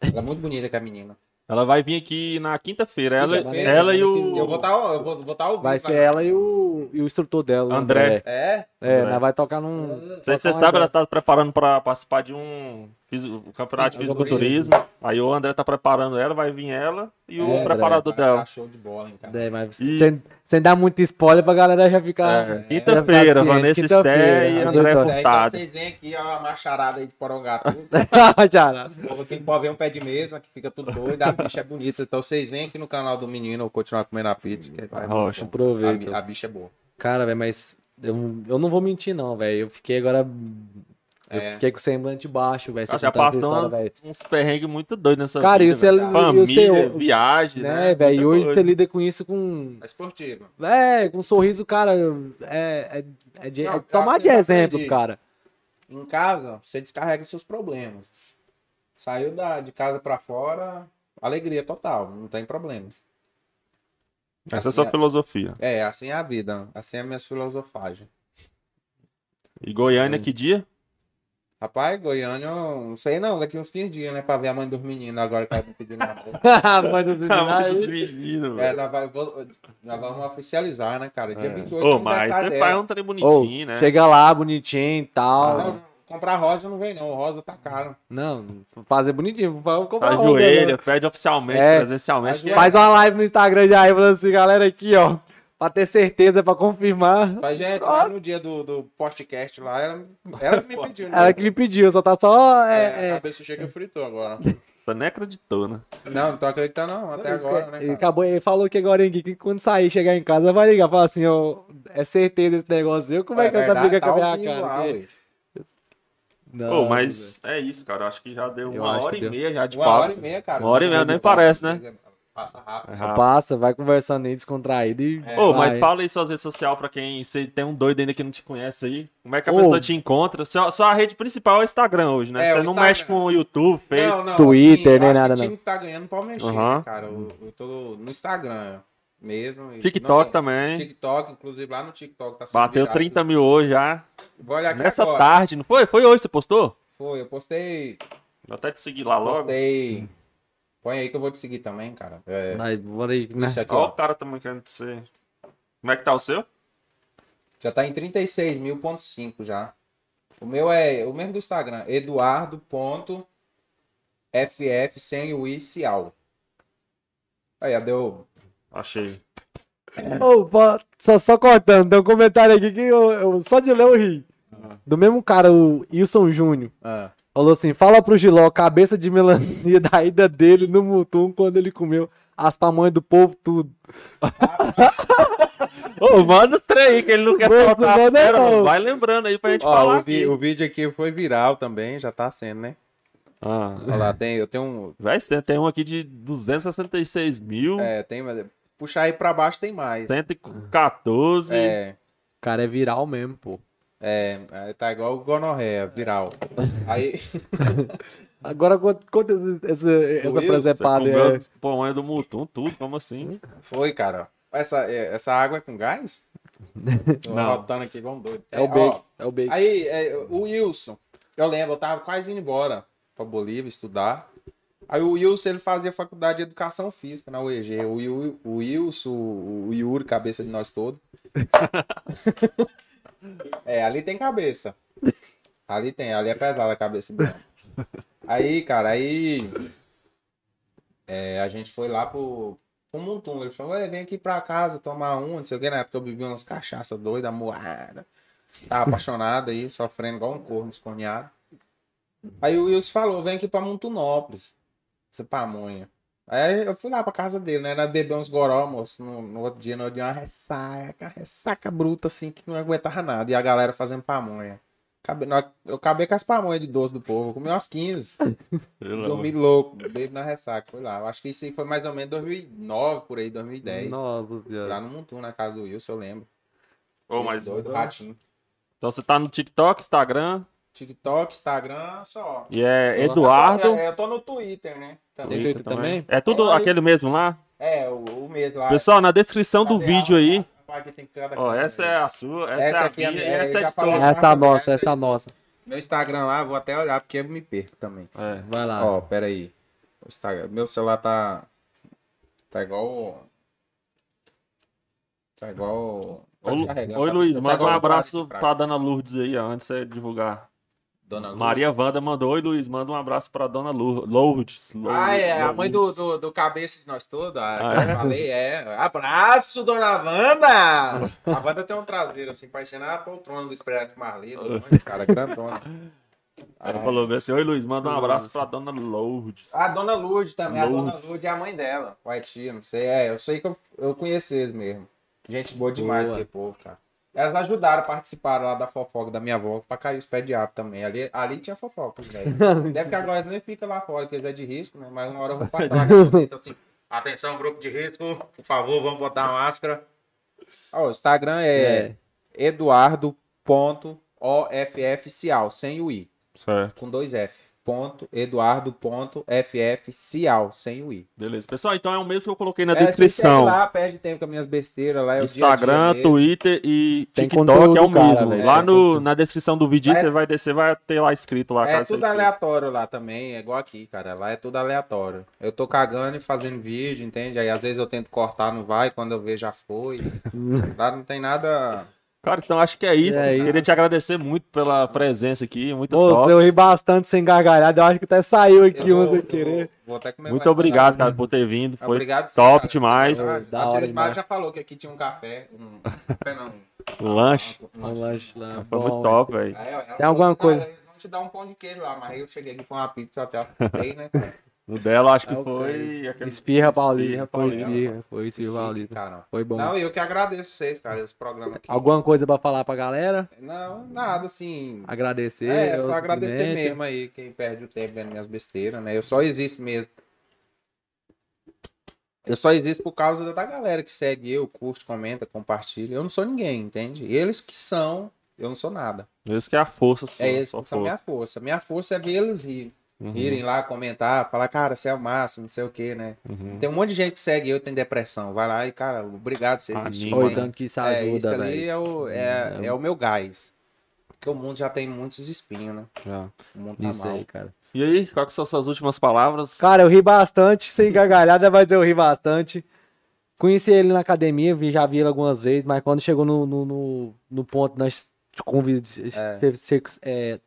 D: Ela é muito bonita, que a menina.
A: Ela vai vir aqui na quinta-feira. Ela,
D: Quinta-feira, né?
A: ela e
D: Eu vou
A: o.
D: estar eu vou, vou tá ao vivo.
B: Vai ser
D: lá.
B: ela e o, e o instrutor dela. o
A: André.
D: É?
B: É,
A: André.
B: ela vai tocar num.
A: Não sei se você sabe, ela tá preparando pra participar de um fisi- campeonato de fisiculturismo. Aí o André tá preparando ela, vai vir ela e o
D: É,
A: preparador dela.
D: Tá show de bola, hein, cara.
B: É, mas
A: E-
B: sem, sem dar muito spoiler pra galera já ficar.
A: É, Quinta-feira,
B: É,
A: Vanessa
B: quinta-feira,
A: Sté e
B: às
A: André
B: oito horas.
D: Daí, então,
A: Furtado.
D: vocês vêm aqui, ó, a macharada aí de porongatu. É.
B: <laughs> Jara.
D: O povo aqui não pode ver um pé de mesa, que fica tudo doido, a bicha é bonita. Então vocês vêm aqui no canal do menino ou continuar comendo a pizza. Que é
A: Ah,
D: muito bom.
A: Rocha,
D: a, bi-
B: Aproveita.
D: a bicha é boa.
B: Cara, velho, mas eu, eu não vou mentir, não, velho. Eu fiquei agora. Eu
D: É.
B: fiquei com o semblante baixo, velho. você
A: Nossa, já
B: contando essa
A: passou
B: história,
A: umas-
B: velho.
A: uns perrengues muito doidos nessa
B: tá Cara,
A: vida,
B: isso é.
A: velho.
B: Família,
A: Família, viagem,
B: né,
A: né?
B: velho? E
A: Muita
B: hoje
A: coisa.
B: você lida com isso com.
D: É esportiva.
B: É, com um sorriso, cara. É, é, é de-
D: Não,
B: é
D: eu
B: tomar
D: acho
B: de
D: que eu
B: exemplo,
D: aprendi.
B: cara.
D: Em casa, você descarrega seus problemas. Saiu da, de casa pra fora, alegria total, não tem problemas.
A: Essa é a
D: assim
A: sua filosofia.
D: é, é, assim é a vida, assim é a minha filosofagem.
A: E Goiânia, que dia?
D: Rapaz, Goiânia, eu não sei não, daqui uns 15 dias, né, pra ver a mãe dos meninos agora que ela não pediu
B: <laughs>
D: nada.
B: A mãe do Dudu lá,
A: Ah, muito
B: ele-
A: dividido,
D: É,
A: velho.
D: nós, vai- vou- nós vamos oficializar, né, cara? Dia
A: É.
D: 28 é
A: Ô,
D: o
A: mas
D: aniversário
A: você
D: dela.
A: faz um trem
B: Ô,
A: bonitinho, né?
B: Chega lá, bonitinho e tal.
D: Não, comprar rosa não vem não, rosa tá caro.
B: Não, fazer bonitinho. Vamos comprar
A: Faz assim,
B: uma roupa,
A: joelha, pede oficialmente,
B: É.
A: presencialmente. que
D: Ajoelha.
B: Faz uma live no Instagram já aí, falando assim, galera, aqui, ó. Pra ter certeza, pra confirmar.
D: Mas, gente, lá no dia do, do podcast lá, ela, ela
B: <laughs>
D: me pediu, né?
B: Ela que me pediu, só tá só. É,
D: É, a
B: é.
D: cabeça chega e fritou agora.
A: Você nem acreditou, né?
D: Não, não tô acreditando não, até
B: Isso
D: agora,
B: que- é-
D: né,
B: e
D: cara?
B: acabou, ele falou que agora, Henrique, que quando sair, chegar em casa, vai ligar. Fala assim, ó, é certeza esse negócio. Eu, como é, que ela tá
D: verdade,
B: brigando com a
D: ao
B: minha
D: vivo
B: cara?
D: lá,
B: Porque-
D: ué.
B: Não,
A: Pô, mas é isso, cara. Acho que já deu
B: Eu
A: uma
B: acho
A: hora
B: que
A: e
B: deu.
A: meia já de
D: Uma
A: papo.
D: hora e meia, cara.
A: Tipo, Uma hora e meia, nem
D: Uma
A: parece, né?
D: hora e meia, Passa rápido.
A: É
B: velho.
A: rápido.
B: Passa, vai conversando aí, descontraído e.
D: É
A: Ô,
B: vai.
A: mas fala aí suas redes sociais pra quem se tem um doido ainda que não te conhece aí. Como é que a
B: Ô.
A: pessoa te encontra? Sua, sua rede principal é o Instagram hoje, né?
D: É,
A: Você
D: o
A: não
D: Instagram.
A: mexe com o YouTube, Facebook.
D: Não, não,
B: Twitter,
D: eu
B: nem
D: acho que
B: nada,
D: O time
B: não.
D: que tá ganhando pode mexer,
A: Aham.
D: né, cara. Eu, eu tô no Instagram mesmo. e não
A: TikTok
D: tem-
A: também.
D: TikTok, inclusive lá no TikTok tá sendo
A: Bateu
D: virado.
A: 30 mil hoje já.
D: Vou olhar Tá aqui
A: Nessa
D: agora.
A: tarde, não foi? Foi hoje que você postou?
D: Foi, eu postei
A: Vou até te seguir lá logo.
D: Postei. Põe aí que eu vou te seguir também, cara. É.
B: Vai, bora aí, né?
D: Isso aqui,
A: Olha o
D: ó.
A: cara também querendo ser. Como é que tá o seu?
D: Já tá em 36.000.5 já. O meu é o mesmo do Instagram, eduardo.ff sem o inicial. Aí, ó, deu.
A: Achei.
B: Ô, pa- só, só cortando, tem um comentário aqui que eu, eu- só de ler eu ri. Do mesmo cara, o Wilson Júnior.
D: Ah.
B: Falou assim: fala pro Giló, cabeça de melancia <laughs> da ida dele no Mutum quando ele comeu as pamonhas do povo, tudo.
A: Ô, manda os três aí, que ele não quer
B: Manda,
A: soltar. a
B: manda
A: fera,
B: não.
A: mano. Vai lembrando aí pra gente
D: Ó,
A: falar.
D: o, vi-
A: aqui.
D: o vídeo aqui foi viral também, já tá sendo, né?
A: Ah,
D: Olha lá, tem, eu tenho um.
A: vai ser. Tem um aqui de 266 mil.
D: É, tem. mas Puxar aí pra baixo tem mais.
A: 114.
D: É.
B: O cara é viral mesmo, pô.
D: É, aí tá igual o gonorreia, viral. Aí.
B: Agora conta essa, essa é
D: Wilson,
B: presepada
A: Você
B: aí.
D: é.
A: comeu os pulmões do Mutum, tudo, como
D: Hum?
A: assim?
D: Foi, cara. Essa, é, essa água é com gás? Tô
A: Não.
D: rotando aqui igual um doido.
B: É o
D: ó,
B: bacon, é o bacon.
D: Aí, é, o Wilson, eu lembro, eu tava quase indo embora pra Bolívia estudar. Aí o Wilson, ele fazia faculdade de educação física na UEG. O, Will- o Wilson, o Yuri, cabeça de nós todos. é, ali tem cabeça. Ali tem, ali é pesada a cabeça dele. Aí, cara, aí É, a gente foi lá pro, pro Montum. Ele falou, "Ué, vem aqui pra casa tomar um, não sei o que, na época eu bebi umas cachaça doida, moada. Tava apaixonado aí, sofrendo igual um corno esconhado. Aí o Wilson falou, vem aqui pra Montunópolis. Você pamonha. Aí eu fui lá pra casa dele, né? Nós bebemos uns goró, moço. No, no outro dia, nós deu uma ressaca, ressaca bruta, assim, que não aguentava nada. E a galera fazendo pamonha. Acabei- nós- eu acabei com as pamonhas de doce do povo. Eu comi umas 15.
A: Pelo amor
D: Dormi
A: de-
D: louco, bebo na ressaca, foi lá. Eu acho que isso aí foi mais ou menos 2009, por aí, 2010.
B: Nossa senhora.
D: Lá no Montum, na casa do Wilson, eu lembro.
A: Ô, mas-
D: Dois do ratinho.
A: Então você tá no TikTok, Instagram,
D: TikTok, Instagram, só.
A: e é
F: Só.
A: Eduardo.
D: É, Eu tô no Twitter, né? Também.
A: Twitter
F: Twitter também?
A: É tudo
D: Olha aí.
A: aquele mesmo lá?
D: É, o, o mês lá.
A: Pessoal, na descrição do
D: Cadê a-
A: vídeo aí.
D: a parte que tem cada
A: Ó,
D: câmera?
A: essa é a sua, essa,
D: Essa
A: é a
D: aqui é a
A: minha e
D: minha,
A: essa
D: eu
A: é
D: já
A: de
D: falei.
A: todos.
F: Essa é a nossa, essa é a nossa.
D: Meu Instagram lá, vou até olhar, porque eu me perco também.
A: É.
F: Vai lá.
B: <laughs>
D: Ó, pera aí. O Instagram. Meu celular tá. Tá igual. o- Tá igual. o- Tá
A: Ô, Lu-
D: descarregando,
A: Oi,
D: tá-
A: Luiz,
D: tá
A: manda um
D: igual os
A: abraço
D: bares de
A: pra Dona Lourdes aí, ó, antes de você divulgar.
D: Dona Lu.
A: Maria Wanda mandou, oi, Luiz, manda um abraço pra Dona Lour- Lourdes. Lourdes.
D: Ah, é, a mãe do,
A: Lourdes.
D: do, do cabeça de nós todos,
A: Ah,
D: ah,
A: é?
D: eu falei, é. Abraço, dona Wanda! A Wanda tem um traseiro, assim, parecendo a poltrona do Expresso Marley, do Lange, cara, grandona.
A: <laughs> Ela
D: Ah,
A: falou bem assim, oi, Luiz, manda um abraço
F: Nossa.
A: pra Dona Lourdes.
D: A dona Lourdes também, a
A: Lourdes.
D: dona Lourdes é a mãe dela, o Haiti, não sei, é, eu sei que eu, eu conheci eles mesmo. Gente boa demais
F: Boa.
D: aquele povo, cara. Elas ajudaram, participaram lá da fofoca da minha avó, pra cair os pés de árvore também. Ali, ali tinha fofoca, os velhos. Deve que
A: <laughs>
D: agora eles nem fica lá fora, que eles é de risco, né? Mas uma hora eu vou passar
A: <laughs>
D: lá com vocês, então, assim. Atenção, grupo de risco, por favor, vamos botar a máscara. Ó, o Instagram é, eduardo.offoficial, sem o i
A: Certo.
D: com dois F. Ponto, Eduardo ponto FF Cial, sem o I.
A: Beleza. Pessoal, então é o mesmo que eu coloquei na
D: É,
A: descrição.
D: você segue lá, perde tempo com as minhas besteiras lá. É o
A: Instagram,
D: dia a dia mesmo.
A: Twitter e
F: Tem
A: TikTok é o
F: conteúdo, cara,
A: mesmo.
F: velho.
A: lá
D: É,
A: no, na descrição do vídeo,
D: Lá é-
A: você vai descer, vai ter lá escrito lá.
D: É
A: caso vocês
D: tudo
A: queiram.
D: aleatório lá também, é igual aqui, cara. Lá é tudo aleatório. Eu tô cagando e fazendo vídeo, entende? Aí às vezes eu tento cortar, não vai, quando eu vejo já foi. lá não tem nada.
A: Cara, então acho que é isso.
F: É isso.
A: Queria te agradecer muito pela presença aqui, muito
B: Moço,
A: top.
B: eu ri bastante sem gargalhada. Eu acho que até saiu aqui um
D: vou-
B: sem
D: vou-
B: querer.
D: vou até comer
A: Muito
D: mais
A: obrigado,
D: nada.
A: cara, por ter vindo. Foi
D: Obrigado, sim,
A: top
D: cara.
A: demais.
D: Eu-
B: Da
D: acho que
B: hora né?
D: o Ismael
B: demais.
D: já falou que aqui tinha um café. Um café não.
A: o lanche.
D: um-
B: Um lanche lá.
A: Foi
B: bom.
A: muito top, velho.
D: Aí, ó, ela
B: Tem alguma
D: falou,
B: coisa?
D: Cara, eles vão te dar um pão de queijo lá, mas aí eu cheguei aqui, foi uma
B: <laughs>
D: pizza até aí, né?
A: O dela acho que
D: É
B: Ah, ok.
A: foi. aquele-
B: Espirra, Paulinho. Foi
A: Paulista.
B: espirra. Foi espirra, Paulinho.
D: Cara,
B: Foi bom.
D: não, eu que agradeço vocês, cara, esse programa aqui.
B: Alguma coisa pra falar pra galera?
D: Não, nada assim.
B: Agradecer.
D: É,
B: aos
D: só agradecer
B: clientes.
D: mesmo aí, quem perde o tempo vendo minhas besteiras, né? Eu só existo mesmo. Eu só existo por causa da- da galera que segue eu, curte, comenta, compartilha. Eu não sou ninguém, entende? Eles que são, eu não sou nada.
A: Isso que é a força sua.
D: É isso
A: sua
D: que são minha
A: força.
D: força. Minha força é ver eles rirem.
A: Uhum,
D: Irem lá comentar, falar, cara, você é o máximo, não sei o que, né?
A: uhum.
D: Tem um monte de gente que segue eu, tem depressão. Vai lá e, cara, obrigado vocês.
A: Anima.
D: existirem,
A: Oi,
B: Oi,
D: né?
B: tanto que isso
D: é, isso
B: ajuda,
D: ali
B: velho.
D: é o, é, é o meu gás. Porque o mundo já tem muitos espinhos, né?
A: Já.
D: O mundo tá
B: Isso
D: mal.
B: aí, cara.
A: E aí, quais são suas últimas palavras?
B: Cara, eu ri bastante, sem gargalhada, mas eu ri bastante. Conheci ele na academia, vi- já vi ele algumas vezes, mas quando chegou no, no, no, no ponto de nós te convid... de ser, ser- é,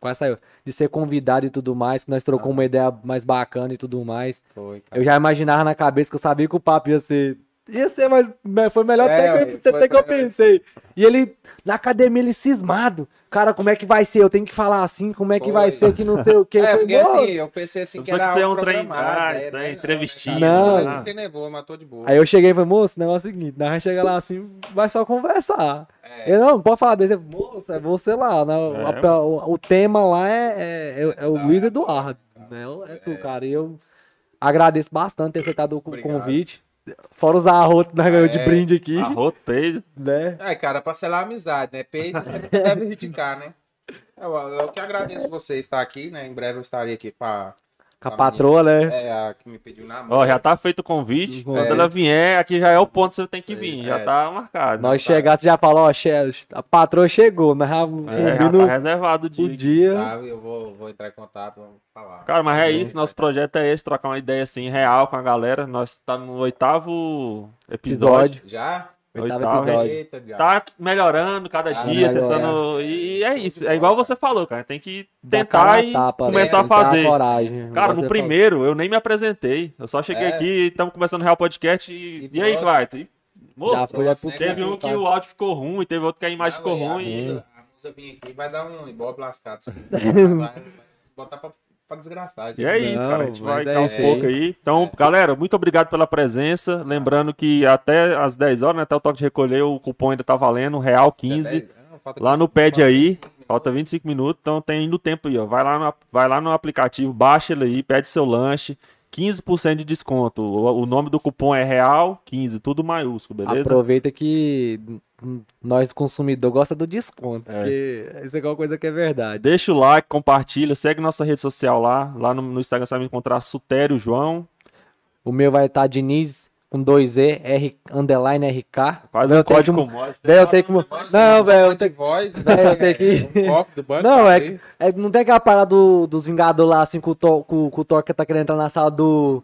B: quase saiu? De ser convidado e tudo mais, que nós trocamos
D: Ah.
B: uma ideia mais bacana e tudo mais.
D: Foi, cara.
B: Eu já imaginava na cabeça que eu sabia que o papo ia ser. Ia ser, mas mas foi melhor
D: É,
B: até, que eu,
D: foi-
B: até que eu
D: foi-
B: pensei. E ele, na academia, ele cismado. Cara, como é que vai ser? Eu tenho que falar assim, como é que vai
D: Foi.
B: ser que não sei o quê. Eu
D: É,
B: falei,
D: porque
B: "Nossa".
D: assim, eu pensei assim
A: Eu
D: que
A: pensei
D: era
A: que tem um
D: algo
A: trem-
D: programado,
A: ah,
D: né?
A: isso aí,
D: Não, né,
A: entrevistinha,
D: cara?
B: Não.
D: Mas eu fiquei nervoso, matou de boa.
B: Aí eu cheguei e falei, moço, o negócio é o seguinte, nós chega lá assim, vai só conversar.
D: É.
B: Ele, não, não pode falar besteira. Moço, é você lá, né? O-
A: É,
B: a- o, o tema lá é, é, é- é o
D: Tá,
B: Luiz
D: é,
B: Eduardo, né? É tu, cara. E eu agradeço bastante ter aceitado o co-
D: Obrigado.
B: convite. Fora os arrotos que nós ganhamos de
D: É.
B: brinde aqui,
A: Arroto, peido.
B: né?
D: Ai, cara, pra selar a amizade, né? Peito você deve criticar, né? Eu, eu que agradeço você estar aqui, né? Em breve eu estarei aqui com a,
B: Com a
D: Família.
B: patroa, né?
D: é, a que me pediu na mão.
A: Ó, já tá feito o convite.
B: É.
A: Quando ela vier, aqui já é o ponto que você tem que
D: Isso aí,
A: vir. Já
D: é.
A: tá marcado.
B: Nós chegar, você já falou, ó, che- a patroa chegou, nós já
A: É, já tá
B: combinamos
A: reservado o
B: o
A: dia.
B: dia.
D: Tá, eu vou, vou entrar em contato, vamos falar.
A: Cara, mas é isso. Nosso projeto é esse, trocar uma ideia assim, real com a galera. Nós tá no oitavo episódio.
B: Episódio.
D: Já?
B: Oitavo
A: Oitavo,
B: episódio.
D: Eita, diabo.
A: Tá melhorando cada
D: Tá
A: dia,
B: melhorando.
A: tentando. E e é isso. É igual você falou, cara. Tem que
B: Dá cara
A: tentar
B: na
A: e
B: tapa, né?
A: começar a
B: velho, tem que dar
A: fazer.
B: coragem.
A: Cara,
B: Você
A: no
B: fala-
A: primeiro eu nem me apresentei. Eu só cheguei
D: É.
A: aqui e estamos começando o Real Podcast. E,
D: E
A: e aí,
D: pronto.
A: Clayton? E-
B: Já
A: Moço,
B: foi, já pro
D: Teve
A: teve
B: tempo,
A: um que
B: tá?
A: o áudio ficou ruim, teve outro que a imagem ficou
D: Ah,
A: ruim.
D: velho,
A: e-
D: A musa- a musa vem aqui e vai dar um ibope lascado.
B: <laughs>
D: Vai- vai Botar pra, pra desgraçar.
A: E é
D: gente.
A: isso,
B: Não,
A: cara. A gente vai
B: mas é
A: dar uns
B: isso É.
A: pouco
B: aí.
A: aí. Então, galera, muito obrigado pela presença. Lembrando que até as 10 horas, né, até o toque de recolher, o cupom ainda tá valendo, real 15.
D: Não, falta
A: Lá
D: 15,
A: no pad
D: falta
A: aí,
D: 15 minutos.
A: Falta 25 minutos, então tem ainda o tempo aí, ó. Vai lá no, vai lá no aplicativo, baixa ele aí, pede seu lanche. 15% de desconto. O, o nome do cupom é Real 15, tudo maiúsculo, beleza?
B: Aproveita que hum, nós, consumidor, gosta do desconto. Porque isso é uma coisa que é verdade.
A: Deixa o like, compartilha, segue nossa rede social lá. Lá no, no Instagram você vai me encontrar Sutério João.
B: O meu vai estar Diniz com 2E, R, underline RK.
A: Faz
B: Meu
A: um
B: tem
A: código
B: que-
A: Morse.
B: Velho, eu tenho que. um- Não, velho, eu
D: tem
B: tenho
D: um
B: <laughs>
D: voz,
B: Velho, eu tenho que-
D: um copo do banco.
B: Não, é-
D: ali.
B: É, não tem aquela parada do- dos Vingadores lá, assim, com o, to, com, com o Thor que tá querendo entrar na sala do.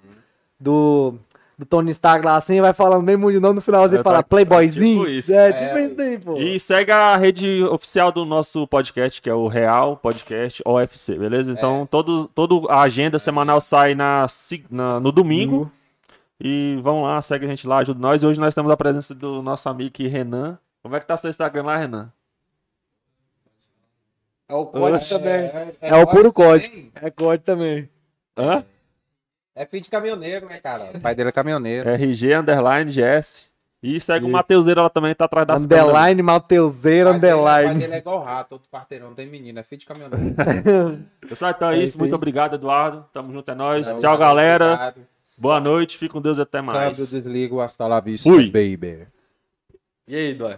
B: do. do Tony Stark lá, assim, vai falando mesmo de nome no finalzinho
A: É,
B: e
A: tá-
B: fala Playboyzinho.
A: tá tipo isso.
B: É, tipo
D: É,
B: isso aí, pô.
A: E segue a rede oficial do nosso podcast, que é o Real Podcast OFC, beleza? Então, todo, toda a agenda semanal sai na, se- na- no domingo. E vão lá, segue a gente lá, ajuda nós. E hoje nós temos a presença do nosso amigo aqui, Renan. Como é que tá seu Instagram lá, Renan?
B: É o código
A: Oxe.
B: também.
D: é,
B: É o puro código.
D: também.
B: É código também.
A: Hã?
D: É filho de caminhoneiro, né, cara? O pai dele é caminhoneiro.
A: RG Underline GS. E segue o
B: Isso.
A: Mateuseira, ela também tá atrás das câmeras.
B: Underline, Malteuseira,
D: O pai dele- O pai
B: underline.
D: dele é igual rato, outro quarteirão não tem menino, é filho de caminhoneiro.
A: Pessoal, então é,
B: É
A: isso.
B: isso aí.
A: Muito obrigado, Eduardo. Tamo junto, é nóis.
D: Então,
A: Tchau, galera.
D: obrigado.
A: Boa noite. Fique com Deus e até mais.
D: Câmbio, desligo, hasta la vista,
A: Fui.
D: baby.
B: E aí, Dói?